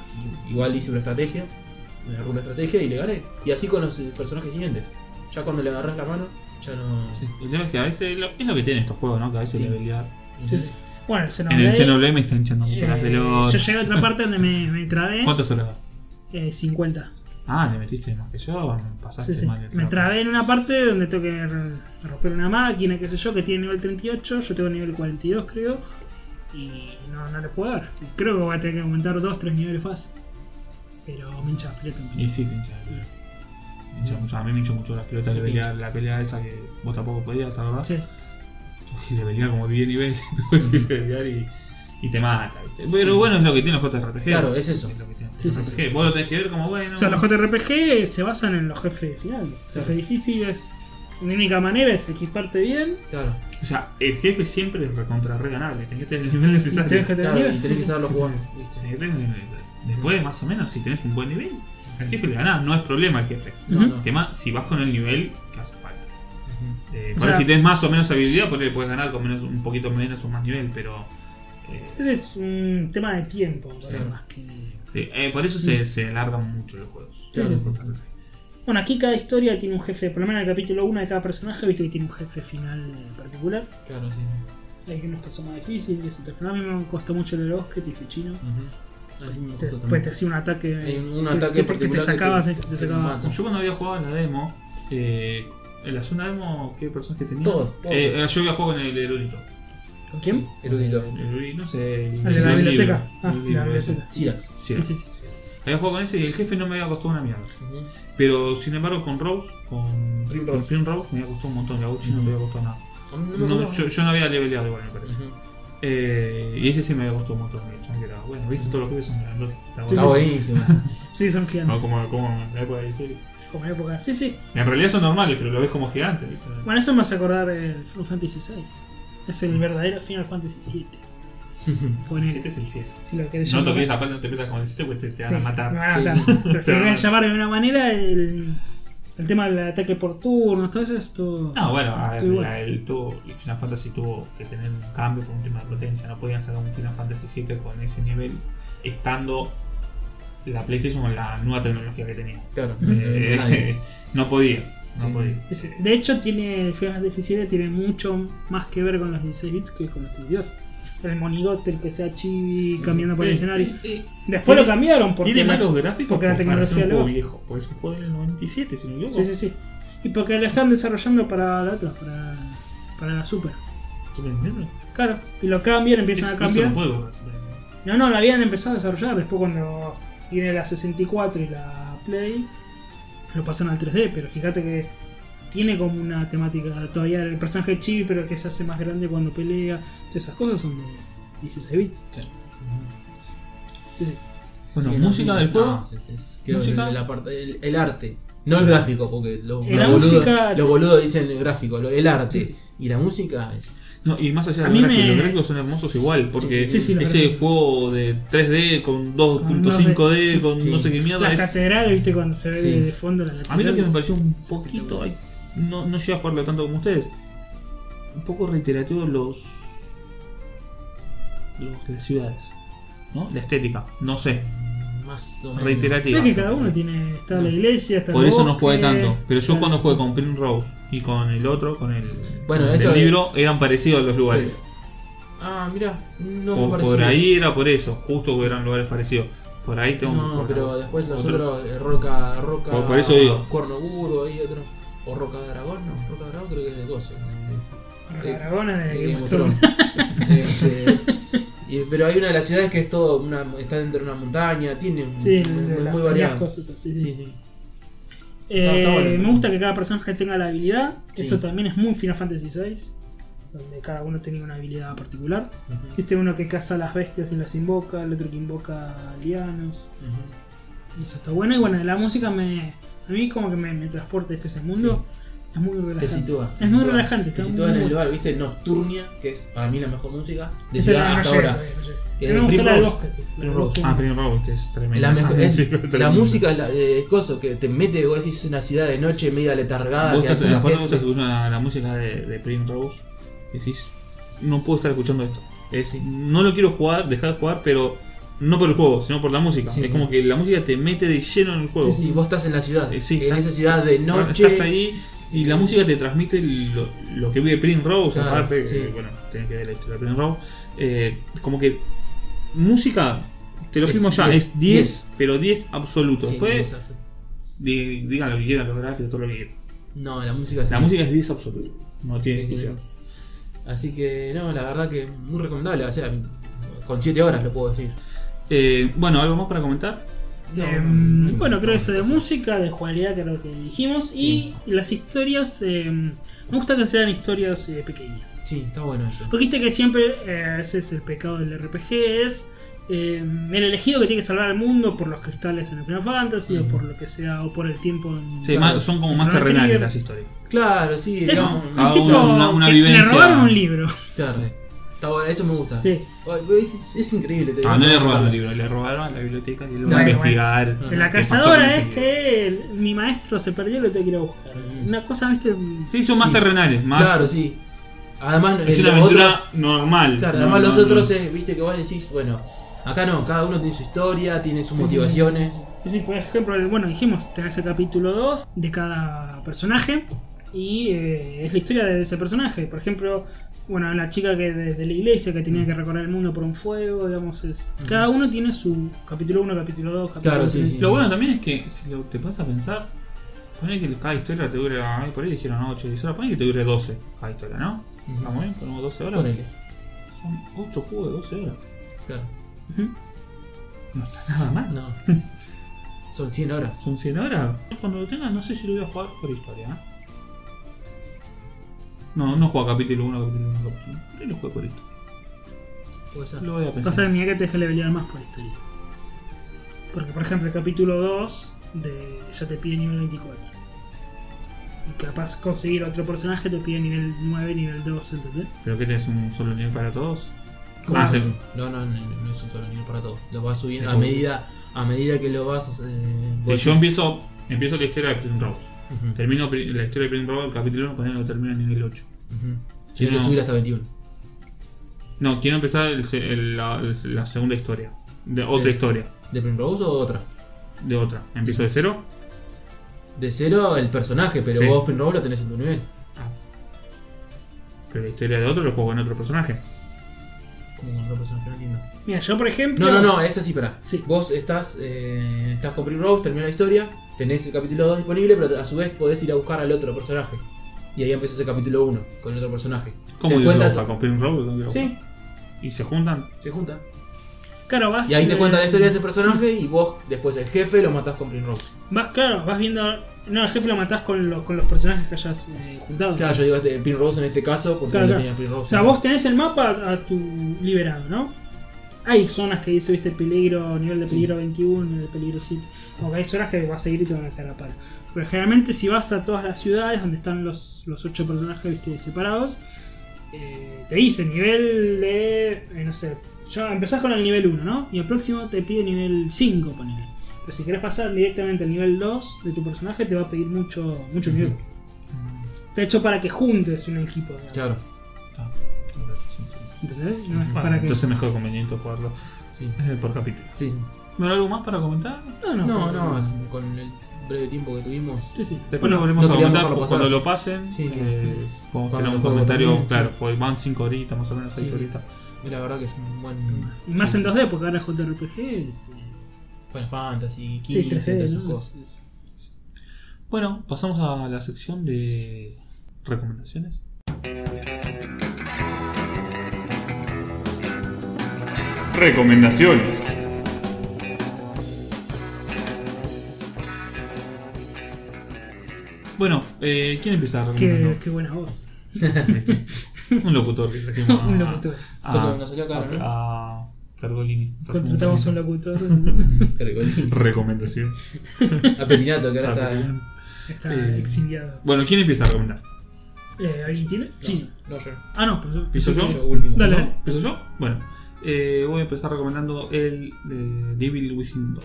y- Igual hice una estrategia. Me agarró una estrategia y le gané. Y así con los eh, personajes siguientes. Ya cuando le agarras la mano, ya no. Sí. El tema es que a veces lo- es lo que tienen estos juegos, ¿no? Que a veces Sí. levelear. Sí. Bueno, se en el Xenoblade me está hinchando mucho las Eh, pelotas. Yo llegué a otra parte donde me, me trabé. ¿Cuántas horas? Eh, 50. Ah, le metiste más que yo, me pasaste Sí, sí. mal. el Me trapo. trabé en una parte donde tengo que r- romper una máquina, qué sé yo, que tiene nivel 38. Yo tengo nivel 42, creo. Y no, no le puedo dar. Creo que voy a tener que aumentar 2-3 niveles fácil. Pero me hincha las pelotas. Y sí, te hincha la pelota. Me Mm. hincha mucho. A mí me hinchó mucho las pelotas de Te pelear, la pelea esa que vos tampoco podías, ¿te acordás? Sí. Mm. Tuve que levelear como 10 niveles, tuve que levelear y, y te mata. ¿viste? Pero Sí. bueno, es lo que tienen los JRPG. Claro, es eso. lo que tienen los Sí, sí, JRPG. sí. Vos lo tenés que ver como bueno. O sea, los JRPG se basan en los jefes finales. Sí. Jefes difíciles. La única manera es equiparte bien. Claro, O sea, el jefe siempre es recontra re ganable. Tenés que tener el nivel necesario. Tenés que claro, tener y tenés que saberlo jugar. ¿viste? Tenés que tener el nivel necesario. Después, más o menos, si tenés un buen nivel, al jefe le ganás. No es problema el jefe. No, Ujú. no. El tema, si vas con el nivel que hace falta. Ujú. Eh, O por ahí sea- si tenés más o menos habilidad, por ahí puedes ganar con menos, un poquito menos o más nivel, pero. eh, Entonces es un tema de tiempo, Sí. más que. sí, eh, por eso se, se alargan mucho los juegos. Claro. Sí, sí, Bueno, aquí cada historia tiene un jefe, por lo menos en el capítulo 1 de cada personaje, viste que tiene un jefe final eh, particular. Claro, sí. Hay unos que son más difíciles, otros que no. A mí me costó mucho el bosque, tipo chino. Ujú. Así me Te- gustó Después también. Este, pues, te hacía un ataque. Hay un- un que- ataque que- que te particular que sacabas, te- eh, que te te sacaba. mata. Yo cuando había jugado en la demo, eh, en la zona demo, ¿qué personaje tenía? Todos, todos. Eh, eh, yo había jugado con el erudito. ¿Con quién? Erudito. El erudito, no sé. El, Ah, de la el biblioteca. libro. Ah, El de libro la ese. biblioteca. Sirax. Sí, Sí, sí, sí. Había jugado con ese y el jefe no me había costado una mierda. Ujú. Pero sin embargo, con Rose, con Prim con Rose. Prim Rose, me había costado un montón. La Uchi no Ujú. me había costado nada. A mí no me No, gustó. yo, yo no había leveleado igual, me parece. Ujú. Eh, y ese sí me había gustado un montón, el chabón que era bueno, viste, todos los jefes son grandotes. Está Está buenísimo. Sí, son No, Ah, gigantes. como, como en la época de la serie. Como en la época. Sí, sí. En realidad son normales, pero lo ves como gigante, viste. Bueno, eso me hace acordar el Final Fantasy VI. Es el verdadero Final Fantasy VII. el Ponele. 7 es el 7. Si lo querés No llamar. toques la pala, no te metas con el 7 porque te, te van a Sí, Ah. Me matar. van a matar. Sí. Pero si lo querés llamar de una manera, el, el tema del ataque por turno, todo eso es todo. No, bueno, a ver, Estoy bueno. la- el, tuvo, el Final Fantasy tuvo que tener un cambio por un tema de potencia. No podían sacar un Final Fantasy VII con ese nivel estando la PlayStation con la nueva tecnología que tenía. Claro. Ujú. Eh, Nadie. no podía, no Sí. podía. Es- De hecho, tiene el Final Fantasy VII tiene mucho más que ver con los 16 bits que con los 32. El monigote, el que sea chibi, caminando por el Sí. escenario. Eh, Después Tiene- lo cambiaron porque. Tiene malos gráficos porque la como para ser tecnología un lo- juego viejo. Porque es un juego del 97, si no me equivoco. Sí, sí, sí. Y porque lo están desarrollando para la otra, para, para la Super. ¿Super Nintendo? Claro, y lo cambian, Eso- empiezan a eso cambiar. no puedo. No, no, la habían empezado a desarrollar. Después, cuando viene la 64 y la Play, lo pasan al 3D. Pero fíjate que tiene como una temática. Todavía el personaje chibi, pero que se hace más grande cuando pelea. Todas esas cosas son de 16 bits. Sí, sí. Bueno, Sí, no, música sí, del no, juego. sí, sí, sí. Creo Música. que la parte- el, el arte. No el gráfico, porque los, Eh, La los boludos, música- los boludos dicen el gráfico, lo- el arte. Sí, sí. Y la música es. No, y más allá A de mí los gráficos, me- los gráficos son hermosos igual, porque Sí, sí, los ese gráficos. juego de 3D con 2.5D, con Sí. no sé qué mierda, La es- catedral, viste, cuando se ve Sí. de fondo la catedral. a mí lo que me pareció un es poquito, espectacular. ay, no, no llegué a jugarlo tanto como ustedes, un poco reiterativo los, los las ciudades, ¿no? La estética, no sé, Más o menos. reiterativa. Ve que cada uno tiene. Está la No. iglesia, está el Por eso no bosque, jugué tanto, pero yo está- cuando jugué con Prim Rose y con el otro, con el, Bueno, con el eso es- libro, eran parecidos los lugares. Ah, mira, no me por, pareció. por ahí era por eso, justo que eran lugares parecidos. Por ahí tengo No, por- pero después los otro- otros, eh, Roca, Roca. Por- por eso digo. Cuerno Burgo y otro. O Roca de Dragón, no, Roca de Dragón creo que es de Gozo. Los eh, dragones de Game of Thrones. Este, pero hay una de las ciudades que es todo una, está dentro de una montaña, tiene un- Sí, muy, de muy las varias variado. cosas. así, sí. Sí, sí. Eh, Está bueno. me gusta que cada personaje tenga la habilidad. Sí. Eso también es muy Final Fantasy VI. Donde cada uno tenía una habilidad particular. Ujú. Este uno que caza a las bestias y las invoca, el otro que invoca a lianos. Ujú. Eso está bueno. Y bueno, la música me. A mí como que me, me transporta este ese mundo. Es muy Te relajante. sitúa. Es muy relajante, Te está sitúa muy en el bueno. lugar, viste, Nocturnia, que es para mí la mejor música de Esa ciudad era hasta la ahora. mayor, la Que mayor. es Me gusta Prim la del Rose. bosque. Prim la del Rose. bosque. Ah, Prim Rose es tremendo. La, mejor- es- la Tremendo. música es, la- eh, es coso que te mete, vos decís una ciudad de noche media letargada. Vos que estás hay en la poca foto, vos gente. estás escuchando la, la música de, de Prim Rose. Decís, no puedo estar escuchando esto. Es, no lo quiero jugar, dejar de jugar, pero no por el juego, sino por la música. Sí. Es como que la música te mete de lleno en el juego. Sí, sí, vos estás en la ciudad, Eh, sí, en estás- esa ciudad de Bueno, noche. Estás ahí y la música te transmite lo, lo que vive Prince Rose, Claro, aparte, Ah, sí. eh, bueno, tenés que ver la historia de Prince Rose. Eh, como que música, te lo Es firmo ya, 10, es 10, pero 10 absoluto. Sí, Después, esa- di- digan lo que quieran, los gráficos, todo lo que quieran. No, la música es La 10. música es 10 absoluto, no tiene Sí, discusión. Así que, no, la verdad que muy recomendable. O sea, con 7 horas lo puedo decir. Eh, bueno, ¿algo más para comentar? No, Eh, no, no, no, bueno, no, creo que no, eso de no, música, de jugabilidad, que era lo que dijimos. Sí. Y las historias, eh, me gusta que sean historias eh, pequeñas. Sí, está bueno eso. Porque viste que siempre eh, ese es el pecado del RPG, es eh, el elegido que tiene que salvar al mundo por los cristales en el Final Fantasy, o Ujú. por lo que sea, o por el tiempo en... Sí, Claro. más- son como más Chrono terrenales Trigger. las historias. Claro, sí, Es digamos, un cada tipo uno Ah, una- una que vivencia. le robaron un libro. claro. Está bueno, eso me gusta. Sí. Es, es increíble. te Ah, no digo. le robaron el libro, le robaron a la biblioteca y luego Claro, a investigar. bueno. Ah, qué La pasó con ese cazadora es libro. Mm. que el- mi maestro se perdió y lo tengo que ir a buscar. Ujú. Una cosa, viste... Sí, son más Sí. terrenales, más. Claro, sí. Además, Es el- una los aventura otros- normal. claro, No, además no, los no. otros es, viste, que vos decís, bueno, acá no, cada uno tiene su historia, tiene sus motivaciones. Sí, por ejemplo, bueno, dijimos, tenés el capítulo 2 de cada personaje y eh, es la historia de ese personaje. Por ejemplo, bueno, la chica que de, de la iglesia que tenía que recorrer el mundo por un fuego, digamos, es, cada uno tiene su capítulo 1, capítulo 2, capítulo Claro, sí, tres. sí, sí. Lo bueno también es que si lo- te pasas a pensar, poner que cada historia te dura, ay, por ahí dijeron 8 10 horas, poner que te dure 12 cada historia, ¿no? Vamos bien, ponemos 12 horas. Ponele. Son 8 juegos de 12 horas. Claro. Ujú. No está nada mal. No. Son 100 horas. Son 100 horas. Yo Cuando lo tengas, no sé si lo voy a jugar por historia. ¿eh? No, no juego capítulo 1, capítulo 1, capítulo 1. Yo lo juego por historia. Puede ser. Lo voy a Cosa pensar. que mira que te deja levelear más por historia. Porque, por ejemplo, el capítulo 2 de ya te pide nivel 24. Y capaz conseguir otro personaje te pide nivel 9, nivel 2, ¿entendés? ¿Pero qué tenés un solo nivel para todos? ¿Cómo Ah, se- sí. No, no, no, no es un solo nivel para todos. Lo vas subiendo a ¿Cómo? medida, a medida que lo vas. Eh, Si vos- yo empiezo, empiezo la historia de Print Rose. Ujú, Termino pri- la historia de Print Rose, el capítulo 1, cuando lo termino en nivel 8. ujú. Si Tienes que no- subir hasta 21. No, quiero empezar el se- el- la, el- la segunda historia. De otra Sí. historia. ¿De Primrose o otra? De otra. Empiezo de cero. De cero el personaje, pero Sí. vos Primrose lo tenés en tu nivel. Pero la historia de otro lo juego con otro personaje. Como con otro personaje, no entiendo. Mira, yo, por ejemplo. No, no, no, eso sí, pará. Sí. Vos estás, eh, estás con Primrose, termina la historia, tenés el capítulo 2 disponible, pero a su vez podés ir a buscar al otro personaje. Y ahí empezás el capítulo 1 con el otro personaje. ¿Cómo Te que cuenta lo to- busca? ¿Con Print Rose? Sí, ¿Y se juntan? se junta. Claro, vas. Y ahí te eh, cuenta la historia de ese personaje y vos, después el jefe, lo matás con Primrose. Vas, claro, vas viendo. No, al jefe lo matás con, los- con los personajes que hayas eh, juntado. Claro, yo digo este, Primrose en este caso, porque Claro, no claro. tenía Primrose. O sea, vos tenés el mapa a tu liberado, ¿no? Hay zonas que dice, viste, peligro, nivel de Sí. peligro 21, nivel de peligro 7. Como que hay zonas que vas a ir y te van a cagar a palo. Pero generalmente si vas a todas las ciudades donde están los, los ocho personajes, viste, separados, eh, te dice nivel de, eh, no sé, ya empezás con el nivel 1, ¿no? Y el próximo te pide nivel 5, ponele. Pero si querés pasar directamente al nivel 2 de tu personaje, te va a pedir mucho, mucho Ujú. nivel. Está hecho para que juntes un equipo, digamos. Claro, Ah, sí, sí. ¿Entendés? No es Bueno, para que... entonces mejor conveniente jugarlo sí. eh, por capítulo. sí, sí. ¿Bueno, algo más para comentar? No, no. No, no, es- con el breve tiempo que tuvimos. Sí, sí. Después lo Bueno, volvemos no a comentar queríamos dejarlo cuando pasar, lo pasen. Sí, sí. eh, podemos Cuando tirar lo un jueguen comentario, también, sí. claro, porque van 5 horitas, más o menos 6 Sí. horitas. Y la verdad que es un buen. Y más sí. en 2D, porque ahora JRPG es. eh, Final Fantasy, sí, 15, 3D, todas esas ¿no? cosas. Es- es- Bueno, pasamos a la sección de recomendaciones. Recomendaciones. Bueno, eh, ¿quién empieza Qué, recomendando? qué buena voz. este? un locutor que trajimos. a- Un locutor. a- Solo nos salió caro, a- ¿no? a Pergolini. Contratamos a un locutor. Gregorín. Recomendación. A Petinato, que ahora está. Está Eh, exiliado. Bueno, ¿quién empieza a recomendar? Eh, ¿Alguien tiene? Chino. No, yo. Ah, no, pero. ¿Piso yo? Yo último. Dale. ¿No? ¿Empiezo yo? Bueno, eh, voy a empezar recomendando el de Devil Within 2.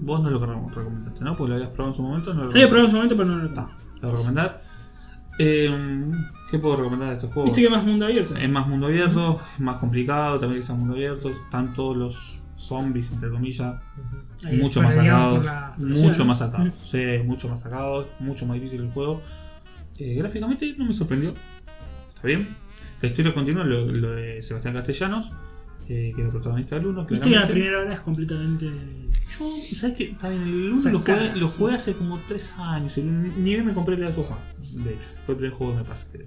Vos no lo recom- recomendaste, ¿no? Porque lo habías probado en su momento. No lo Había probado en su momento, pero no lo No, está. lo voy a recomendar. Eh, ¿Qué puedo recomendar de estos juegos? Viste que más mundo abierto. Es más mundo abierto, es más complicado, también es mundo abierto. Están todos los zombies, entre comillas, Ujú. Ahí, mucho para, más sacados. digamos, por la velocidad, Mucho ¿no? más sacados. Sí, mucho más sacados. Mucho más difícil el juego. Eh, gráficamente no me sorprendió. Está bien. La historia continúa, lo, lo de Sebastián Castellanos, eh, que era el protagonista del 1. Viste que la primera hora es completamente. Yo, ¿sabes qué? Está bien, el 1 lo Sacada, jugué, lo sí. jugué hace como 3 años. El- Ni bien me compré el Xbox One. De hecho, fue el primer juego que me pasé, creo.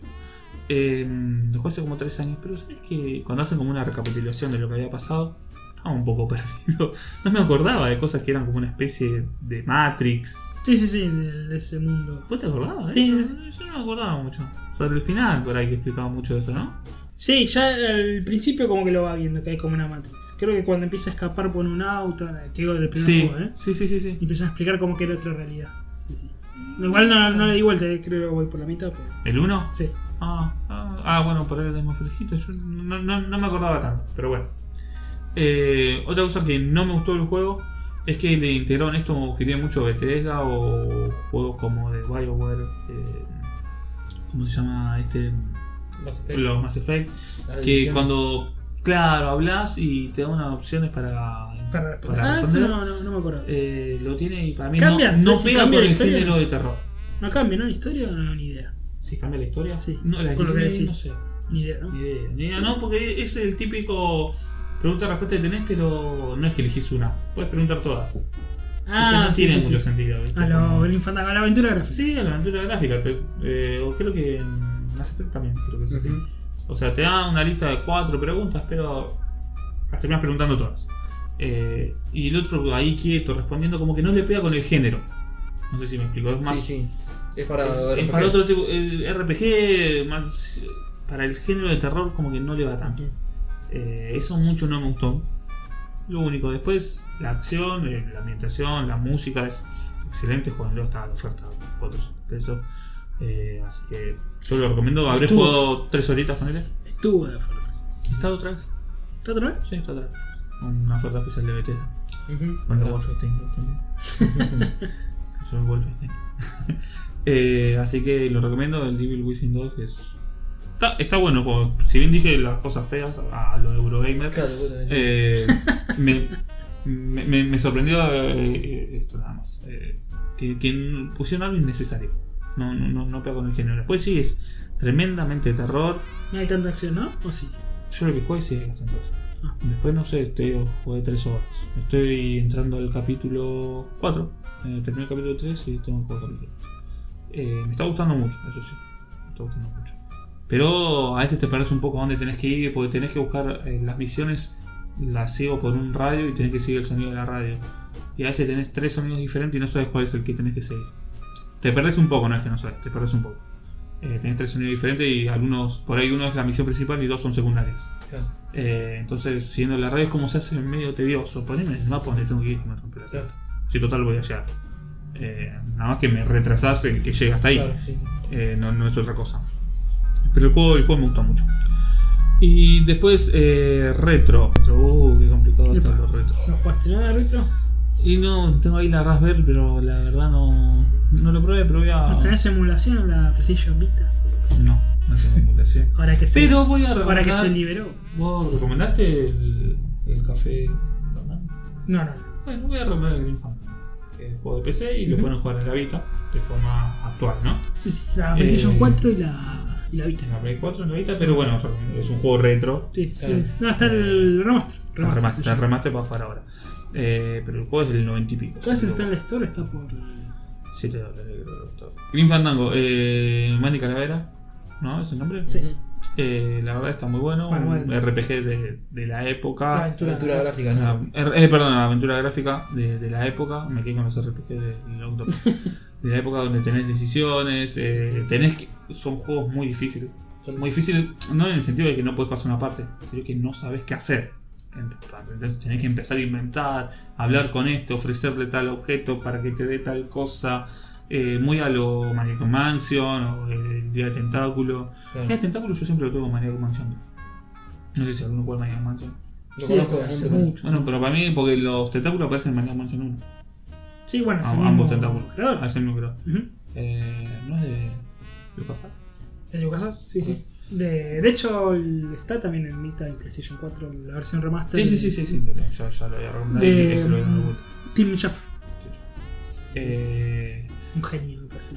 Eh, lo jugué hace como 3 años, pero ¿sabes que Cuando hacen como una recapitulación de lo que había pasado, estaba un poco perdido. No me acordaba de cosas que eran como una especie de Matrix. Sí, sí, sí, de, de ese mundo. ¿Vos te acordabas? Sí, Yo- sí, Yo no me acordaba mucho. Sobre el final, por ahí que explicaba mucho de eso, ¿no? Sí, ya al principio como que lo va viendo, que hay como una matriz. Creo que cuando empieza a escapar por un auto, eh, te digo del primer Sí, juego, ¿eh? sí, sí, sí, Y sí. empiezan a explicar cómo que era otra realidad. Sí, sí. Igual no, no le di vuelta, eh, creo que voy por la mitad, pero. ¿El 1? Sí. Ah, ah, ah, bueno, por ahí lo tenemos fresquito. Yo no, no- no me acordaba tanto, pero bueno. Eh, otra cosa que no me gustó del juego es que le integraron esto que tiene mucho Bethesda o juegos como de Bioware. eh, ¿Cómo se llama este? Mass Effect. Los Mass Effect. Las Que decisiones. cuando Claro, hablas y te da unas opciones para. Para, para ah, eso responder. no, no, no me acuerdo. Eh, lo tiene y para mí Cambia, no, no ¿sabes si pega cambia con la el historia? género de terror. No cambia, ¿no? La historia, no, ni idea. Si cambia la historia, Sí, No, la con lo que decisión, no decís. sé. Ni idea, ¿no? Ni idea, ni idea, no, porque es el típico pregunta-respuesta que tenés, pero no es que elegís una. Puedes preguntar todas. Entonces no Ah, sí, tiene sí, mucho sí. sentido. ¿viste? A Como- lo el infanta- a la aventura gráfica. Sí, a la aventura gráfica. te- eh, o creo que en Mass Effect también, creo que es así. Ujú. O sea, te dan una lista de cuatro preguntas, pero las terminas preguntando todas. Eh, y el otro ahí quieto, respondiendo como que no le pega con el género. No sé si me explico, es más. Sí, sí. Es para. es- es RPG. para otro tipo. El RPG, más. Para el género de terror, como que no le va tanto. Eh, eso mucho no me gustó. Lo único, después la acción, eh, la ambientación, la música es excelente. Jueguenlo, está la oferta 400 pesos. Eh, así que yo lo recomiendo. Habré Estuvo. jugado 3 horitas con él. Estuvo de fuerte. ¿Está otra vez? ¿Está otra vez? Sí, está otra vez. Una oferta especial de Bethesda. Ujú. Con el Wolfenstein creo, también. Yo el Wolfenstein. Eh, así que lo recomiendo, el Devil Within 2 que es... Está, está bueno, como- si bien dije las cosas feas a, a los Eurogamer, Claro, bueno, ya. eh, me, me- me- me sorprendió eh, eh, esto nada más. Eh, que, que pusieron algo innecesario. No, no, no, no pega con el género. Después sí es tremendamente terror. No hay tanta acción, ¿no? ¿O sí? Yo lo que jugué sí es bastante eso. Ah. Después no sé, estoy, jugué 3 horas. Estoy entrando al capítulo 4. Eh, terminé el capítulo 3 y tengo que jugar el capítulo. Eh, me está gustando mucho, eso sí. Me está gustando mucho. Pero a veces te perdés un poco dónde tenés que ir, porque tenés que buscar eh, las misiones, las sigo por un radio y tenés que seguir el sonido de la radio. Y a veces tenés tres sonidos diferentes y no sabes cuál es el que tenés que seguir. Te perdés un poco, no es que no sabes, te perdés un poco. Eh, tenés tres sonidos diferentes y algunos, por ahí uno es la misión principal y dos son secundarias. Claro, Eh, entonces, siguiendo la radio es como se hace medio tedioso. Poneme en el mapa donde tengo que ir que me rompe la claro, pelota. Si total voy allá. Eh, nada más que me retrasás el que llega hasta ahí. claro, sí. Eh, no, no es otra cosa. Pero el juego, el juego me gustó mucho. Y después, eh, retro. Retro, uh, qué complicado Epa. están los retro. ¿No jugaste nada, Retro? Y no, tengo ahí la Raspberry, pero la verdad no, no lo probé, pero voy a. ¿No tenés emulación en la PlayStation Vita? No, no tengo emulación. Ahora que se, Pero voy a ahora que recomendar- se liberó. ¿Vos recomendaste el, el café? Fernández? No, no, no. Bueno, voy a romper el Green Fandango, que es el juego de PC y lo Ujú. pueden jugar en la Vita de forma actual, ¿no? Sí, sí. La Eh, PlayStation 4 y la, y la Vita. En la Play 4 en la Vita, pero bueno, es un juego retro. Sí, sí. Claro. No, está el remaster. El remaster, sí, el sí. remaster va a jugar ahora. Eh, pero el juego es del 90 y pico. Todo eso está en la store, está por. eh, 7 dólares. creo que está. Green Fandango, eh, Manny Calavera, ¿no? ¿Es el nombre? Sí. Ujú. Eh, la verdad está muy bueno. Bueno, un bueno. RPG de, de la época. Aventura gráfica, ¿no? Una- er- eh, perdón, la aventura gráfica de, de la época. Me quedé con los RPG del Octopus. de la época donde tenés decisiones, eh, tenés que, son juegos muy difíciles. Son Muy difíciles, no en el sentido de que no puedes pasar una parte, sino que no sabes qué hacer. en tu parte. Entonces tenés que empezar a inventar, hablar con este, ofrecerle tal objeto para que te dé tal cosa. eh, muy a lo Maniaco Mansion o eh, el Día del Tentáculo. El claro. Día del Tentáculo yo siempre lo tengo con Maniaco Mansion. No sé si alguno juega Maniaco Mansion. Lo conozco de hace nombre. mucho. Bueno, pero para mí, porque los tentáculos aparecen en Maniac Mansion 1. Sí, bueno, es Ah, el mismo ambos tentáculos. creador. Ah, es el mismo creador. Ujú. Eh, ¿No es de. ¿Lo pasa? ¿De LucasArts? Sí, sí. De, de hecho, el- está también en Vita en PlayStation 4, la versión remaster. Sí, sí, sí, sí, sí. lo tengo. Ya, ya lo voy a recomendar De- y eso lo voy a dar vuelta. Tim Jaffa, Eh, un genio, me parece.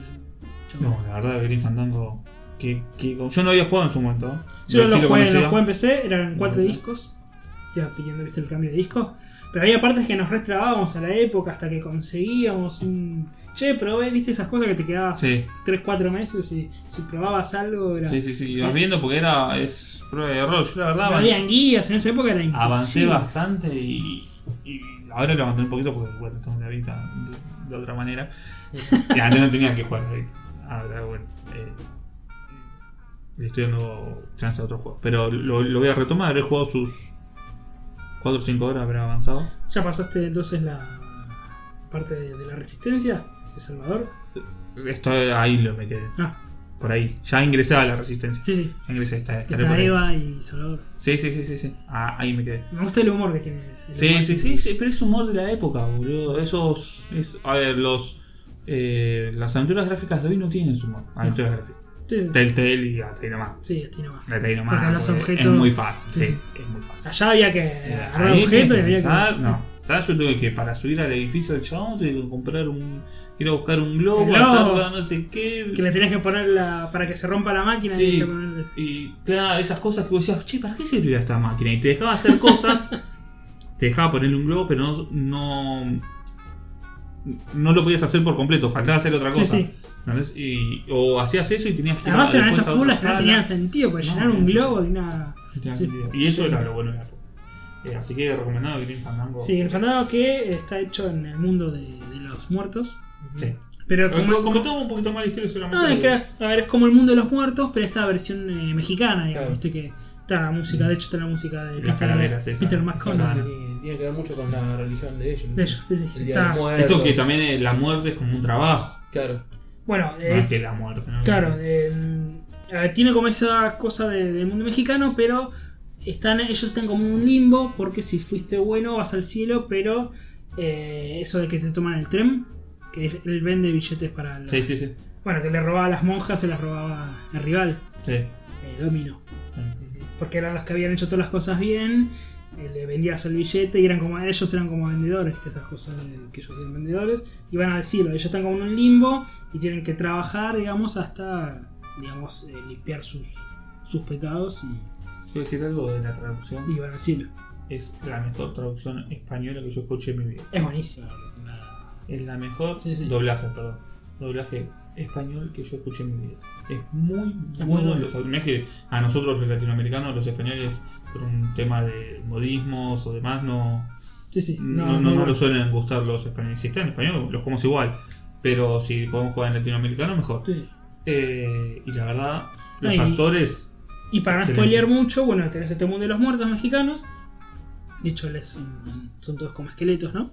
no, la verdad, Green Fandango. Que, que, yo no había jugado en su momento. ¿eh? Yo sí lo jugué, conocía. lo jugué en PC, eran cuatro Ujú. discos. Ya pidiendo, viste, el cambio de disco. Pero había partes que nos restrabábamos a la época hasta que conseguíamos un. Che, probé, viste esas cosas que te quedabas Sí. 3-4 meses y si probabas algo era. Sí, sí, sí. Ah. Ibas viendo porque era. Es prueba de error. Yo la No verdad. habían guías, en esa época era imposible. avancé bastante y, y ahora lo abandoné un poquito porque bueno, tengo la vida de, de otra manera. y antes no tenía que jugar a la Vita. Ahora bueno, eh, le estoy dando chance a otro juego. Pero lo, lo voy a retomar, habré jugado sus 4 o 5 horas, habré avanzado. Ya pasaste entonces la parte de, de la resistencia de Salvador. Esto ahí lo me quedé, Ah, por ahí. Ya ingresé a la resistencia. sí, sí. Ya ingresé, está, Que estaré por está ahí. Eva y Salvador. Sí, sí, sí, sí, sí. Ah, ahí me quedé. Me gusta el humor que tiene. el Sí, humor sí, que- sí, sí, pero es humor de la época, boludo. Esos. Es, a ver, los. eh, las aventuras gráficas de hoy no tienen su humor. Aventuras gráficas. Sí. Telltale y hasta ahí nomás. Sí, hasta ahí nomás. Hasta ahí nomás, Porque los porque objetos- Es muy fácil, sí, Sí. es muy fácil. Allá había que agarrar Eh, Ahí tenés objetos y que había que. pensar, No, ¿sabes? Yo tuve que, para subir al edificio del chabón, tuve que comprar un. ir a buscar un globo, El globo. atarlo, no sé qué. Que le tenés que poner la, para que se rompa la máquina. Sí. y te ponen- Y claro, esas cosas que vos decías, che, ¿para qué servía esta máquina? Y te dejaba hacer cosas, te dejaba ponerle un globo, pero no, no, no lo podías hacer por completo, faltaba hacer otra Sí, cosa. sí. ¿Entendés? Y- o hacías eso y tenías que ir Además a- eran después esas a otra culas que no sala. tenían sentido, para No, llenar un no. globo y nada. No tenía Sí. sentido. Y eso era lo bueno de la época. Eh, así que recomendado Green Fandango. Sí, el fandango que está hecho en el mundo de, de los muertos. Sí. Pero Pero como. comentaba un poquito más la historia solamente. No, Ah, es de- que, a ver, es como el mundo de los muertos, pero esta versión eh, mexicana, digamos, Claro. viste que está la música, de hecho está la música de Las calaveras esas, Peter Ah, McConnell. no. Tiene- Tiene que ver mucho con la religión de ellos. De ellos, sí, sí. El día está- del muerto. Esto que también eh, la muerte es como un trabajo, Claro. Bueno, eh, más que la muerte. ¿no? Claro, eh, eh, tiene como esa cosa de- del mundo mexicano, pero están, ellos están como en un limbo porque si fuiste bueno vas al cielo, pero eh, eso de que te toman el tren, que él- él vende billetes para... la- Sí, sí, sí. Bueno, que le robaba a las monjas, se las robaba el rival, sí. eh, Domino, Sí. porque eran los que habían hecho todas las cosas bien. eh, Le vendías el billete y eran como ellos eran como vendedores, ¿viste? esas cosas de- que ellos eran vendedores, y van al cielo, ellos están como en un limbo y tienen que trabajar, digamos, hasta, digamos, eh, limpiar sus, sus pecados y, Quiero decir algo de la traducción. y van al cielo. Es la mejor traducción española que yo escuché en mi vida. Es buenísimo. Es la mejor Sí, sí. doblaje, perdón. Doblaje español que yo escuché en mi vida. Es muy Es muy bueno. bueno. Los, no es que a nosotros los latinoamericanos, los españoles, por un tema de modismos o demás, no, Sí, sí. Mm, no, no, no nos suelen gustar los españoles. Si está en español, los comemos igual. Pero si podemos jugar en latinoamericano, mejor. Sí. Eh, y la verdad, los Ay. actores. Y para no Excelente. spoilear mucho, bueno, tenés este mundo de los muertos mexicanos. De hecho, les- son, son todos como esqueletos, ¿no?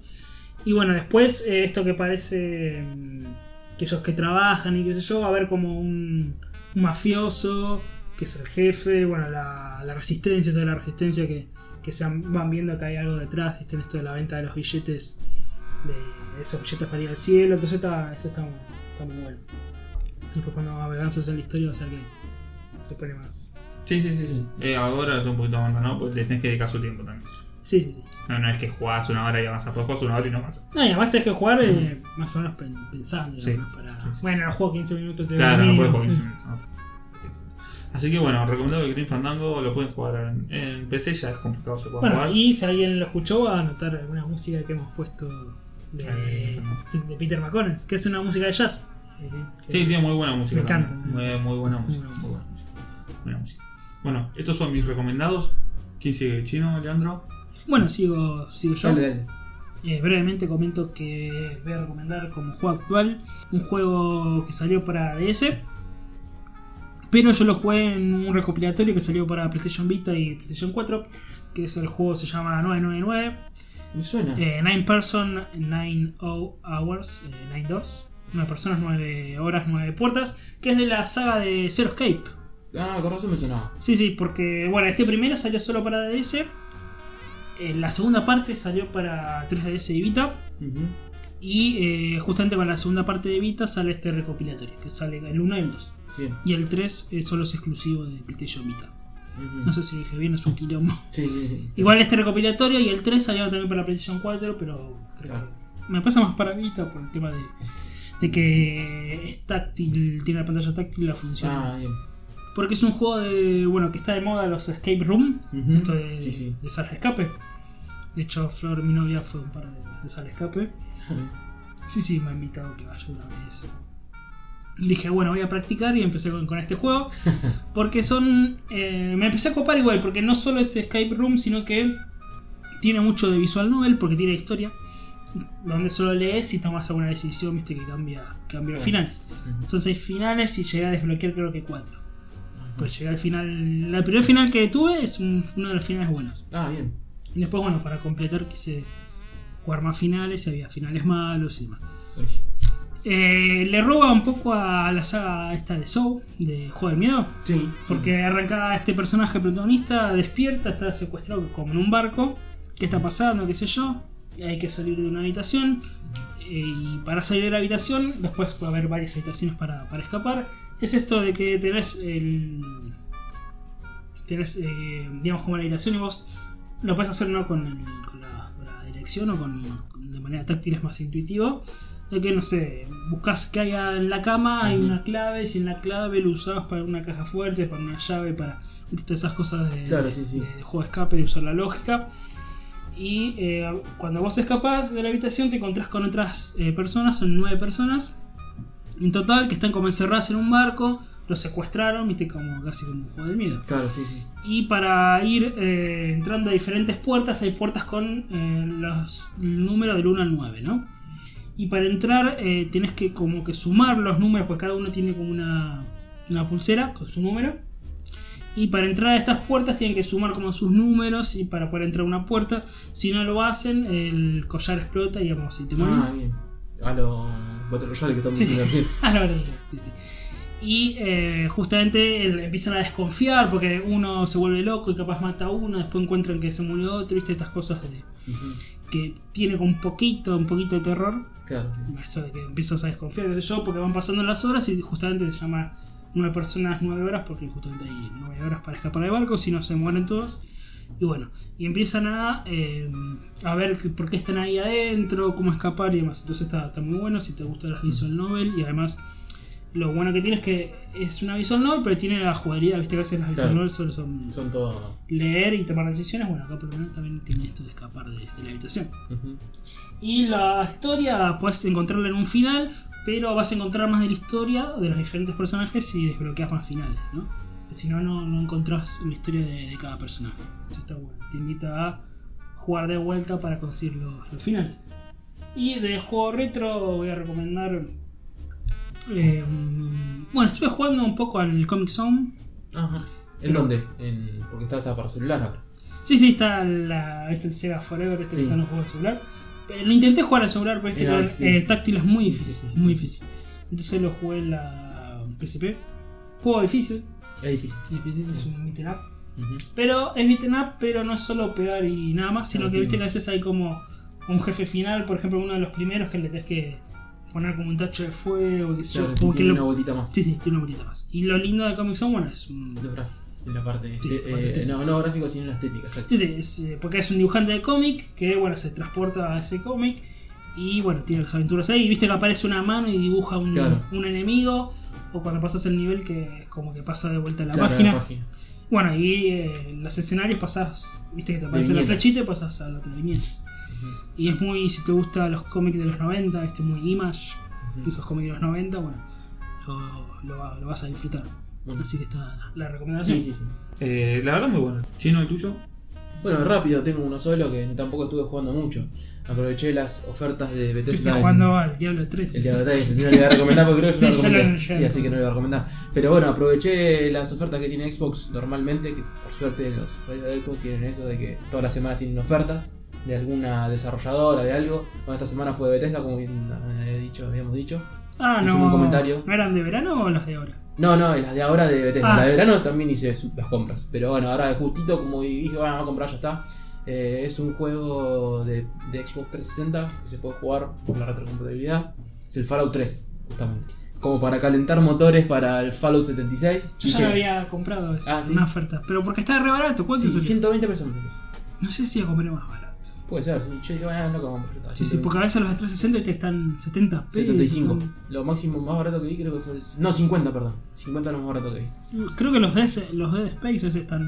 Y bueno, después eh, esto que parece mm, que ellos que trabajan y qué sé yo, va a haber como un, un mafioso, que es el jefe, bueno, la, la resistencia, toda la resistencia que, que se han- van viendo que hay algo detrás, ¿viste? en esto de la venta de los billetes, de esos billetes para ir al cielo, entonces está, eso está, está muy bueno. Después cuando avanzas en la historia, o sea que se pone más, Sí, sí, sí. sí. Eh, ahora está un poquito más, ¿no? Pues le tenés que dedicar su tiempo también. Sí, sí, sí. No, no es que jugás una hora y avanzas, pues jugás una hora y no avanzas. No, y además tenés que jugar eh, más o menos pen- pensando. Sí. digamos, para... Sí, sí. Bueno, no juego 15 minutos. te Claro, doy no un puedes mínimo. jugar 15 minutos. no. Así que bueno, recomendado el Green Fandango, lo pueden jugar en, en PC, ya es complicado, se puede Bueno, jugar. y si alguien lo escuchó, va a anotar alguna música que hemos puesto de, Eh, de Peter McConnell, que es una música de jazz. Eh, Sí, tiene muy buena música. Me también. Muy, encanta. muy buena música. Muy Muy buena música. Buena música. Bueno, estos son mis recomendados. ¿Quién sigue? ¿Chino, Leandro? Bueno, sigo, sigo yo. Dale, dale. Eh, brevemente comento que voy a recomendar como juego actual un juego que salió para DS. Pero yo lo jugué en un recopilatorio que salió para PlayStation Vita y PlayStation 4. Que es el juego se llama 999. Me suena. Eh, Nine person, nine o- hours, eh, nine doors. Una persona, nueve horas, nueve puertas. Que es de la saga de Zero Escape. Ah, con razón me sonaba. Sí, sí, porque bueno, este primero salió solo para DS. Eh, la segunda parte salió para 3DS y Vita. Ujú. Y eh, justamente con la segunda parte de Vita sale este recopilatorio, que sale el 1 y el 2. Bien. Y el 3 eh, solo es exclusivo de PlayStation Vita. Ujú. No sé si dije bien, es un quilombo. Sí, sí, sí. Igual este recopilatorio y el 3 salieron también para PlayStation 4, pero creo Claro. que me pasa más para Vita por el tema de, de que es táctil, tiene la pantalla táctil y la función. Ah, bien. Porque es un juego de, bueno, que está de moda los escape room, Ujú. esto de, Sí, sí. de sala de escape. De hecho, Flor, mi novia, fue un par de, de sala de escape. Sí, sí, me ha invitado que vaya una vez. Le dije, bueno, voy a practicar y empecé con, con este juego. Porque son. eh, me empecé a copar igual, porque no solo es Skype Room, sino que tiene mucho de visual novel, porque tiene historia. Donde solo lees y tomas alguna decisión, viste, que cambia, cambia los finales. Ujú. Son seis finales y llegué a desbloquear creo que cuatro. Pues llegué al final. La primer final que tuve es un- uno de los finales buenos. Ah, bien. Y después, bueno, para completar quise jugar más finales y había finales malos y demás. Uy. Eh, le roba un poco a la saga esta de Show, de Juego del Miedo, Sí. porque arranca este personaje protagonista, despierta, está secuestrado como en un barco, ¿qué está pasando? ¿Qué sé yo? Hay que salir de una habitación, eh, y para salir de la habitación, después va a haber varias habitaciones para, para escapar, Es esto de que tenés el. Tenés, eh, digamos, como la habitación y vos lo puedes hacer no con, el- con la, con la dirección o con, con- de manera táctil, es más intuitivo. De que, no sé, buscas que haya en la cama, hay Ujú. una clave, si en la clave lo usabas para una caja fuerte, para una llave, para todas esas cosas de, Claro, sí, sí. de- de juego de escape, de usar la lógica. Y eh, cuando vos escapás de la habitación te encontrás con otras eh, personas, son nueve personas en total, que están como encerradas en un barco, los secuestraron, viste, como casi como un juego de miedo. Claro, sí, sí. Y para ir eh, entrando a diferentes puertas, hay puertas con eh, los números del 1 al 9, ¿no? Y para entrar eh, tenés que como que sumar los números, pues cada uno tiene como una, una pulsera con su número. Y para entrar a estas puertas tienen que sumar como sus números y para poder entrar a una puerta. Si no lo hacen, el collar explota, digamos, y te morís. Ah, bien. A los Battle Royale que estamos Sí. diciendo sí. Ah, la verdad, sí, sí. Y eh, justamente el- empiezan a desconfiar porque uno se vuelve loco y capaz mata a uno, después encuentran que se murió otro, ¿viste? Estas cosas de- Ujú. que tiene con un poquito, un poquito de terror. Claro. sí. Eso de que empiezas a desconfiar de yo porque van pasando las horas y justamente se llama nueve personas nueve horas porque justamente hay nueve horas para escapar del barco, si no se mueren todos. Y bueno, y empiezan a, eh, a ver que- por qué están ahí adentro, cómo escapar y demás. Entonces está, está muy bueno si te gustan las visual novel y además lo bueno que tiene es que es una visual novel pero tiene la jugaría, viste que a veces las visual Claro. novel solo son Son todos. leer y tomar decisiones. Bueno, acá por lo menos también tiene esto de escapar de- de la habitación. Ujú. Y la historia puedes encontrarla en un final, pero vas a encontrar más de la historia de los diferentes personajes si desbloqueas más finales, ¿no? Si no, no, no encontrás la historia de, de cada personaje. Eso está bueno. Te invita a jugar de vuelta para conseguir los, los finales. Y de juego retro voy a recomendar. eh, bueno, estuve jugando un poco al Comic Zone. Ajá. ¿En dónde? En... Porque está hasta para celular ahora. Sí, sí, está la, este el Sega Forever, este Sí. que está en los juegos de celular. Eh, Lo intenté jugar al celular, pero este Era era- difícil. eh, táctil es muy Sí, difícil, sí, sí. muy difícil. Entonces lo jugué en la PSP. Juego difícil, Es difícil. difícil, es un beat'em up. Ujú. Pero es beat'em up, pero no es solo pegar y nada más, sino Claro, que sí. viste que a veces hay como un jefe final, por ejemplo, uno de los primeros que le tenés que poner como un tacho de fuego, qué sé yo, Claro, sí, como que tiene lo- una vueltita más. Sí, sí, tiene una bolita más. Y lo lindo de Comic Zone, bueno, es un Los brazos, En la parte. Sí, este- parte eh, estética. no, no gráfico, sino la estética, exacto. Sí, sí, es, eh, porque es un dibujante de cómic que bueno, se transporta a ese cómic y bueno, tiene las aventuras ahí. Y viste que aparece una mano y dibuja un, Claro. un enemigo. O cuando pasas el nivel que es como que pasa de vuelta a la Claro, página. la página. Bueno, y eh, los escenarios pasás, viste que te aparece la viñeta. flechita y pasás a la otra viñeta. Ujú, Y es muy, si te gustan los cómics de los 90, este muy image, ujú. esos cómics de los 90, bueno, lo, lo va- lo vas a disfrutar. Bueno. Así que está la recomendación. Sí, sí, sí. Eh, la verdad, muy bueno. Chino, el tuyo. Bueno, rápido, tengo uno solo que tampoco estuve jugando mucho. Aproveché las ofertas de Estoy Bethesda. en- jugando al Diablo 3. El Diablo Days, no le voy a recomendar porque creo que yo no Sí, lo ya lo- recomendé. ya Sí, lo- así que no le voy a recomendar. Pero bueno, aproveché las ofertas que tiene Xbox normalmente, que por suerte los usuarios de Xbox tienen eso de que todas las semanas tienen ofertas de alguna desarrolladora, de algo. Bueno, esta semana fue Bethesda, como bien eh, dicho, habíamos dicho. Ah, Hice no. un comentario. ¿No eran de verano o las de ahora? No, no, las de ahora de Bethesda. Ah. La de verano también hice su- las compras. Pero bueno, ahora justito como dije, bueno, vamos a comprar, ya está. Eh, es un juego de, de Xbox 360 que se puede jugar por la retrocompatibilidad. Es el Fallout 3, justamente. Como para calentar motores para el Fallout 76. Yo ya Dije, lo había comprado eso, Ah, ¿sí? una oferta. Pero porque está re barato, ¿cuánto Sí, es? 120 pesos. No sé si la compré más barato. Puede ser, sí. Yo dije, bueno, no lo compro. ya está, Sí, sí, 120. porque a veces los de 360 te están 70 pesos. 75. Lo máximo más barato que vi creo que fue... No, 50, perdón. 50 lo más barato que vi. están- Creo que los de, los de Space a veces están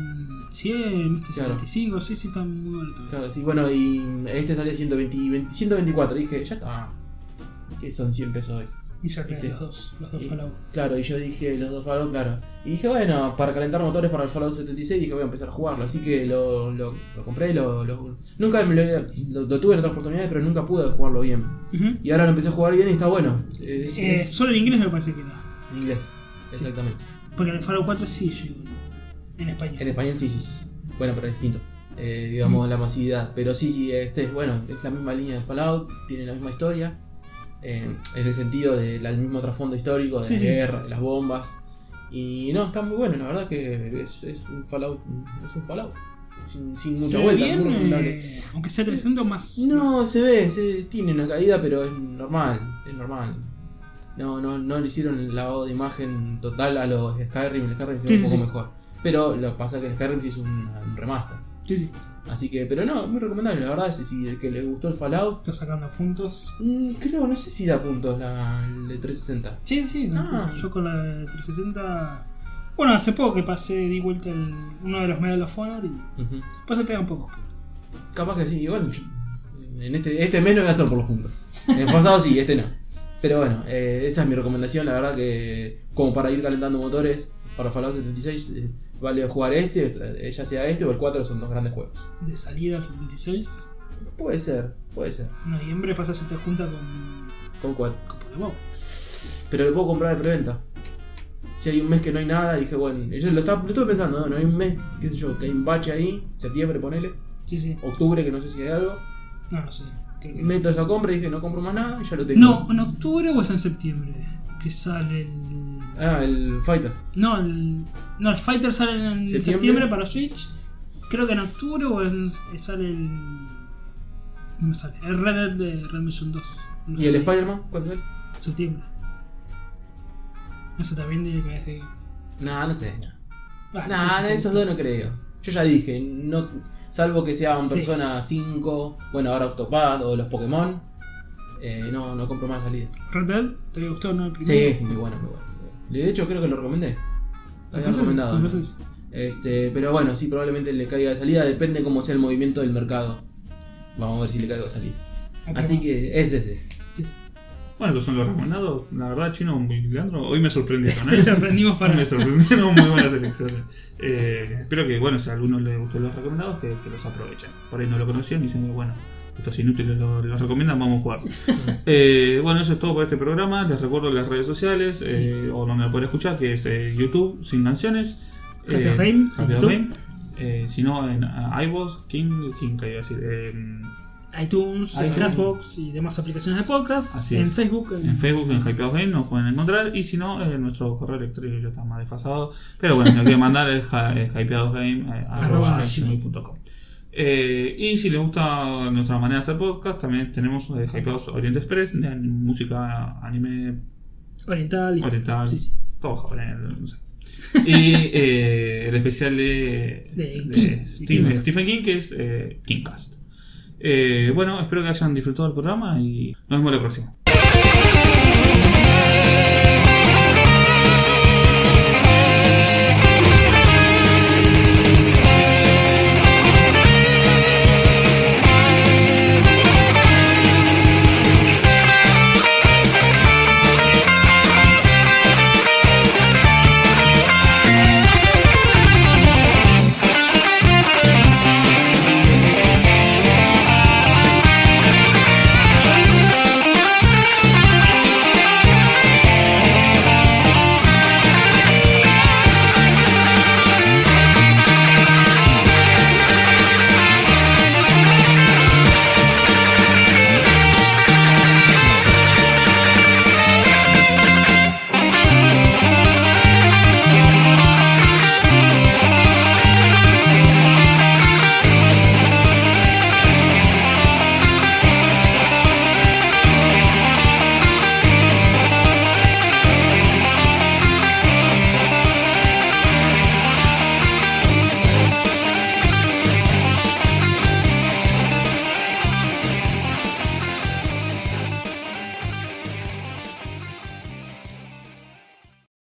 100, ¿viste? Claro. 75, sí, sí, están muy baratos. Claro, sí, bueno, y este sale 120, 20 124. Dije, ya está. Que son 100 pesos hoy. Y ya que Viste. los dos, los dos Sí. Fallout. Claro, y yo dije, los dos Fallout, claro. Y dije, bueno, para calentar motores para el Fallout 76, dije, voy a empezar a jugarlo. Así que lo, lo, lo compré, lo, lo- nunca me lo, lo- lo tuve en otras oportunidades, pero nunca pude jugarlo bien. Ujú. Y ahora lo empecé a jugar bien y está bueno. Es, Eh, es Solo en inglés me parece que no. en inglés, Sí. exactamente. Porque en el Fallout 4 sí llegó en español. En español sí, sí, sí. sí. Bueno, pero es distinto. Eh, digamos, Mm. la masividad. Pero sí, sí, este es bueno, es la misma línea de Fallout, tiene la misma historia. eh, en el sentido del al mismo trasfondo histórico, de Sí, la sí. guerra, de las bombas. Y no, está muy bueno, la verdad que es, es un Fallout, es un Fallout. Sin, sin mucha Se ve vuelta, bien, muy recomendable. eh, aunque sea 300 más. No, más- se ve, se, tiene una caída, pero es normal, es normal. No, no, no le hicieron el lavado de imagen total a los Skyrim. El Skyrim se Sí, ve un sí, poco sí. mejor. Pero lo que pasa es que el Skyrim se hizo un, un remaster. Sí, sí. Así que, pero no, muy recomendable. La verdad, si, si el que le gustó el Fallout, Está sacando puntos. mm, creo, no sé si da puntos la, el de 360. Sí, sí. pues, Ah. Yo con la 360. Bueno, hace poco que pasé, di vuelta el, uno de los Medal of Honor y. Ujú. Pasa te da un poco. pues, Capaz que sí, igual. yo- En este, este mes no voy a hacer por los puntos. El pasado sí, este no. Pero bueno, eh, esa es mi recomendación. La verdad que, como para ir calentando motores para Fallout 76, eh, vale jugar este, eh, ya sea este o el 4, son dos grandes juegos. De salida 76. Puede ser, puede ser. En noviembre pasa se te junta con. Con cual. con Pokémon. Pero lo puedo comprar de preventa. Si hay un mes que no hay nada, dije, bueno, yo lo, estaba, lo estuve pensando, ¿no? Hay un mes, qué sé yo, que hay un bache ahí, septiembre, ponele, Sí, sí. octubre, que no sé si hay algo. No, no sé. Creo que- Meto esa compra y dije, no compro más nada, y ya lo tengo. No, ¿en octubre o es en septiembre? Que sale el. Ah, el Fighters. No, el, no, el Fighter sale en ¿Septiembre? septiembre, para Switch. Creo que en octubre o en- sale el. No me sale. El Red Dead de Redemption 2. No ¿Y sé el si- Spider-Man? ¿Cuándo es? Septiembre. Eso también tiene que ver. de- No, no sé. No, Ah, sé no, si de te esos gusta. dos no creo. Yo ya dije, no, salvo que sean Sí. Persona 5, bueno, ahora Octopad o los Pokémon, eh, no, no compro más salida. Red Dead, ¿te gustó o no? El Sí, sí, muy bueno, muy bueno. De hecho, creo que lo recomendé. Lo había recomendado. ¿no? Entonces, Este, pero bueno, sí, probablemente le caiga de salida, depende cómo sea el movimiento del mercado. Vamos a ver si le caigo de salida. Así que es ese. Bueno, estos son los recomendados. La verdad, Chino y Leandro, hoy me sorprendieron. ¿eh? Te sorprendimos para. Me sorprendieron muy buenas elecciones. Eh, espero que, bueno, si a alguno le gustó los recomendados, que, que los aprovechen. Por ahí no lo conocían y dicen, bueno, estos inútiles lo- los, recomiendan, vamos a jugar. Eh, bueno, eso es todo por este programa. Les recuerdo las redes sociales, eh, o donde me pueden escuchar, que es eh, YouTube, sin canciones. Happy Game, Happy YouTube. Game. Eh, si no, en ah, iVoox, King, King, que iba a decir. em, iTunes, iTunes. Castbox y demás aplicaciones de podcast. Así en es. Facebook. En Facebook, en Hypeados Game, nos pueden encontrar. Y si no, eh, nuestro correo electrónico ya está más desfasado. Pero bueno, si lo quieren mandar es ja- es eh, Arroba hypeadosgame.com. Eh, y si les gusta nuestra manera de hacer podcast, también tenemos eh, Hypeados Oriente Express, de an- música, anime, Oriental. y- oriental, Sí, sí. todo japonés, no sé. Y eh, el especial de, De King, Stephen- Kingcast. Stephen King, que es eh, Kingcast. Eh, bueno, espero que hayan disfrutado del programa y nos vemos la próxima.